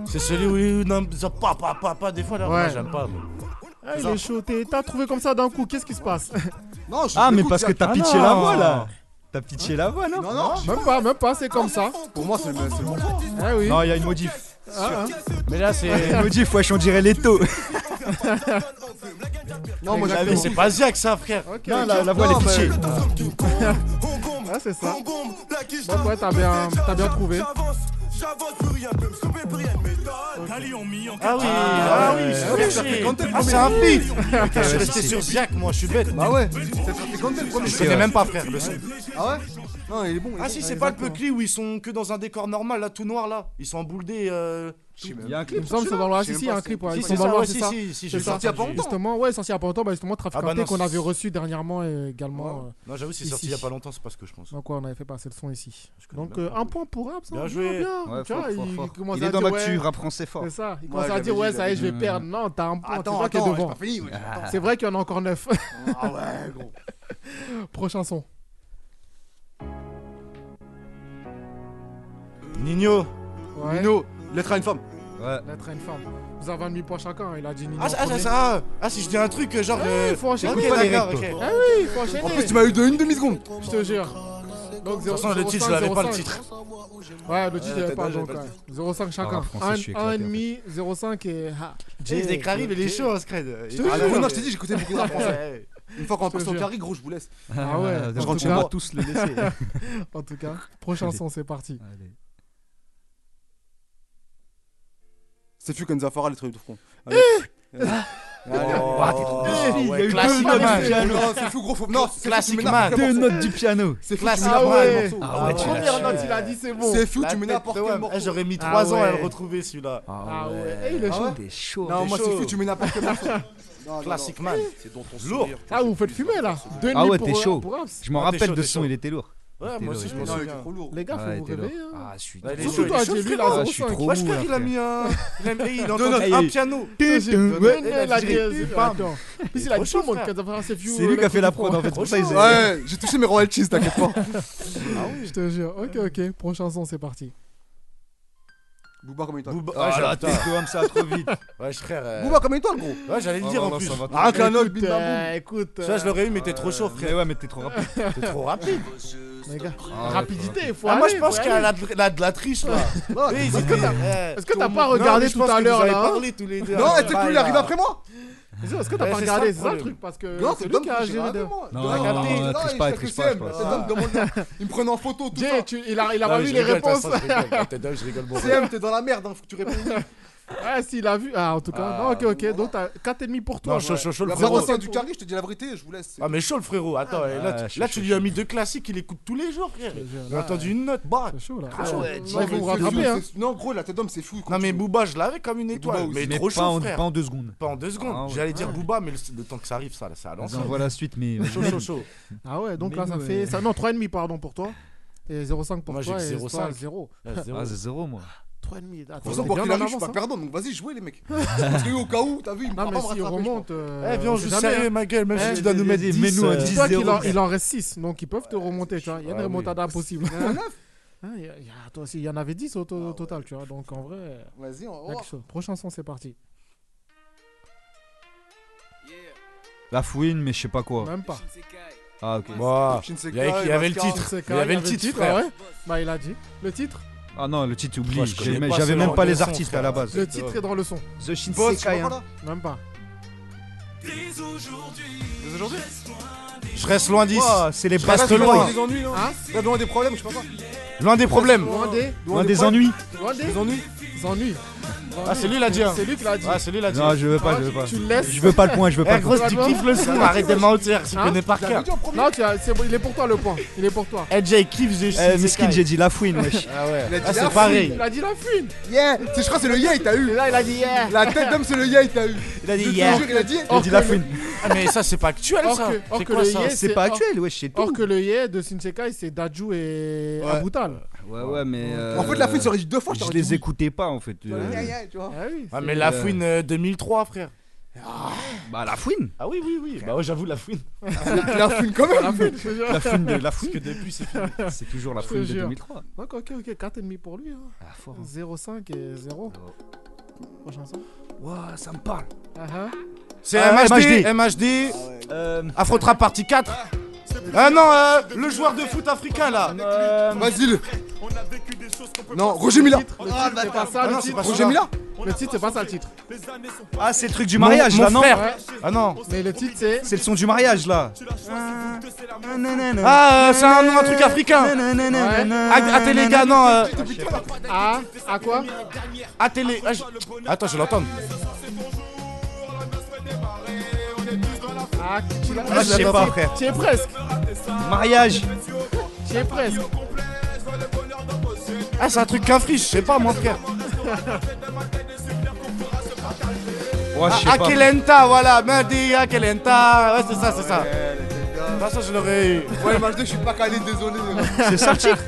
S6: C'est celui où il nomme ça, pa, pa, pa, pa, des fois là. Moi,
S2: Ouais.
S6: j'aime pas. moi.
S2: Ah, il est chaud. T'es- T'as trouvé comme ça d'un coup. Qu'est-ce qui se passe
S10: Non, je
S4: Ah, mais
S10: l'écoute,
S4: parce que
S10: Ziak.
S4: t'as
S10: Ah
S4: pitché la
S10: non.
S4: voix là. T'as pitché la voix, non
S10: Non, non.
S2: Même pas, même pas. C'est comme ça.
S10: Pour moi, c'est le c'est le morceau.
S2: Eh oui.
S4: Non, il y a une modif.
S2: Ah, hein.
S6: Mais
S4: Il y
S6: là,
S4: a
S6: c'est.
S4: une modif, wesh, on dirait les taux.
S10: Non, moi,
S6: Mais c'est pas Ziak, ça, frère.
S2: Ok.
S4: Non, la, la voix, elle est pitchée.
S2: Ah, c'est ça. Donc ouais, t'as bien, t'as bien trouvé.
S6: Ah oui, ah oui, je suis
S10: Traficante,
S6: perché.
S10: le premier.
S6: Ah, c'est un beat. Je suis
S4: ouais,
S6: resté
S4: si,
S6: sur Ziak, moi, je suis bête.
S10: Bah ouais, c'est Traficante le premier.
S6: Je connais même pas, frère. le son.
S10: Ah ouais Non, il est bon. il est
S6: Ah
S10: bon.
S6: si, c'est pas le Puckly où ils sont que dans un décor normal, là, tout noir, là. Ils sont embouldés. Euh...
S10: Je sais même
S4: Il y a un
S2: Il
S4: clip.
S2: me semble que c'est dans le
S10: Je sais
S2: si, si,
S10: même
S2: il y a
S10: pas,
S2: un clip.
S10: c'est-
S2: ouais,
S6: Si,
S2: ils sont
S6: c'est
S2: dans le
S6: ça,
S2: noir,
S6: ouais,
S2: c'est
S6: si,
S2: ça.
S6: si, si,
S2: C'est
S6: je
S2: ça.
S6: sorti avant.
S2: Justement, ouais, sorti il y a pas longtemps. Bah, justement, Traficante
S6: Ah bah non,
S2: qu'on avait
S6: c'est-
S2: reçu dernièrement euh, également. euh,
S6: Non, j'avoue, c'est
S2: Ici.
S6: sorti il y a pas longtemps, c'est pas ce que je pense.
S2: Donc ouais, on avait fait passer le son ici.
S6: connais
S2: Donc
S6: même
S2: euh,
S6: pas.
S2: un point pour Abs. hein,
S6: Bien joué.
S2: bien.
S4: Ouais,
S2: tu vois,
S4: fort, fort,
S2: il
S4: fort.
S2: commence
S4: Il
S2: à
S4: est dans
S2: dire,
S4: l'actu,
S2: ouais, Ah
S4: rap français fort.
S2: C'est ça. Il
S10: Moi,
S2: commence à
S10: j'avais
S2: dire
S10: dit,
S2: ouais, ça y est, je vais
S4: j'avais
S2: perdre. Non, t'as un point. C'est
S10: Attends,
S2: toi qui es
S10: attends, j'ai
S2: devant.
S10: pas fini. ouais.
S2: C'est vrai qu'il y en a encore neuf.
S10: Ah ouais, gros.
S2: Prochain son.
S6: Nino.
S2: Ouais.
S10: Nino, lettre à une femme. Ah,
S4: Ouais.
S2: Lettre à une femme. Vous avez un demi-point chacun, hein. il a dit Nino.
S6: Ah,
S2: en
S6: ah,
S2: premier.
S6: ah, ah, ah, si je dis un truc, euh, genre.
S2: Ouais,
S6: euh,
S2: faut enchaîner.
S6: ok,
S2: Écoute pas les
S6: d'accord,
S4: règles,
S6: ok.
S2: Ah oui, faut enchaîner.
S10: En plus, tu m'as eu de une demi-seconde.
S2: je te jure. Donc,
S6: De toute façon, le titre, je l'avais pas le titre.
S2: Ouais, le titre, il
S6: Ouais,
S2: avait pas
S6: t'as-
S2: donc.
S6: j'ai pas
S2: ouais. 0,5
S4: Ah,
S2: chacun.
S4: français, je suis
S2: 1,5, 0,5 et. ah,
S6: J'ai
S2: Jay,
S6: les carrés, mais les
S2: Jay.
S6: chauds, hein, Scred.
S2: te
S10: Ah,
S2: jure.
S10: gros, non, je t'ai dit, j'écoutais beaucoup de rap français.
S6: Ouais.
S10: Une fois qu'on passe au
S2: jure.
S10: carré, gros, je vous laisse.
S2: Ah ouais, en
S4: Je
S2: tout
S4: rentre chez
S2: cas-
S4: moi, tous les laisser.
S2: En tout cas, prochain
S4: Allez.
S2: son, c'est parti.
S4: Allez.
S10: Eh C'est Fukenza Farah, les trucs de front. Allez. Oh.
S6: Ouah, t'es trop
S4: Ah
S6: stylé, il y a eu deux notes du piano.
S10: Ah, Non, c'est fou, gros. Faut... Ah, Non, c'est
S6: Classique
S10: fou, tu mets
S4: Ah
S10: n'importe
S6: man.
S10: quel
S6: Deux
S10: morceau.
S6: notes du piano.
S10: C'est fou,
S6: Classique
S10: tu mets n'importe
S6: man.
S10: quel morceau.
S6: Ah ouais, tu l'as
S10: Première
S6: tué.
S10: note, il a dit, c'est bon. C'est fou, tu mets n'importe quel morceau.
S6: Eh, J'aurais mis
S10: Ah
S6: 3 ans à
S10: ouais.
S6: le retrouver celui-là.
S10: Ah ouais. Eh, il est chaud.
S6: T'es chaud.
S10: Non, moi, c'est fou, tu mets n'importe quel morceau.
S6: Classique man. C'est dont on
S10: Lourd.
S2: Ah, vous faites fumer là Deux
S4: Ah
S2: nuits
S4: ouais,
S2: pour-
S4: t'es chaud.
S2: pour Raps.
S4: Je m'en
S6: Ah, t'es
S4: rappelle
S6: chaud,
S4: de
S6: t'es
S4: ce son,
S6: chaud.
S4: il était lourd.
S6: Ouais,
S4: Il était
S6: moi aussi,
S4: lourd,
S6: je
S4: il
S6: me
S4: était
S6: souviens.
S4: lourd.
S6: Trop lourd.
S2: Les gars, faut
S4: Ouais,
S2: vous
S4: il était lourd.
S2: réveiller, hein.
S4: Ah, je suis
S2: Bah, il est
S4: trop
S2: chaud, il est
S4: lourd.
S2: chaud,
S4: Ah, je suis
S2: frérot.
S4: trop
S2: Ah, je suis
S4: lourd,
S2: trop
S4: là,
S2: lourd,
S4: frère.
S6: Il a mis un. Il a mis il entend
S4: Deux notes.
S6: un
S4: Aïe.
S6: piano.
S4: Tin, tin.
S2: Ouais, mais la
S6: la
S2: guerre,
S6: direct.
S2: c'est pas
S6: Bam.
S2: attends. En plus,
S6: Et
S2: il a
S6: trop
S2: dit
S6: chaud,
S2: tout le monde
S6: frère.
S2: quand t'as fait un view,
S4: C'est lui
S2: euh,
S4: qui a fait la prod,
S2: coup,
S4: en fait,
S2: quoi.
S4: pour ça, ils ont-
S10: Ouais, j'ai touché mes royalties, t'inquiète pas.
S2: Je te jure. Ok, ok. Prochain son, c'est parti.
S10: Booba comme une étoile.
S6: Ah, j'ai la tête de Homme, ça va trop vite. Ouais, frère. euh,
S10: Booba comme une étoile, gros.
S6: Ouais, j'allais le
S10: Ah,
S6: dire
S10: bah,
S6: en
S10: bah,
S6: plus.
S10: ça va trop
S6: Ah,
S10: vite.
S6: qu'un autre
S10: Écoute,
S6: bim bam boum.
S2: Euh, écoute.
S6: Tu vois, je l'aurais eu, mais t'es trop chaud, frère.
S4: Mais ouais, mais t'es trop rapide.
S6: T'es trop rapide.
S2: Les gars,
S4: ouais,
S2: rapidité, il faut
S6: Ah, moi,
S2: aller,
S6: je pense
S2: faut
S6: qu'il y a
S2: aller.
S6: la- la- la- de la triche là.
S10: euh, Bah,
S6: Mais ils
S2: Est-ce que
S6: étaient-
S2: t'as-
S6: eh,
S2: est-ce que
S6: tout
S2: t'as
S6: le
S2: pas
S6: monde-
S2: regardé
S6: Non, mais je
S2: tout
S6: pense
S2: à
S6: que
S2: l'heure
S6: Vous avez
S2: là
S6: parlé tous les deux.
S10: Non,
S6: Ah,
S10: c'est que lui, il arrive après moi.
S2: Est-ce que t'as
S6: Ouais,
S2: pas
S6: c'est ça,
S2: regardé
S6: le
S2: C'est ça le
S6: problème.
S2: truc parce que
S10: Non,
S2: c'est
S10: c'est
S2: lui
S10: Dom
S2: qui a
S10: j'ai
S2: géré.
S10: rien
S2: de-
S10: moi.
S4: Non,
S10: Dom,
S4: non,
S10: il a
S4: non,
S10: capté.
S4: non,
S10: Là,
S4: triche
S10: il
S4: pas,
S10: cherche
S4: triche
S10: le
S4: pas,
S10: CM.
S4: je pense.
S10: T'es Dom, demande-le. Il me prenait en photo, tout
S2: Jay,
S10: ça.
S2: tu- il a il a
S6: Ah,
S2: pas
S6: je
S2: vu les
S6: rigole, de toute
S2: réponses.
S6: façon, je rigole. Ah, T'es dingue, je rigole beaucoup.
S10: CM, t'es dans la merde, hein, faut que tu répondes.
S2: Ah, s'il a vu. Ah, en tout cas.
S6: Ah,
S2: Non, ok, ok. Donc, t'as 4,5 pour toi.
S6: Non, chaud, chaud, chaud, le
S10: La
S6: frérot.
S10: barre du carré, je te dis la vérité, je vous laisse.
S6: Ah, mais chaud, le frérot. Attends, eh, là,
S4: Ah,
S6: tu-
S4: chaud,
S6: là,
S4: chaud,
S6: tu lui as mis deux classiques, il écoute tous les jours, frère. J'ai entendu une note, bah.
S2: C'est chaud là.
S6: Ah ouais,
S2: Non,
S6: dis-
S2: faut
S10: Ouais, mais
S2: vous
S10: c'est
S2: rattraper,
S10: fou,
S2: hein.
S10: c'est- Non, gros, la tête d'homme, c'est fou.
S6: Non, mais Booba, je l'avais comme une étoile.
S10: Booba
S6: Mais
S10: aussi.
S4: Mais
S6: trop
S4: pas
S6: chaud,
S4: en-
S6: frère.
S4: pas en deux secondes.
S6: Pas en deux secondes.
S4: ouais.
S6: J'allais dire Booba, mais le le temps que ça arrive, ça, ça a
S4: On
S6: lancé.
S4: voit la suite, mais.
S6: Chaud, chaud, chaud.
S2: Ah ouais, donc
S4: Mais
S2: là ça
S4: nous,
S2: fait.
S4: euh,
S2: Ça... Non, 3,5 pardon pour toi. Et 0,5 pour
S6: Moi, j'ai
S2: toi.
S6: que
S2: et toi,
S6: 0,5.
S2: 0.
S6: Ah, zéro.
S4: Ah, c'est zéro, moi.
S2: 3,5. Attends,
S10: De toute façon,
S2: t'es
S10: quoi
S2: bien
S10: qu'il
S2: en
S10: arrive, je suis
S2: avance,
S10: pas
S2: hein.
S10: perdant, donc vas-y, jouez les mecs. Parce que au cas où, t'as vu, il me
S2: Non,
S10: pas
S2: mais
S10: me
S2: s'il
S10: rattraper. je pense.
S2: remonte. euh,
S6: Eh, viens, on
S2: sait
S6: joue
S2: jamais.
S6: sérieux, ma gueule. Même
S2: Eh,
S6: si tu dois nous mettre 10,
S4: mets-nous un
S6: euh,
S2: Dis-toi qu'il
S4: 10-0,
S2: en,
S4: frère.
S2: il en reste 6, donc ils peuvent te remonter, tu vois. Il y a
S6: Ah
S2: des
S6: oui.
S2: remontadas possibles.
S10: Il y en a neuf.
S2: Hein, il y a- il y a- Toi aussi, il y en avait 10 au, to- au total, tu vois. Donc en vrai,
S10: Vas-y, on
S2: il y a
S10: va.
S2: quelque chose. Prochain son, c'est parti.
S4: La fouine, mais je sais pas quoi.
S2: Même pas.
S4: Ah, ok.
S6: Bah,
S10: Shinsekai,
S6: il y avait il y avait le
S10: Mascara.
S6: titre.
S2: C'est
S6: Il y avait le titre, frère.
S2: ah ouais. Bah, il a dit. Le titre
S4: Ah non, le titre,
S6: Moi,
S4: oublie.
S6: je connais
S4: J'ai-
S6: pas
S4: J'avais
S6: ce
S4: même
S6: genre
S4: pas
S6: de
S4: les
S6: son,
S4: artistes à
S6: frère.
S4: la base.
S2: Le titre est dans le son.
S4: The
S10: Boss, tu
S4: Shinsekai.
S10: vois
S4: hein.
S10: pas, là
S2: Même pas.
S10: Dès aujourd'hui
S6: Je reste loin 10.
S4: Ouah, C'est les
S6: Je
S4: basses
S6: reste
S4: de
S6: loin.
S4: loin.
S10: Des ennuis, non
S2: Hein
S10: Là, loin des problèmes, je sais pas quoi.
S6: Loin des problèmes.
S2: Loin des. Ah,
S4: Loin des ennuis.
S2: Loin des.
S10: Des ennuis
S2: ennuis.
S6: Ah, c'est lui, il a dit. hein.
S2: C'est lui qui l'a dit.
S6: Ah, c'est lui, il a dit.
S4: Non, je veux pas,
S2: Ah,
S4: je veux
S2: tu-
S4: pas.
S2: Tu le laisses.
S4: Je veux pas le point, je veux pas
S6: Eh,
S4: le
S6: grosse,
S4: point.
S6: tu kiffes le son, arrête de mentir, tu
S2: Hein
S6: connais par
S10: J'avais
S6: cœur.
S10: dit en premier.
S2: Non, tu as- c'est bon, il est pour toi le point. Il est pour toi.
S6: Eh, Jay, kiffe The
S4: Eh,
S6: Shinsekai.
S4: Miskin, j'ai dit la fouine, wesh.
S6: Ah ouais.
S10: Il a dit
S6: Ah,
S10: la
S6: c'est pareil.
S2: Il a dit la fuite.
S10: Yeah C'est- Je crois que c'est le yeah, il t'a eu.
S2: Là, il a dit yeah.
S10: La tête d'homme, c'est le yeah, il t'a eu.
S4: Il a dit
S10: Je te
S4: hier.
S10: jure, il a dit.
S4: Il a dit la fouine.
S6: Ah, mais ça, c'est pas actuel,
S2: Or
S6: ça.
S2: que- or
S6: C'est
S2: que
S6: quoi
S2: le
S6: ça
S2: yes,
S4: C'est pas actuel, wesh, c'est
S2: Or
S4: tout.
S2: que le yeah de Shinsekai, c'est Daju et
S10: Ouais.
S2: Abutal.
S4: Ouais, ouais, mais. euh,
S10: En fait, la fouine, j'aurais dit deux fois, je
S4: Je
S10: t'aurais dit.
S4: les écoutais pas, en fait.
S10: oui.
S4: euh,
S10: Yeah, yeah, tu vois.
S2: Ah oui.
S6: Ah,
S2: c'est-
S6: mais la fouine euh, 2003, frère.
S4: Bah, la fouine.
S6: Ah oui, oui, oui. Bah ouais, j'avoue, la fouine.
S10: La fouine quand même.
S2: La fuite, je te jure.
S4: La fouine de la fouine.
S6: Ah,
S4: C'est toujours la
S2: Je te
S4: fouine de
S2: jure.
S4: 2003.
S2: Donc, ok, ok, 4,5 pour lui. Hein.
S4: Ah, fort.
S2: 0,5 et 0. Prochain son.
S4: Ouah, ça me parle.
S2: Ah, ah.
S6: C'est
S4: Ah,
S6: MHD. MHD.
S4: Euh.
S6: Afro Trap Partie 4. Ah non, euh, le joueur de foot africain, là.
S10: Vas-y, le. Non, Roger Mila.
S2: Le titre, c'est pas ça
S6: Ah
S2: le
S6: non, c'est
S2: titre.
S6: pas
S10: Roger Mila
S2: Le titre, c'est pas ça le titre.
S4: Ah, c'est le truc du mariage,
S6: mon
S4: là, non
S6: frère.
S2: Ouais,
S6: Ah non.
S2: mais le titre, c'est.
S4: C'est le son du mariage, là.
S6: Ah, euh, c'est un nom, un truc africain.
S2: Ouais.
S6: Athé les Ah, gars, non. euh,
S2: Ah, à quoi
S6: Athé les. ah, je- Attends, je vais l'entendre.
S2: Ah, tu l'as-
S4: Ah, je sais pas, frère.
S2: Tu es presque.
S4: Mariage.
S2: Tu es presque.
S6: Ah, c'est un truc qu'un friche, je sais pas, moi, frère.
S4: Ouais, je
S6: Ah,
S4: sais pas.
S6: Akelenta, voilà, Mehdi Akelenta. Ouais, c'est ça, c'est ça. De toute façon, je l'aurais eu.
S10: Ouais, match 2, je suis pas calé, désolé.
S4: C'est ça le titre.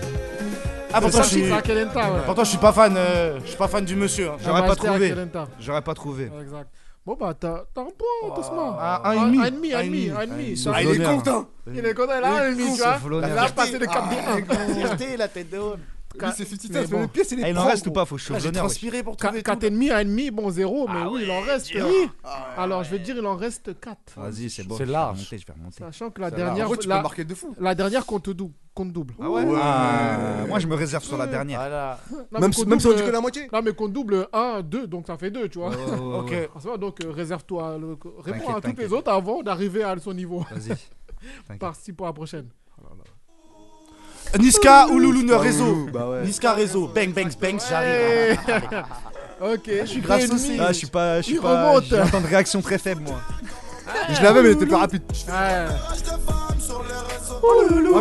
S6: Ah, pourtant,
S2: Ça,
S6: je suis.
S2: c'est à Kelenta, ouais.
S6: Pourtant, je suis pas fan. euh, Je suis pas fan du monsieur. hein.
S4: J'aurais pas
S2: Master à
S4: trouvé.
S2: Kelenta.
S4: J'aurais pas trouvé.
S2: Ouais, Exact. Bon, bah, t'as t'as un point, Tosma.
S6: Ah, un et demi.
S2: Un demi, un demi, un demi.
S4: demi.
S2: Ça-
S10: Ah, il est
S6: hein.
S4: L'honneur.
S10: content.
S2: Il est content, il a un demi, tu vois.
S4: Sauf
S2: Il
S4: l'honneur.
S2: a passé le cap des 1.
S6: Fierté, la tête de homme.
S10: Lui, c'est 50
S2: Mais
S10: mais
S2: bon.
S10: le pied, c'est les
S4: Ah, Il en
S10: pros,
S4: reste ou
S10: gros.
S4: pas Faut que je
S6: Ah,
S4: fasse
S6: J'ai
S4: l'honneur.
S6: transpiré pour trouver.
S2: 4 et demi, 1,5, bon 0, mais oui, il en reste. Oui. Alors, je vais te dire, il en reste 4.
S4: Vas-y, c'est bon.
S6: C'est
S4: je vais
S6: large.
S4: remonter, Je vais remonter.
S2: Sachant que la
S10: En
S2: dernière,
S10: gros, tu peux
S2: la,
S10: marquer de fou.
S2: la dernière compte double. Compte double.
S4: Ah ouais, Ah, Moi, je me réserve sur la dernière.
S6: Voilà.
S2: Non,
S10: Même
S2: mais
S10: si
S2: compte
S10: même si on dit que
S2: double,
S10: la moitié.
S2: euh, Non, mais compte double 1, 2, donc ça fait 2, tu vois.
S4: Ouais, ouais, ouais,
S6: Ok.
S4: ouais.
S2: Forcément, Donc, euh, réserve-toi. le- Réponds à
S4: T'inquiète,
S2: toutes les
S4: t'inquiète.
S2: autres avant d'arriver à son niveau.
S4: Vas-y.
S2: Parti pour la prochaine.
S6: Niska ou Louloune réseau.
S10: Bah ouais.
S6: Niska réseau. Bang, bang, bang, j'arrive.
S2: Ok,
S4: je suis grave
S2: Réuni.
S4: saucé. Ah, je suis pas. Je suis
S2: Il
S4: pas.
S2: remonte.
S4: J'ai un temps de réaction très faible, moi.
S2: Je
S4: l'avais, mais il était plus rapide.
S10: Ah,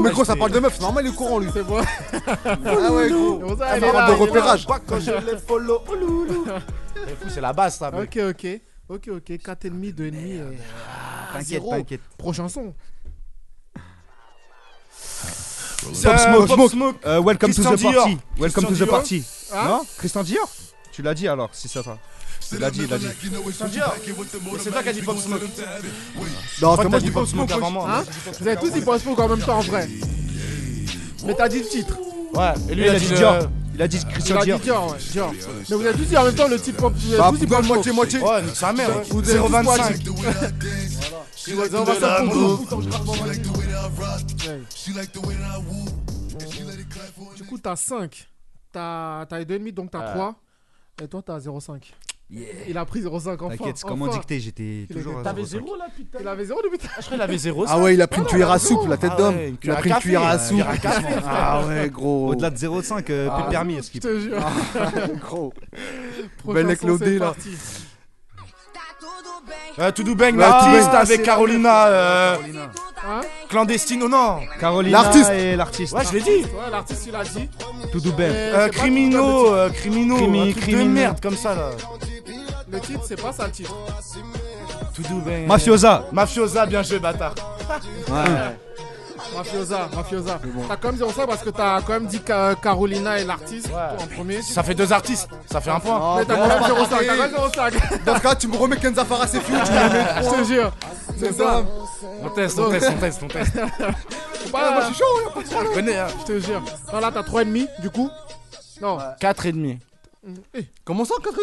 S10: mais gros, ça parle de meuf, c'est normal, il est au courant lui. C'est
S2: bon.
S10: Ah ouais, gros.
S2: C'est pour ça,
S10: Ah,
S2: elle
S10: ça
S2: est là,
S10: parle de
S2: elle est là.
S10: repérage.
S2: Pas quand je les follow. Oh, loulou.
S6: C'est fou, c'est la base, ça. mec.
S2: Ok, ok. Ok, ok. 4 ennemis, 2 ennemis. et- Ah,
S6: T'inquiète,
S2: zéro.
S6: t'inquiète.
S2: Prochain son.
S4: Pop Smoke,
S2: Pop
S4: Smoke.
S2: Smoke.
S4: Euh, welcome
S2: Christian
S4: to the
S2: Dior.
S4: party.
S2: Christian
S4: Welcome to the
S2: Dior.
S4: party.
S2: Hein
S4: non Christian Dior Tu l'as dit alors, si ça va. Tu l'as dit, il l'a dit.
S6: Christian Dior. Mais c'est toi qui as dit Pop Smoke.
S4: Non,
S6: Je crois que
S4: c'est moi
S6: t'as
S4: qui
S6: dit
S4: dis
S6: Pop
S4: Pop
S6: Smoke
S4: Smoke
S6: avant moi.
S2: Hein
S6: mais-
S2: Vous avez tous dit Pop Smoke en même temps, en vrai. Mais t'as dit le titre.
S6: Ouais,
S4: et lui, il a dit
S6: le-
S4: Dior. Il a dit Christian
S2: Il a
S4: Dior.
S2: dit Dior, ouais. Dior. Mais vous avez tous dit en même temps le titre Pop. Vous avez tous dit Pop Smoke.
S10: moitié-moitié.
S6: Ouais, nique sa mère.
S2: Vous avez tous
S6: 0,25.
S2: moitié.
S10: She
S2: like
S10: like
S2: the
S10: the
S2: way
S10: way
S2: that I
S10: that I
S2: move.
S10: move. She like the way that I rock. She like the way that I woo.
S2: Du coup, t'as 5. T'as t'as les deux ennemis, donc t'as
S4: Ah.
S2: 3. Et toi, t'as 0,5.
S4: Yeah.
S2: Il a pris 0,5 enfin.
S4: T'inquiète, c'est comment
S2: enfin.
S4: dicter, j'étais
S2: Il
S4: toujours euh,
S2: était-
S4: à
S2: T'avais
S4: 0,5.
S2: 0 là, putain. Il avait 0 depuis tout à l'heure.
S6: Je crois qu'il avait 0.
S10: Ah ouais, il a pris une cuillère à soupe, la tête
S4: Ah
S10: d'homme.
S4: ouais, une
S10: Il
S4: cuillère
S10: a
S4: à
S10: pris une
S4: café,
S10: cuillère à
S4: euh,
S10: soupe.
S4: cuillère à café.
S10: Ah ouais, gros.
S4: Au-delà de 0,5, euh,
S10: Ah,
S4: plus permis.
S10: je te jure.
S2: Gros.
S10: Belle avec l'OD là.
S6: Euh, To Do Bang,
S10: Ouais,
S6: l'artiste
S10: To Do Bang.
S6: avec Carolina. euh,
S2: Hein
S6: Clandestine ou non
S4: Carolina L'artiste. et l'artiste.
S6: Ouais, je l'ai dit.
S2: Ouais, l'artiste, il a dit.
S4: Tout doux belle.
S2: Euh,
S6: Euh,
S2: c'est pas
S6: criminaux, euh, criminaux,
S4: Crimi-
S6: un truc de
S4: criminaux.
S6: merde comme ça là.
S2: Le titre, c'est pas ça le titre.
S6: To do bang.
S4: Mafiosa.
S6: ben, Mafiosa, bien joué, bâtard.
S4: Ouais.
S2: Mafiosa, Mafiosa. T'as quand même 0,5 parce que t'as quand même dit Ca- Carolina et l'artiste en premier.
S6: Ça fait deux artistes, ça fait un point.
S2: Mais t'as quand même 0,5. T'as quand même 0,5.
S10: Dans ce cas, tu me remets Kenza Farah, c'est fini, tu me remets
S2: Je te jure. C'est ça.
S6: On teste, on teste, on teste, on teste.
S2: Bah,
S10: moi, je suis chaud,
S2: y'a pas de problème.
S6: connais, hein.
S2: Je te jure. Non, là, t'as 3,5 du coup. Non. Eh,
S6: Quatre et demi.
S10: Comment ça, 4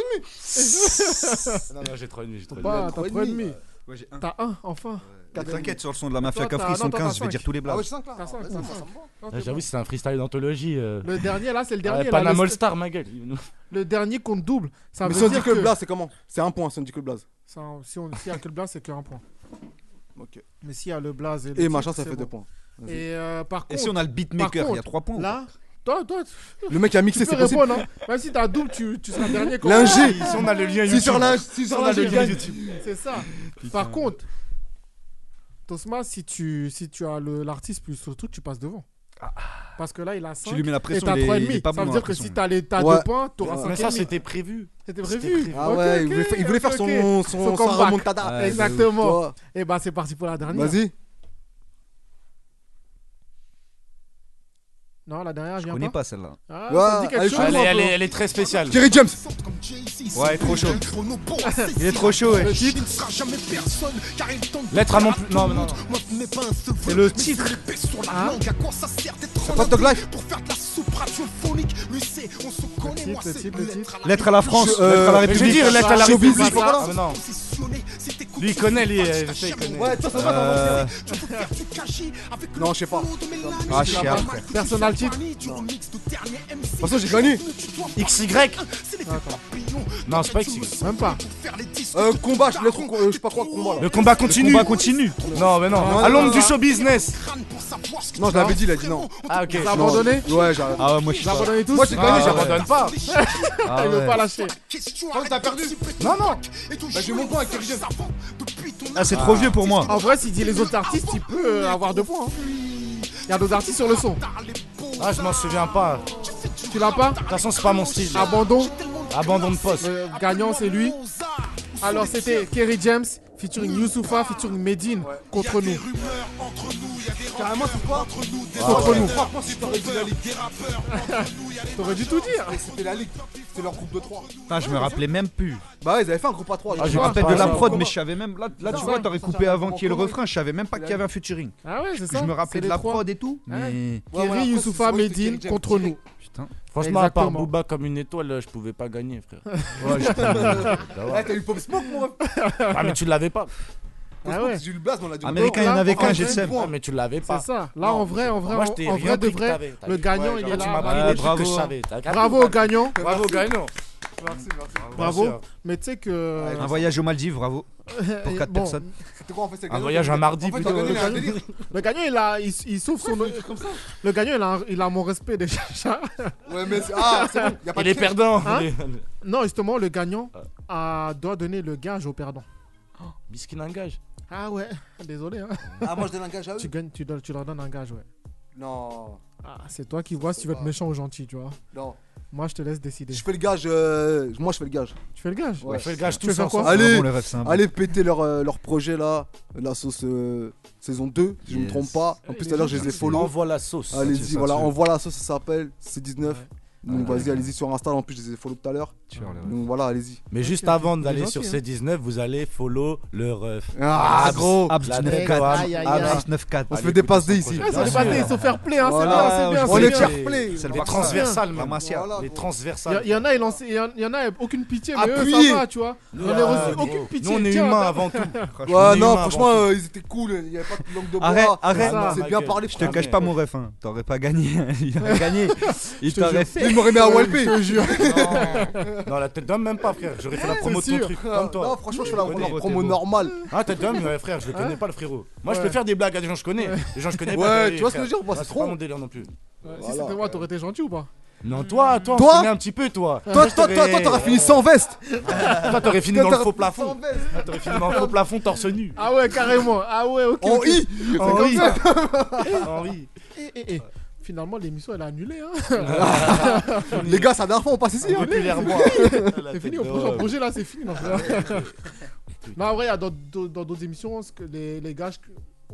S6: Non, non, j'ai trop et demi, j'ai trop et
S2: Bah,
S6: demi.
S2: t'as 3,5.
S4: Ouais, j'ai un.
S2: T'as 1, enfin.
S4: Mais T'inquiète sur le son de la mafia
S2: Toi, t'as-
S4: Cafri, ils
S2: non,
S4: sont
S2: toi,
S4: 15,
S2: t'as
S4: je vais dire
S2: cinq.
S4: tous les blagues.
S2: Ah ouais, cinq, là.
S10: T'as cinq,
S2: Ouais,
S10: ça
S2: ça
S10: me
S2: va. Non,
S6: Ah,
S2: c'est
S6: J'avoue,
S2: bon.
S6: c'est un freestyle d'anthologie. euh.
S2: Le dernier, là, c'est le
S6: Ah,
S2: dernier. là,
S6: Panam
S2: le-
S6: All Star, ma gueule. Il nous-
S2: Le dernier compte double. Ça
S10: Mais
S2: veut
S10: si on dit
S2: dire
S10: que le blaze, c'est comment C'est un point si on dit que le blaze.
S2: C'est un- Si on s'il y a que le blaze, c'est que 1 point.
S10: Ok.
S2: Mais s'il y a le blaze et le
S10: Et
S2: titre,
S10: machin, ça
S2: c'est
S10: fait
S2: bon.
S10: deux points. Vas-y.
S2: Et euh, par
S4: Et
S2: contre.
S4: si on a le beatmaker,
S2: par contre,
S4: il y a trois points ou
S2: Là, toi, toi. tu-
S10: Le mec a mixé,
S2: tu peux
S10: c'est possible.
S2: répondre, hein. Même si t'as double, tu, tu seras dernier. quand
S10: L'ingé.
S2: même.
S10: Si on a le lien Si YouTube. sur l'ing- si sur
S2: on a
S10: l'ingé,
S2: le
S10: il
S2: lien
S10: gagne.
S2: YouTube. C'est ça. Par contre, Tosma, si tu, si tu as le- l'artiste plus le truc, tu passes devant. Parce que là, il a 5.
S4: lui mets la pression,
S2: Et t'as
S4: il est-
S2: 3,5.
S4: il est pas
S2: ça
S4: bon
S2: veut
S4: dans
S2: dire
S4: la
S2: que
S4: pression.
S2: si t'as les- t'as
S10: Ah Ouais.
S2: 2 points, t'auras 5.
S6: Mais ça, c'était prévu.
S2: C'était
S6: C'était
S2: prévu.
S6: prévu.
S10: Ah
S2: Ok,
S10: ouais, il
S2: ok,
S10: voulait, fa- il voulait faire
S2: ok,
S10: son,
S2: ok.
S10: son,
S2: comeback.
S10: sa remontada.
S4: Ouais, de
S2: Exactement.
S10: ouf.
S2: Et bah, c'est parti pour la dernière.
S10: Vas-y.
S2: Non, la dernière, je
S4: Je
S2: viens
S4: connais
S2: pas.
S4: pas celle-là.
S2: Ah, ça me dit
S10: Ouais,
S2: quelque
S10: allez,
S2: chose.
S6: Elle est-
S2: un
S6: elle est-
S2: peu.
S6: elle est très spéciale.
S10: Jerry James.
S4: Ouais, trop chaud. Il est trop chaud, ouais.
S6: Lettre à mon plus. Non, mais non.
S4: C'est le titre.
S10: C'est pas Dog Life.
S2: Le titre, le titre, le titre.
S4: Lettre à la France,
S10: Euh,
S4: lettre à la
S6: Mais je vais
S4: République.
S6: dire, lettre à la
S10: Showbiz,
S6: République.
S10: c'est pas
S6: voilà.
S10: ça.
S6: Ah, mais non. Lui, il connaît, lui, euh, je sais, il connaît.
S10: Ouais, toi, ça va,
S2: Ah,
S4: Euh,
S10: Non, je sais pas.
S4: Ah, je sais
S10: De
S4: après.
S2: Personnal titre.
S10: toute façon, j'ai connu.
S6: XY
S2: Attends,
S6: Non, c'est pas XY.
S2: même pas.
S10: Euh, combat, je laisse- euh, je sais pas quoi, combat là.
S6: Le combat continue.
S4: combat continue.
S6: Non, mais non.
S10: Non,
S6: À l'ombre
S10: non,
S6: du
S10: non.
S6: show business.
S10: Non, je l'avais dit, il a dit non.
S6: Ah, ok.
S2: T'as abandonné
S10: Ouais, j'arrête.
S4: Ah ouais, moi je suis
S2: Vous
S4: pas.
S2: abandonnez tous
S10: Moi, j'ai
S6: Ah,
S10: gagné, j'arrête.
S6: j'abandonne pas.
S4: Ah
S2: Il veut
S4: ouais.
S2: pas lâcher.
S10: t'as perdu.
S6: Non, non.
S10: Bah, j'ai mon point avec Jerry James.
S4: Ah, c'est trop vieux pour moi.
S2: En vrai, s'il dit les autres artistes, il peut euh, avoir deux points. Il y a d'autres artistes sur le son.
S6: Ah, je m'en souviens pas. De
S2: Tu l'as pas
S6: toute façon, c'est pas mon style.
S4: Ah,
S2: Abandon.
S6: Abandon de poste.
S2: Le gagnant, c'est lui. Alors, c'était Kerry James featuring Youssoufa featuring Medine contre nous. Ah,
S10: Carrément, c'est quoi
S2: Contre nous.
S10: Franchement, si t'aurais dit la ligue.
S2: T'aurais dû tout dire.
S10: C'était la ligue. C'était leur groupe de 3.
S4: Putain, je me rappelais même plus.
S10: Bah, ouais, ils avaient fait un groupe à 3.
S4: Je me
S6: j'ai
S2: Ah,
S6: pas
S4: rappelle de
S6: parlé
S4: la
S6: de
S4: prod,
S6: combat.
S4: mais je savais même. Là, là, tu
S2: Ouais,
S4: vois, t'aurais
S10: ça
S4: coupé
S10: s'arrête
S4: avant qu'il y ait le
S10: comment
S4: refrain. Je savais même pas qu'il y avait un featuring.
S2: Ah ouais, c'est ça.
S4: Je me
S2: c'est
S4: rappelais
S2: les
S4: de la
S2: trois. Ah
S4: prod et tout.
S2: Ouais.
S4: Mais.
S2: Kerry, Youssoufa, Medine contre nous.
S4: Putain.
S6: Franchement, à part
S2: Exactement.
S6: Booba comme une étoile, je pouvais pas gagner, frère.
S10: Eh, t'as eu Pop Smoke, mon ref.
S6: Ah, mais tu l'avais pas.
S10: Pop
S2: Ah ouais.
S10: Smoke, J'ai eu le blaze, mais on l'a dit.
S4: Américain,
S2: Donc
S4: il y en
S2: là,
S4: avait
S2: en
S4: qu'un,
S2: vrai,
S4: GSM.
S6: Ah, mais tu l'avais
S2: C'est
S6: pas.
S2: ça. Là, en vrai, en vrai,
S6: Moi, je t'ai
S2: en
S6: rien
S2: vrai de
S6: pris que
S2: vrai,
S6: t'avais, t'as
S2: le
S6: vu.
S2: gagnant,
S6: Ouais,
S2: il
S6: genre,
S2: est
S6: tu m'as
S2: là.
S6: pris
S4: Ouais,
S6: les trucs
S4: bravo.
S6: que je savais. t'as capté.
S2: Bravo au gagnant.
S6: Bravo, gagnant.
S10: Merci, merci. hein.
S2: Bravo. Mais tu sais que. euh,
S4: Un voyage aux Maldives, bravo. Pour 4
S2: Bon.
S4: personnes.
S10: C'était quoi en fait c'est
S4: Un
S10: gagné-
S4: voyage à mardi,
S10: En fait, le
S4: plutôt.
S10: gagnant, il a un délire.
S2: Le gagnant, il, a, il, il souffre son. Le gagnant, il a, il a mon respect déjà.
S10: Ouais, mais c'est- ah, c'est bon, y a pas Il de est piège. perdant.
S2: Hein
S10: Il est-
S2: Non, justement, le gagnant a- doit donner le gage au perdant.
S4: Oh,
S5: Biskin a un gage.
S2: Ah ouais, désolé. hein.
S10: Ah, moi, je donne un gage à eux
S2: Tu, gagnes, tu, dois- tu leur donnes un gage, ouais.
S10: Non.
S2: Ah, C'est toi qui vois si tu veux être méchant ou gentil, tu vois.
S10: Non.
S2: Moi, je te laisse décider.
S10: Je fais le gage. euh, moi, je fais le gage.
S2: Tu fais le gage
S10: Ouais,
S2: Tu veux
S10: ça
S2: faire quoi
S10: Allez,
S2: un bon.
S10: allez péter leur, euh, leur projet là, la sauce euh, saison 2, si je me
S6: Yes.
S10: trompe pas. En plus, tout à l'heure, je les ai follow.
S6: Envoie la sauce. C'est
S10: Allez-y,
S6: ça,
S10: voilà,
S6: tu veux.
S10: envoie la sauce, ça s'appelle, c'est 19. Donc
S6: Ouais.
S10: vas-y, allez-y sur Insta, en plus, je les ai follow tout à l'heure.
S2: Eh,
S10: Donc voilà, allez-y.
S6: Mais juste avant d'aller sur ces 19, vous allez follow leur ref.
S10: Ah, gros.
S6: Abs
S10: La
S6: 94.
S10: nègre, aïe, aïe, aïe.
S6: Abs 94.
S10: On se fait dépasser ici.
S6: Bien
S10: Ah,
S2: Ah,
S6: sûr.
S2: c'est pas des- ils sont fair play, hein,
S10: Voilà,
S2: c'est bien, c'est bien.
S10: on
S2: c'est
S10: est
S2: bien.
S10: fair play. C'est le
S5: Les
S10: Barça.
S5: transversales, même.
S10: Barmacia.
S5: Les
S2: Il y a-
S5: transversales.
S2: il y, en a, ils lancent- il y en- il y en a, aucune pitié, mais eux,
S10: Appuyez.
S2: ça va, tu vois.
S10: Nous,
S2: on a
S10: euh,
S2: reçu
S10: gros.
S2: aucune pitié.
S10: Nous, on est
S2: tiens,
S10: humains
S2: attends.
S10: avant tout.
S4: Franchement, on est
S10: Ouais,
S4: humains
S10: non,
S4: avant
S10: franchement,
S4: tout.
S10: euh, ils étaient cool, il n'y avait pas de langue de bois.
S4: Arrête, arrête.
S10: Ah, C'est bien parlé,
S4: Je te cache pas mon ref, hein. t'aurais pas gagné. Il aurait gagné. Il
S10: Je te
S4: t'aurait
S10: jure.
S4: fait.
S10: Il m'aurait mis à
S2: Je
S10: Walpé.
S2: te jure.
S6: Non. Non, la tête d'homme, même pas, frère. J'aurais fait la promo de
S10: C'est
S6: ton
S10: sûr.
S6: truc. Comme toi.
S10: Non, franchement, je fais la
S6: connais.
S10: la promo normale.
S6: Ah, tête d'homme, ouais, frère, je le connais
S10: Hein
S6: pas, le frérot. Moi, je
S2: Ouais.
S6: peux faire des blagues à des gens que je connais. Des gens que je connais
S10: Ouais,
S6: pas.
S10: tu vois ce que je veux dire Moi, c'est
S6: c'est
S10: trop.
S6: pas mon délire non plus.
S2: Ouais, Si
S6: Voilà.
S2: c'était moi, t'aurais été gentil ou pas
S6: Non, toi, toi,
S2: Toi
S6: on se connaît un petit peu, toi.
S2: Toi,
S6: je
S2: toi, toi,
S6: t'aurais-
S2: toi, t'aurais
S10: fini sans veste.
S6: Toi, t'aurais fini
S10: Toi,
S6: dans le
S10: t'aurais
S6: faux
S10: fini
S6: plafond. Toi, T'aurais fini dans le faux plafond, torse nu.
S2: Ah ouais, carrément. Ah ouais, ok.
S6: En
S2: ok.
S6: I.
S2: C'est
S6: En
S2: comme
S6: I.
S2: ça.
S6: En I.
S2: Eh, eh, eh. Finalement, l'émission, elle a annulé. Hein.
S10: Ah, Les gars, ça dernière fois, on passe ici. hein.
S2: C'est fini, au prochain projet, là, c'est fini. Non,
S10: Ah,
S2: non en vrai, il y a dans dans- dans d'autres émissions, ce que les, les gages,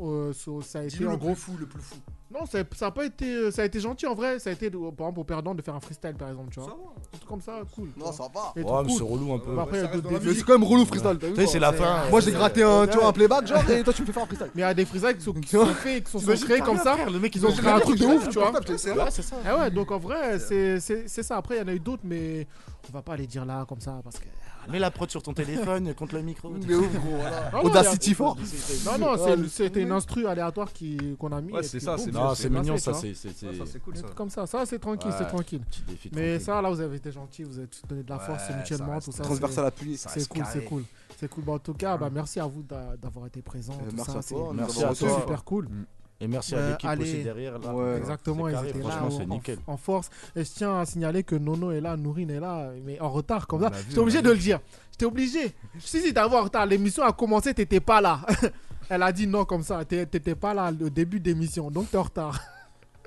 S2: euh, ça ça a été
S10: Dis-nous
S2: en
S10: le
S2: gros.
S10: plus fou, le plus fou.
S2: Non, ça ça a pas été, euh, ça a été gentil en vrai. Ça a été, de- par exemple, au perdant de faire un freestyle, par exemple, tu vois. Un truc comme ça, cool.
S10: Non, ça va.
S2: Des
S6: Ouais,
S2: trucs
S6: mais c'est
S2: cool.
S6: relou un peu.
S2: Bah, après, il y a
S6: Ça reste
S2: d'autres
S6: dans la
S2: défis.
S10: Mais c'est quand même relou freestyle, t'as vu
S6: Tu sais,
S10: quoi.
S6: c'est la fin.
S10: Moi, j'ai gratté un, tu vois, un playback, genre, et toi, tu me fais faire un freestyle.
S2: Mais il y a des freestyles qui sont, qui sont faits, qui sont, sont
S10: T'imagines,
S2: créés
S10: t'as
S2: comme
S10: rien
S2: ça.
S10: à faire, le mec,
S2: ils
S10: ils
S2: ont
S10: ont
S2: créé un
S10: rien
S2: truc de
S10: à faire,
S2: ouf, tu vois.
S10: portable, tu sais, c'est
S2: Ouais,
S10: vrai, c'est ça.
S2: Ah ouais, donc en vrai, c'est c'est- c'est ça. Après, il y en a eu d'autres, mais on va pas les dire là comme ça parce que.
S6: Mets la prod sur ton téléphone, contre le micro.
S10: Mais ouf, gros, voilà.
S2: Ah ouais,
S10: Audacity
S2: y a-
S10: fort.
S2: Non, non,
S10: Ah,
S2: c'est-
S10: le-
S2: c'était une instru aléatoire qui- qu'on a mis.
S6: Ouais,
S2: et
S6: c'est
S2: puis
S6: ça,
S2: boum,
S6: c'est mignon, c'est mignon,
S2: fait,
S6: ça,
S2: tu vois.
S6: c'est- c'est- c'est- Ouais, ça, c'est cool,
S2: Des
S6: ça.
S2: trucs Comme ça, ça, c'est tranquille, c'est
S6: Ouais,
S2: tranquille.
S6: petit défi
S2: Mais
S6: tranquille.
S2: ça, là, vous avez été gentils, vous avez tous donné de la
S6: Ouais,
S2: force
S6: ça
S2: mutuellement,
S6: reste-
S2: tout ça.
S6: transversal
S2: c'est-
S6: appuyé. Ça
S2: C'est
S6: reste
S2: cool, c'est
S6: carré. Mm.
S2: cool. C'est cool. Bah, en tout cas, bah, merci à vous d'a- d'avoir été présent.
S10: Euh,
S2: tout
S10: merci
S2: ça,
S10: à
S2: c'est-
S10: toi,
S6: merci à
S2: c'est
S6: toi.
S2: super cool.
S6: Mm. Et merci à l'équipe
S2: allez.
S6: aussi derrière, là.
S10: Ouais.
S2: Exactement,
S6: C'est
S2: ils
S6: carré,
S2: étaient là
S6: franchement, c'est
S2: en- en,
S6: nickel.
S2: en force. Et je tiens à signaler que Nono est là, Nourine est là, mais en retard comme ça.
S6: l'a vu,
S2: J'étais
S6: on
S2: obligé
S6: l'a
S2: de le dire. J'étais obligé. Si si t'avais en retard, l'émission a commencé, t'étais pas là. Elle a dit non comme ça, t'é- t'étais pas là au début d'émission, donc t'es en retard.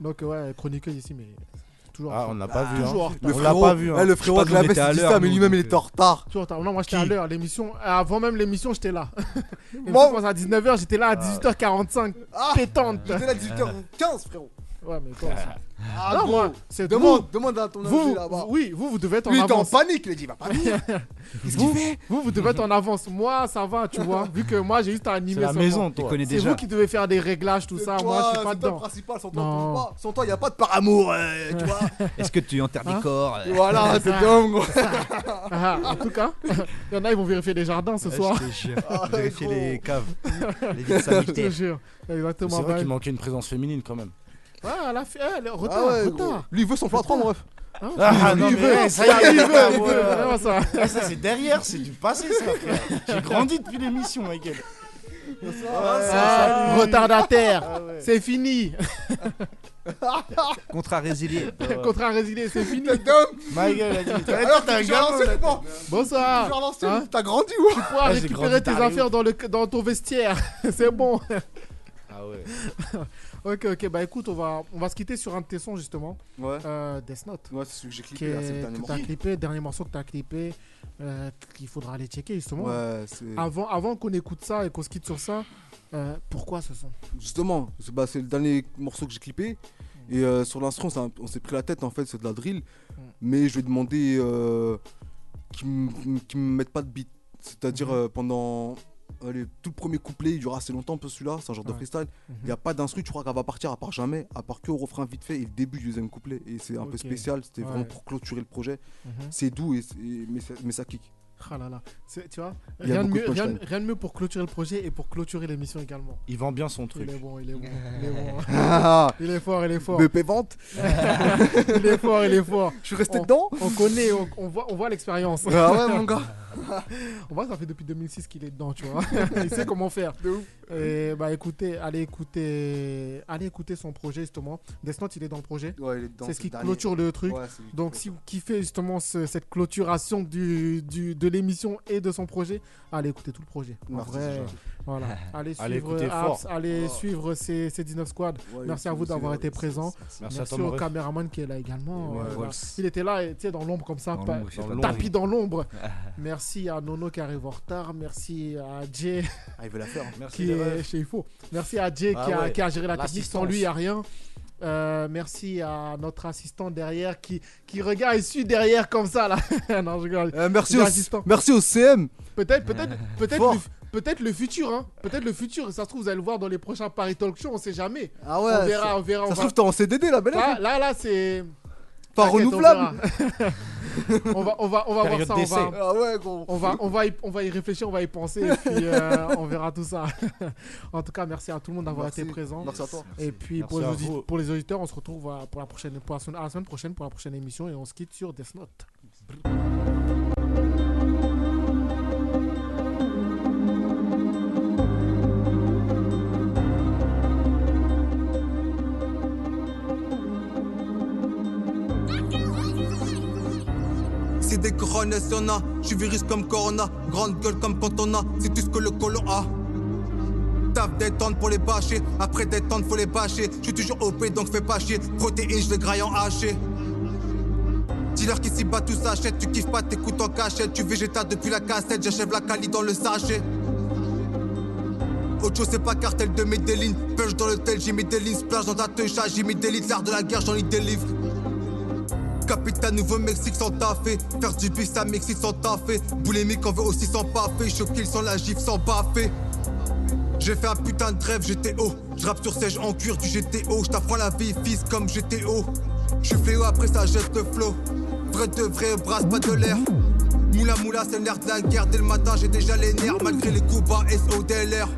S2: Donc ouais, chroniqueuse ici, mais toujours. en
S6: Ah,
S2: retard.
S6: on n'a pas vu,
S2: Toujours
S6: hein.
S2: en retard.
S6: Le On l'a frérot- pas vu, hein. eh, le frérot
S10: avec la veste, il dit ça, mais lui-même, il était en retard.
S2: Toujours en retard. Non, moi j'étais à l'heure. L'émission, avant même l'émission, j'étais là.
S10: Moi-
S2: Moi, commence à 19h, j'étais
S6: Ah.
S2: là à 18h45. Pétante.
S10: J'étais là 18h15, frérot.
S2: Ouais, mais toi aussi.
S10: Ah,
S2: non,
S10: gros.
S2: moi, c'est
S10: Demande-
S2: vous.
S10: demande à ton
S2: vous,
S10: invité là-bas.
S2: Oui, vous, vous devez être en
S10: Lui, il était en
S2: avance.
S10: panique, il a dit, il va pas venir.
S2: vous, vous, vous devez être en avance. Moi, ça va, tu vois. Vu que moi, j'ai juste à animer.
S6: C'est la
S2: seulement.
S6: maison, toi. Il connaît
S2: C'est
S6: déjà.
S2: vous qui devez faire des réglages, tout ça. moi, je suis pas
S10: c'est toi le
S2: dedans.
S10: principal, sans toi, on
S2: Non.
S10: tombe pas. Sans toi, il n'y a pas de par amour, euh, tu vois.
S4: Est-ce que tu enterres
S2: Hein
S4: des corps euh,
S10: Voilà,
S2: C'est
S10: c'est
S2: ça.
S10: dingue, gros.
S2: Ah, en tout cas, il y en a, ils vont vérifier les jardins ce
S6: Euh,
S4: Ouais,
S2: soir.
S4: je te jure.
S2: Ah,
S4: Vérifier
S2: gros.
S4: les caves, les vides
S2: Je te
S4: sanitaires.
S2: jure.
S6: C'est
S2: Exactement.
S6: vrai
S2: bah,
S6: qu'il manquait une présence féminine quand même.
S2: Ah, la fille, elle est retard,
S10: Ah ouais,
S2: retard.
S10: gros. Lui, il veut son plan 3, mon ref.
S6: Ah, non,
S10: Lui, il
S6: mais
S10: veut,
S6: ouais, ça y est,
S10: il veut,
S6: ah,
S10: il veut,
S6: ouais.
S10: vraiment, ça.
S6: Ah, ça, c'est derrière, c'est du passé, ça, frère. J'ai grandi depuis l'émission, ma gueule.
S2: Ah,
S6: Ah, salut.
S2: retardataire,
S6: Ah, ouais.
S2: c'est fini.
S4: Contrat résilié.
S2: Contrat résilié, c'est fini.
S6: Ma gueule, elle a dit,
S10: Alors,
S6: t'as un
S10: t'es toujours à
S6: gamin, là.
S10: l'ancienne, moi.
S2: Bonsoir.
S10: Toujours à l'ancienne,
S2: Hein
S10: T'as grandi ou
S2: Tu pourras
S6: Ah, j'ai
S2: récupérer tes
S6: grandi taré,
S2: affaires dans, le, dans ton vestiaire. C'est bon.
S6: Ah ouais.
S2: ok, ok. Bah écoute, on va, on va se quitter sur un de tes sons justement.
S10: Ouais.
S2: Euh, Death Note.
S10: Ouais, c'est celui que
S2: Qui
S10: j'ai
S6: ah,
S10: clippé, là, c'est le
S2: est-
S10: dernier
S2: que t'as
S10: morceau.
S2: clippé, dernier morceau que t'as clippé, euh, qu'il faudra aller checker justement.
S10: Ouais, c'est-
S2: avant avant qu'on écoute ça et qu'on se quitte sur ça, euh, pourquoi ce son
S10: Justement, c'est bah, c'est le dernier morceau que j'ai clippé. Et euh, sur l'instru, on s'est- on s'est pris la tête en fait, c'est de la drill. Mais je lui ai demandé euh, qu'il me qu'il me mette pas de beat. C'est-à-dire euh, pendant allez, tout le premier couplet, il dure assez longtemps, un peu celui-là, c'est un genre de
S2: Ouais.
S10: freestyle. Il
S2: Mhm.
S10: n'y a pas d'instru, tu crois qu'elle va partir à part jamais, à part que au refrain vite fait et le début du deuxième couplet. Et c'est un peu
S2: Ok.
S10: spécial, c'était
S2: Ouais.
S10: Mm-hmm. vraiment pour clôturer le projet.
S2: Mhm.
S10: C'est doux, et, et- mais, ça- mais ça kick.
S2: Ah là là. C'est- Tu vois,
S6: Il y a
S2: rien de,
S6: beaucoup
S2: mieux,
S6: de
S2: rien-
S6: punchlines.
S2: rien de mieux pour clôturer le projet et pour clôturer l'émission également.
S6: Il vend bien son truc.
S2: Il est bon, il est bon. Il est, bon.
S6: Ah.
S2: il est fort, il est fort.
S6: BP vente.
S2: il est fort, il est fort.
S6: Je suis resté
S10: Oh.
S2: On-
S6: dedans
S2: On connaît, on, on voit, on voit l'expérience.
S6: Ah ouais, mon gars.
S2: on voit, ça fait depuis 2006 qu'il est dedans, tu vois. il sait comment faire. Et bah écoutez, allez écouter, allez écouter son projet justement. Death Note, il est dans le projet.
S10: Ouais, il est dedans,
S2: C'est ce
S10: c'est
S2: qui
S10: le dernier.
S2: clôture le truc.
S10: Ouais, c'est lui qui
S2: Donc si vous kiffez justement ce- cette clôturation du, du- de l'émission et de son projet, allez écouter tout le projet. En
S10: Merci,
S2: vrai,
S10: Jean.
S2: voilà. Allez
S10: Allez
S2: suivre
S10: écouter
S2: Abs,
S10: fort.
S2: allez
S10: Oh.
S2: suivre ces, ces 19 squads.
S10: Ouais,
S2: merci
S10: ils
S2: à
S10: sont-
S2: vous d'avoir
S10: c'est-
S2: été
S10: c'est-
S2: présent.
S10: c'est-
S6: Ah,
S2: Merci,
S10: Merci à Tom
S2: au
S10: Ruff.
S2: caméraman qui est là également. euh,
S10: Ouais,
S2: Voilà.
S10: Rolls.
S2: Il était là, tu sais, dans l'ombre comme ça,
S10: Dans
S2: pas-
S10: l'ombre, il fait pas de
S2: tapis
S10: bruit.
S2: dans l'ombre.
S10: Ah.
S2: merci à Nono qui arrive en retard. Merci à Jay.
S10: Ah, il veut la faire.
S6: hein.
S10: Merci,
S2: qui
S10: les
S2: est
S10: refs.
S2: chez Ifo. Merci à Jay
S10: Ah
S2: qui, a,
S10: ouais,
S2: qui a géré la technique. Sans
S10: l'assistance.
S2: lui, il n'y a rien. Euh, merci à notre assistant derrière qui, qui regarde et suit derrière comme ça là. non, je rigole.
S11: Euh, merci,
S2: J'ai
S11: au,
S2: assistant.
S11: merci au CM.
S2: Peut-être, peut-être, peut-être,
S11: Fort.
S2: le, peut-être le futur, hein. Peut-être le futur. Ça se trouve, vous allez le voir dans les prochains Paris Talk Show. On sait jamais.
S11: Ah ouais,
S2: On verra,
S11: ça-
S2: on verra.
S11: ça
S2: on
S11: se
S2: va-
S11: trouve, t'es en CDD, là, belle
S2: Là,
S11: époque.
S2: là, là, c'est.
S11: Pas
S2: T'inquiète, on
S11: renouvelable.
S2: verra. on va, on va, on va voir
S11: Période
S2: ça. On va,
S11: d'essai. Ah ouais, gros.
S2: on va, on va, y, on va y réfléchir, on va y penser, et puis euh, on verra tout ça. en tout cas, merci à tout le monde d'avoir
S11: Merci.
S2: été présent.
S11: Merci à toi.
S2: Et puis
S11: Merci
S2: pour les,
S11: à
S2: audi-
S11: vous.
S2: pour les auditeurs, on se retrouve voilà, pour la prochaine, pour la, à la semaine prochaine pour la prochaine émission et on se quitte sur Death Note.
S15: C'est des couronnes si on a. Je suis virus comme Corona. Grande gueule comme quand on a. C'est tout ce que le colon a. Taf détente pour les bâcher. Après détente, faut les bâcher. Je suis toujours OP donc fais pas chier. Protéines, je le graille en haché. Dealer qui s'y bat, tout s'achète. Tu kiffes pas, t'écoutes en cachette. Tu végétas depuis la cassette. J'achève la cali dans le sachet. Autre chose, c'est pas cartel de Medellin. Pêche dans le tel, j'ai mis des lignes. Splash dans ta teucha, j'ai mis des litres. L'art de la guerre, j'en lis des livres. Capitaine Nouveau-Mexique sans taffer Faire du bis à Mexique sans taffer Boulimique on veut aussi sans paffer Choquil sans la gifle sans baffer J'ai fait un putain de rêve GTO Je rappe sur sèche en cuir du GTO Je t'apprends la vie fils comme GTO Je suis fléau après ça jette le flow Vrai de vrai brasse pas de l'air Moula moula c'est l'air de la guerre Dès le matin j'ai déjà les nerfs Malgré les coups bas SO DLR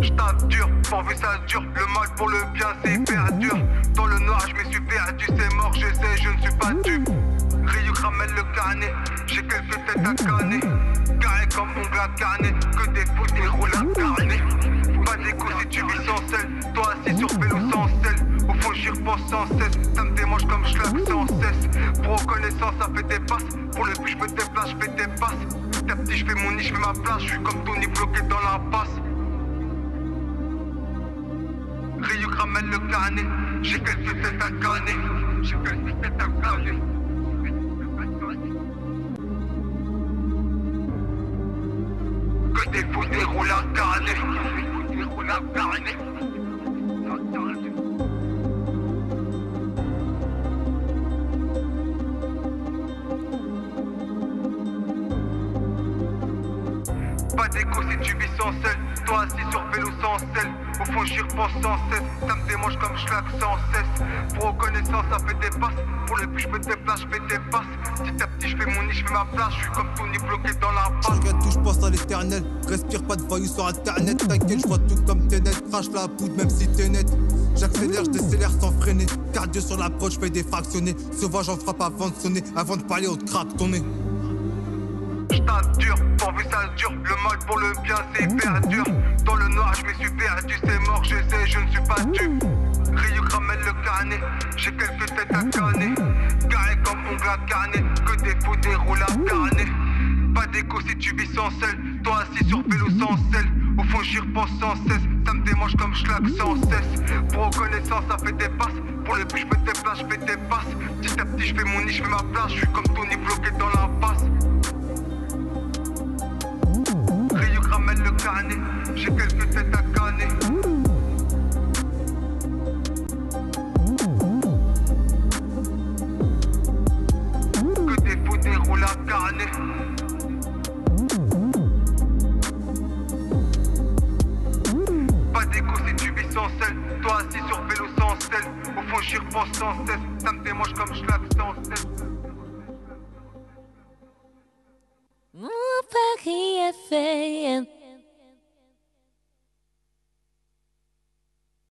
S16: J't'endure, pourvu ça dure, le mal pour le bien c'est hyper dur Dans le noir je me suis perdu, c'est mort, je sais, je ne suis pas dupe Ryuk ramène le carnet, j'ai quelques têtes à canner Carré comme ongle à carnet, que des fous des rôles incarnés Pas d'écho si tu vis sans sel, toi assis sur vélo sans sel Au fond j'y repense sans cesse, ça me démange comme je sans cesse Pro connaissance ça fait des passes, pour le but je me déplace, je fais des passes Petit à petit je fais mon nid, je fais ma place, je suis comme Tony bloqué dans la passe Ryuk ramène le carnet, j'ai quelques têtes à canner, j'ai quelques têtes à canner. Que des fous déroulent incarnés, que des fous déroulent incarnés. Pas d'écho si tu vis sans sel, toi assis sur vélo sans sel. Au fond j'y repense sans cesse, ça me démange comme je slack sans cesse. Pour reconnaissance ça fait des passes, pour le but je me déplace, je fais des passes. Petit à petit je fais mon nid, je fais ma place, je suis comme Tony bloqué dans la
S15: Je regarde tout, je pense à l'éternel. Respire pas de voyous sur internet. T'inquiète, je vois tout comme t'es net. Crache la poudre, même si t'es net. J'accélère, je décélère sans freiner. Cardio sur l'approche, je fais des fractionnés. Sauvage, j'en frappe avant de sonner. Avant de parler, on te craque ton nez.
S16: J't'endure, pourvu ça dure, le mal pour le bien c'est hyper dur Dans le noir je me suis perdu, c'est mort, je sais, je ne suis pas dupe Ryuk ramène le carnet, j'ai quelques têtes à canner Carré comme ongle à carnet, que des faux déroulent incarnés Pas d'écho si tu vis sans sel, toi assis sur vélo sans sel Au fond j'y repense sans cesse, ça me démange comme schlack sans cesse Pour reconnaissance ça fait des passes, pour le but je me déplace, je fais des passes Petit à petit je fais mon nid, je fais ma place, je suis comme Tony bloqué dans la passe Ryuk ramène le carnet, j'ai quelques têtes à canner. Que des fous déroulent à carnet. Pas d'écho si tu vis sans sel, toi assis sur vélo sans sel. Au fond j'y j'y repense sans cesse. Ça me démange comme je l'avais sans cesse.
S1: Mon Paris est fait.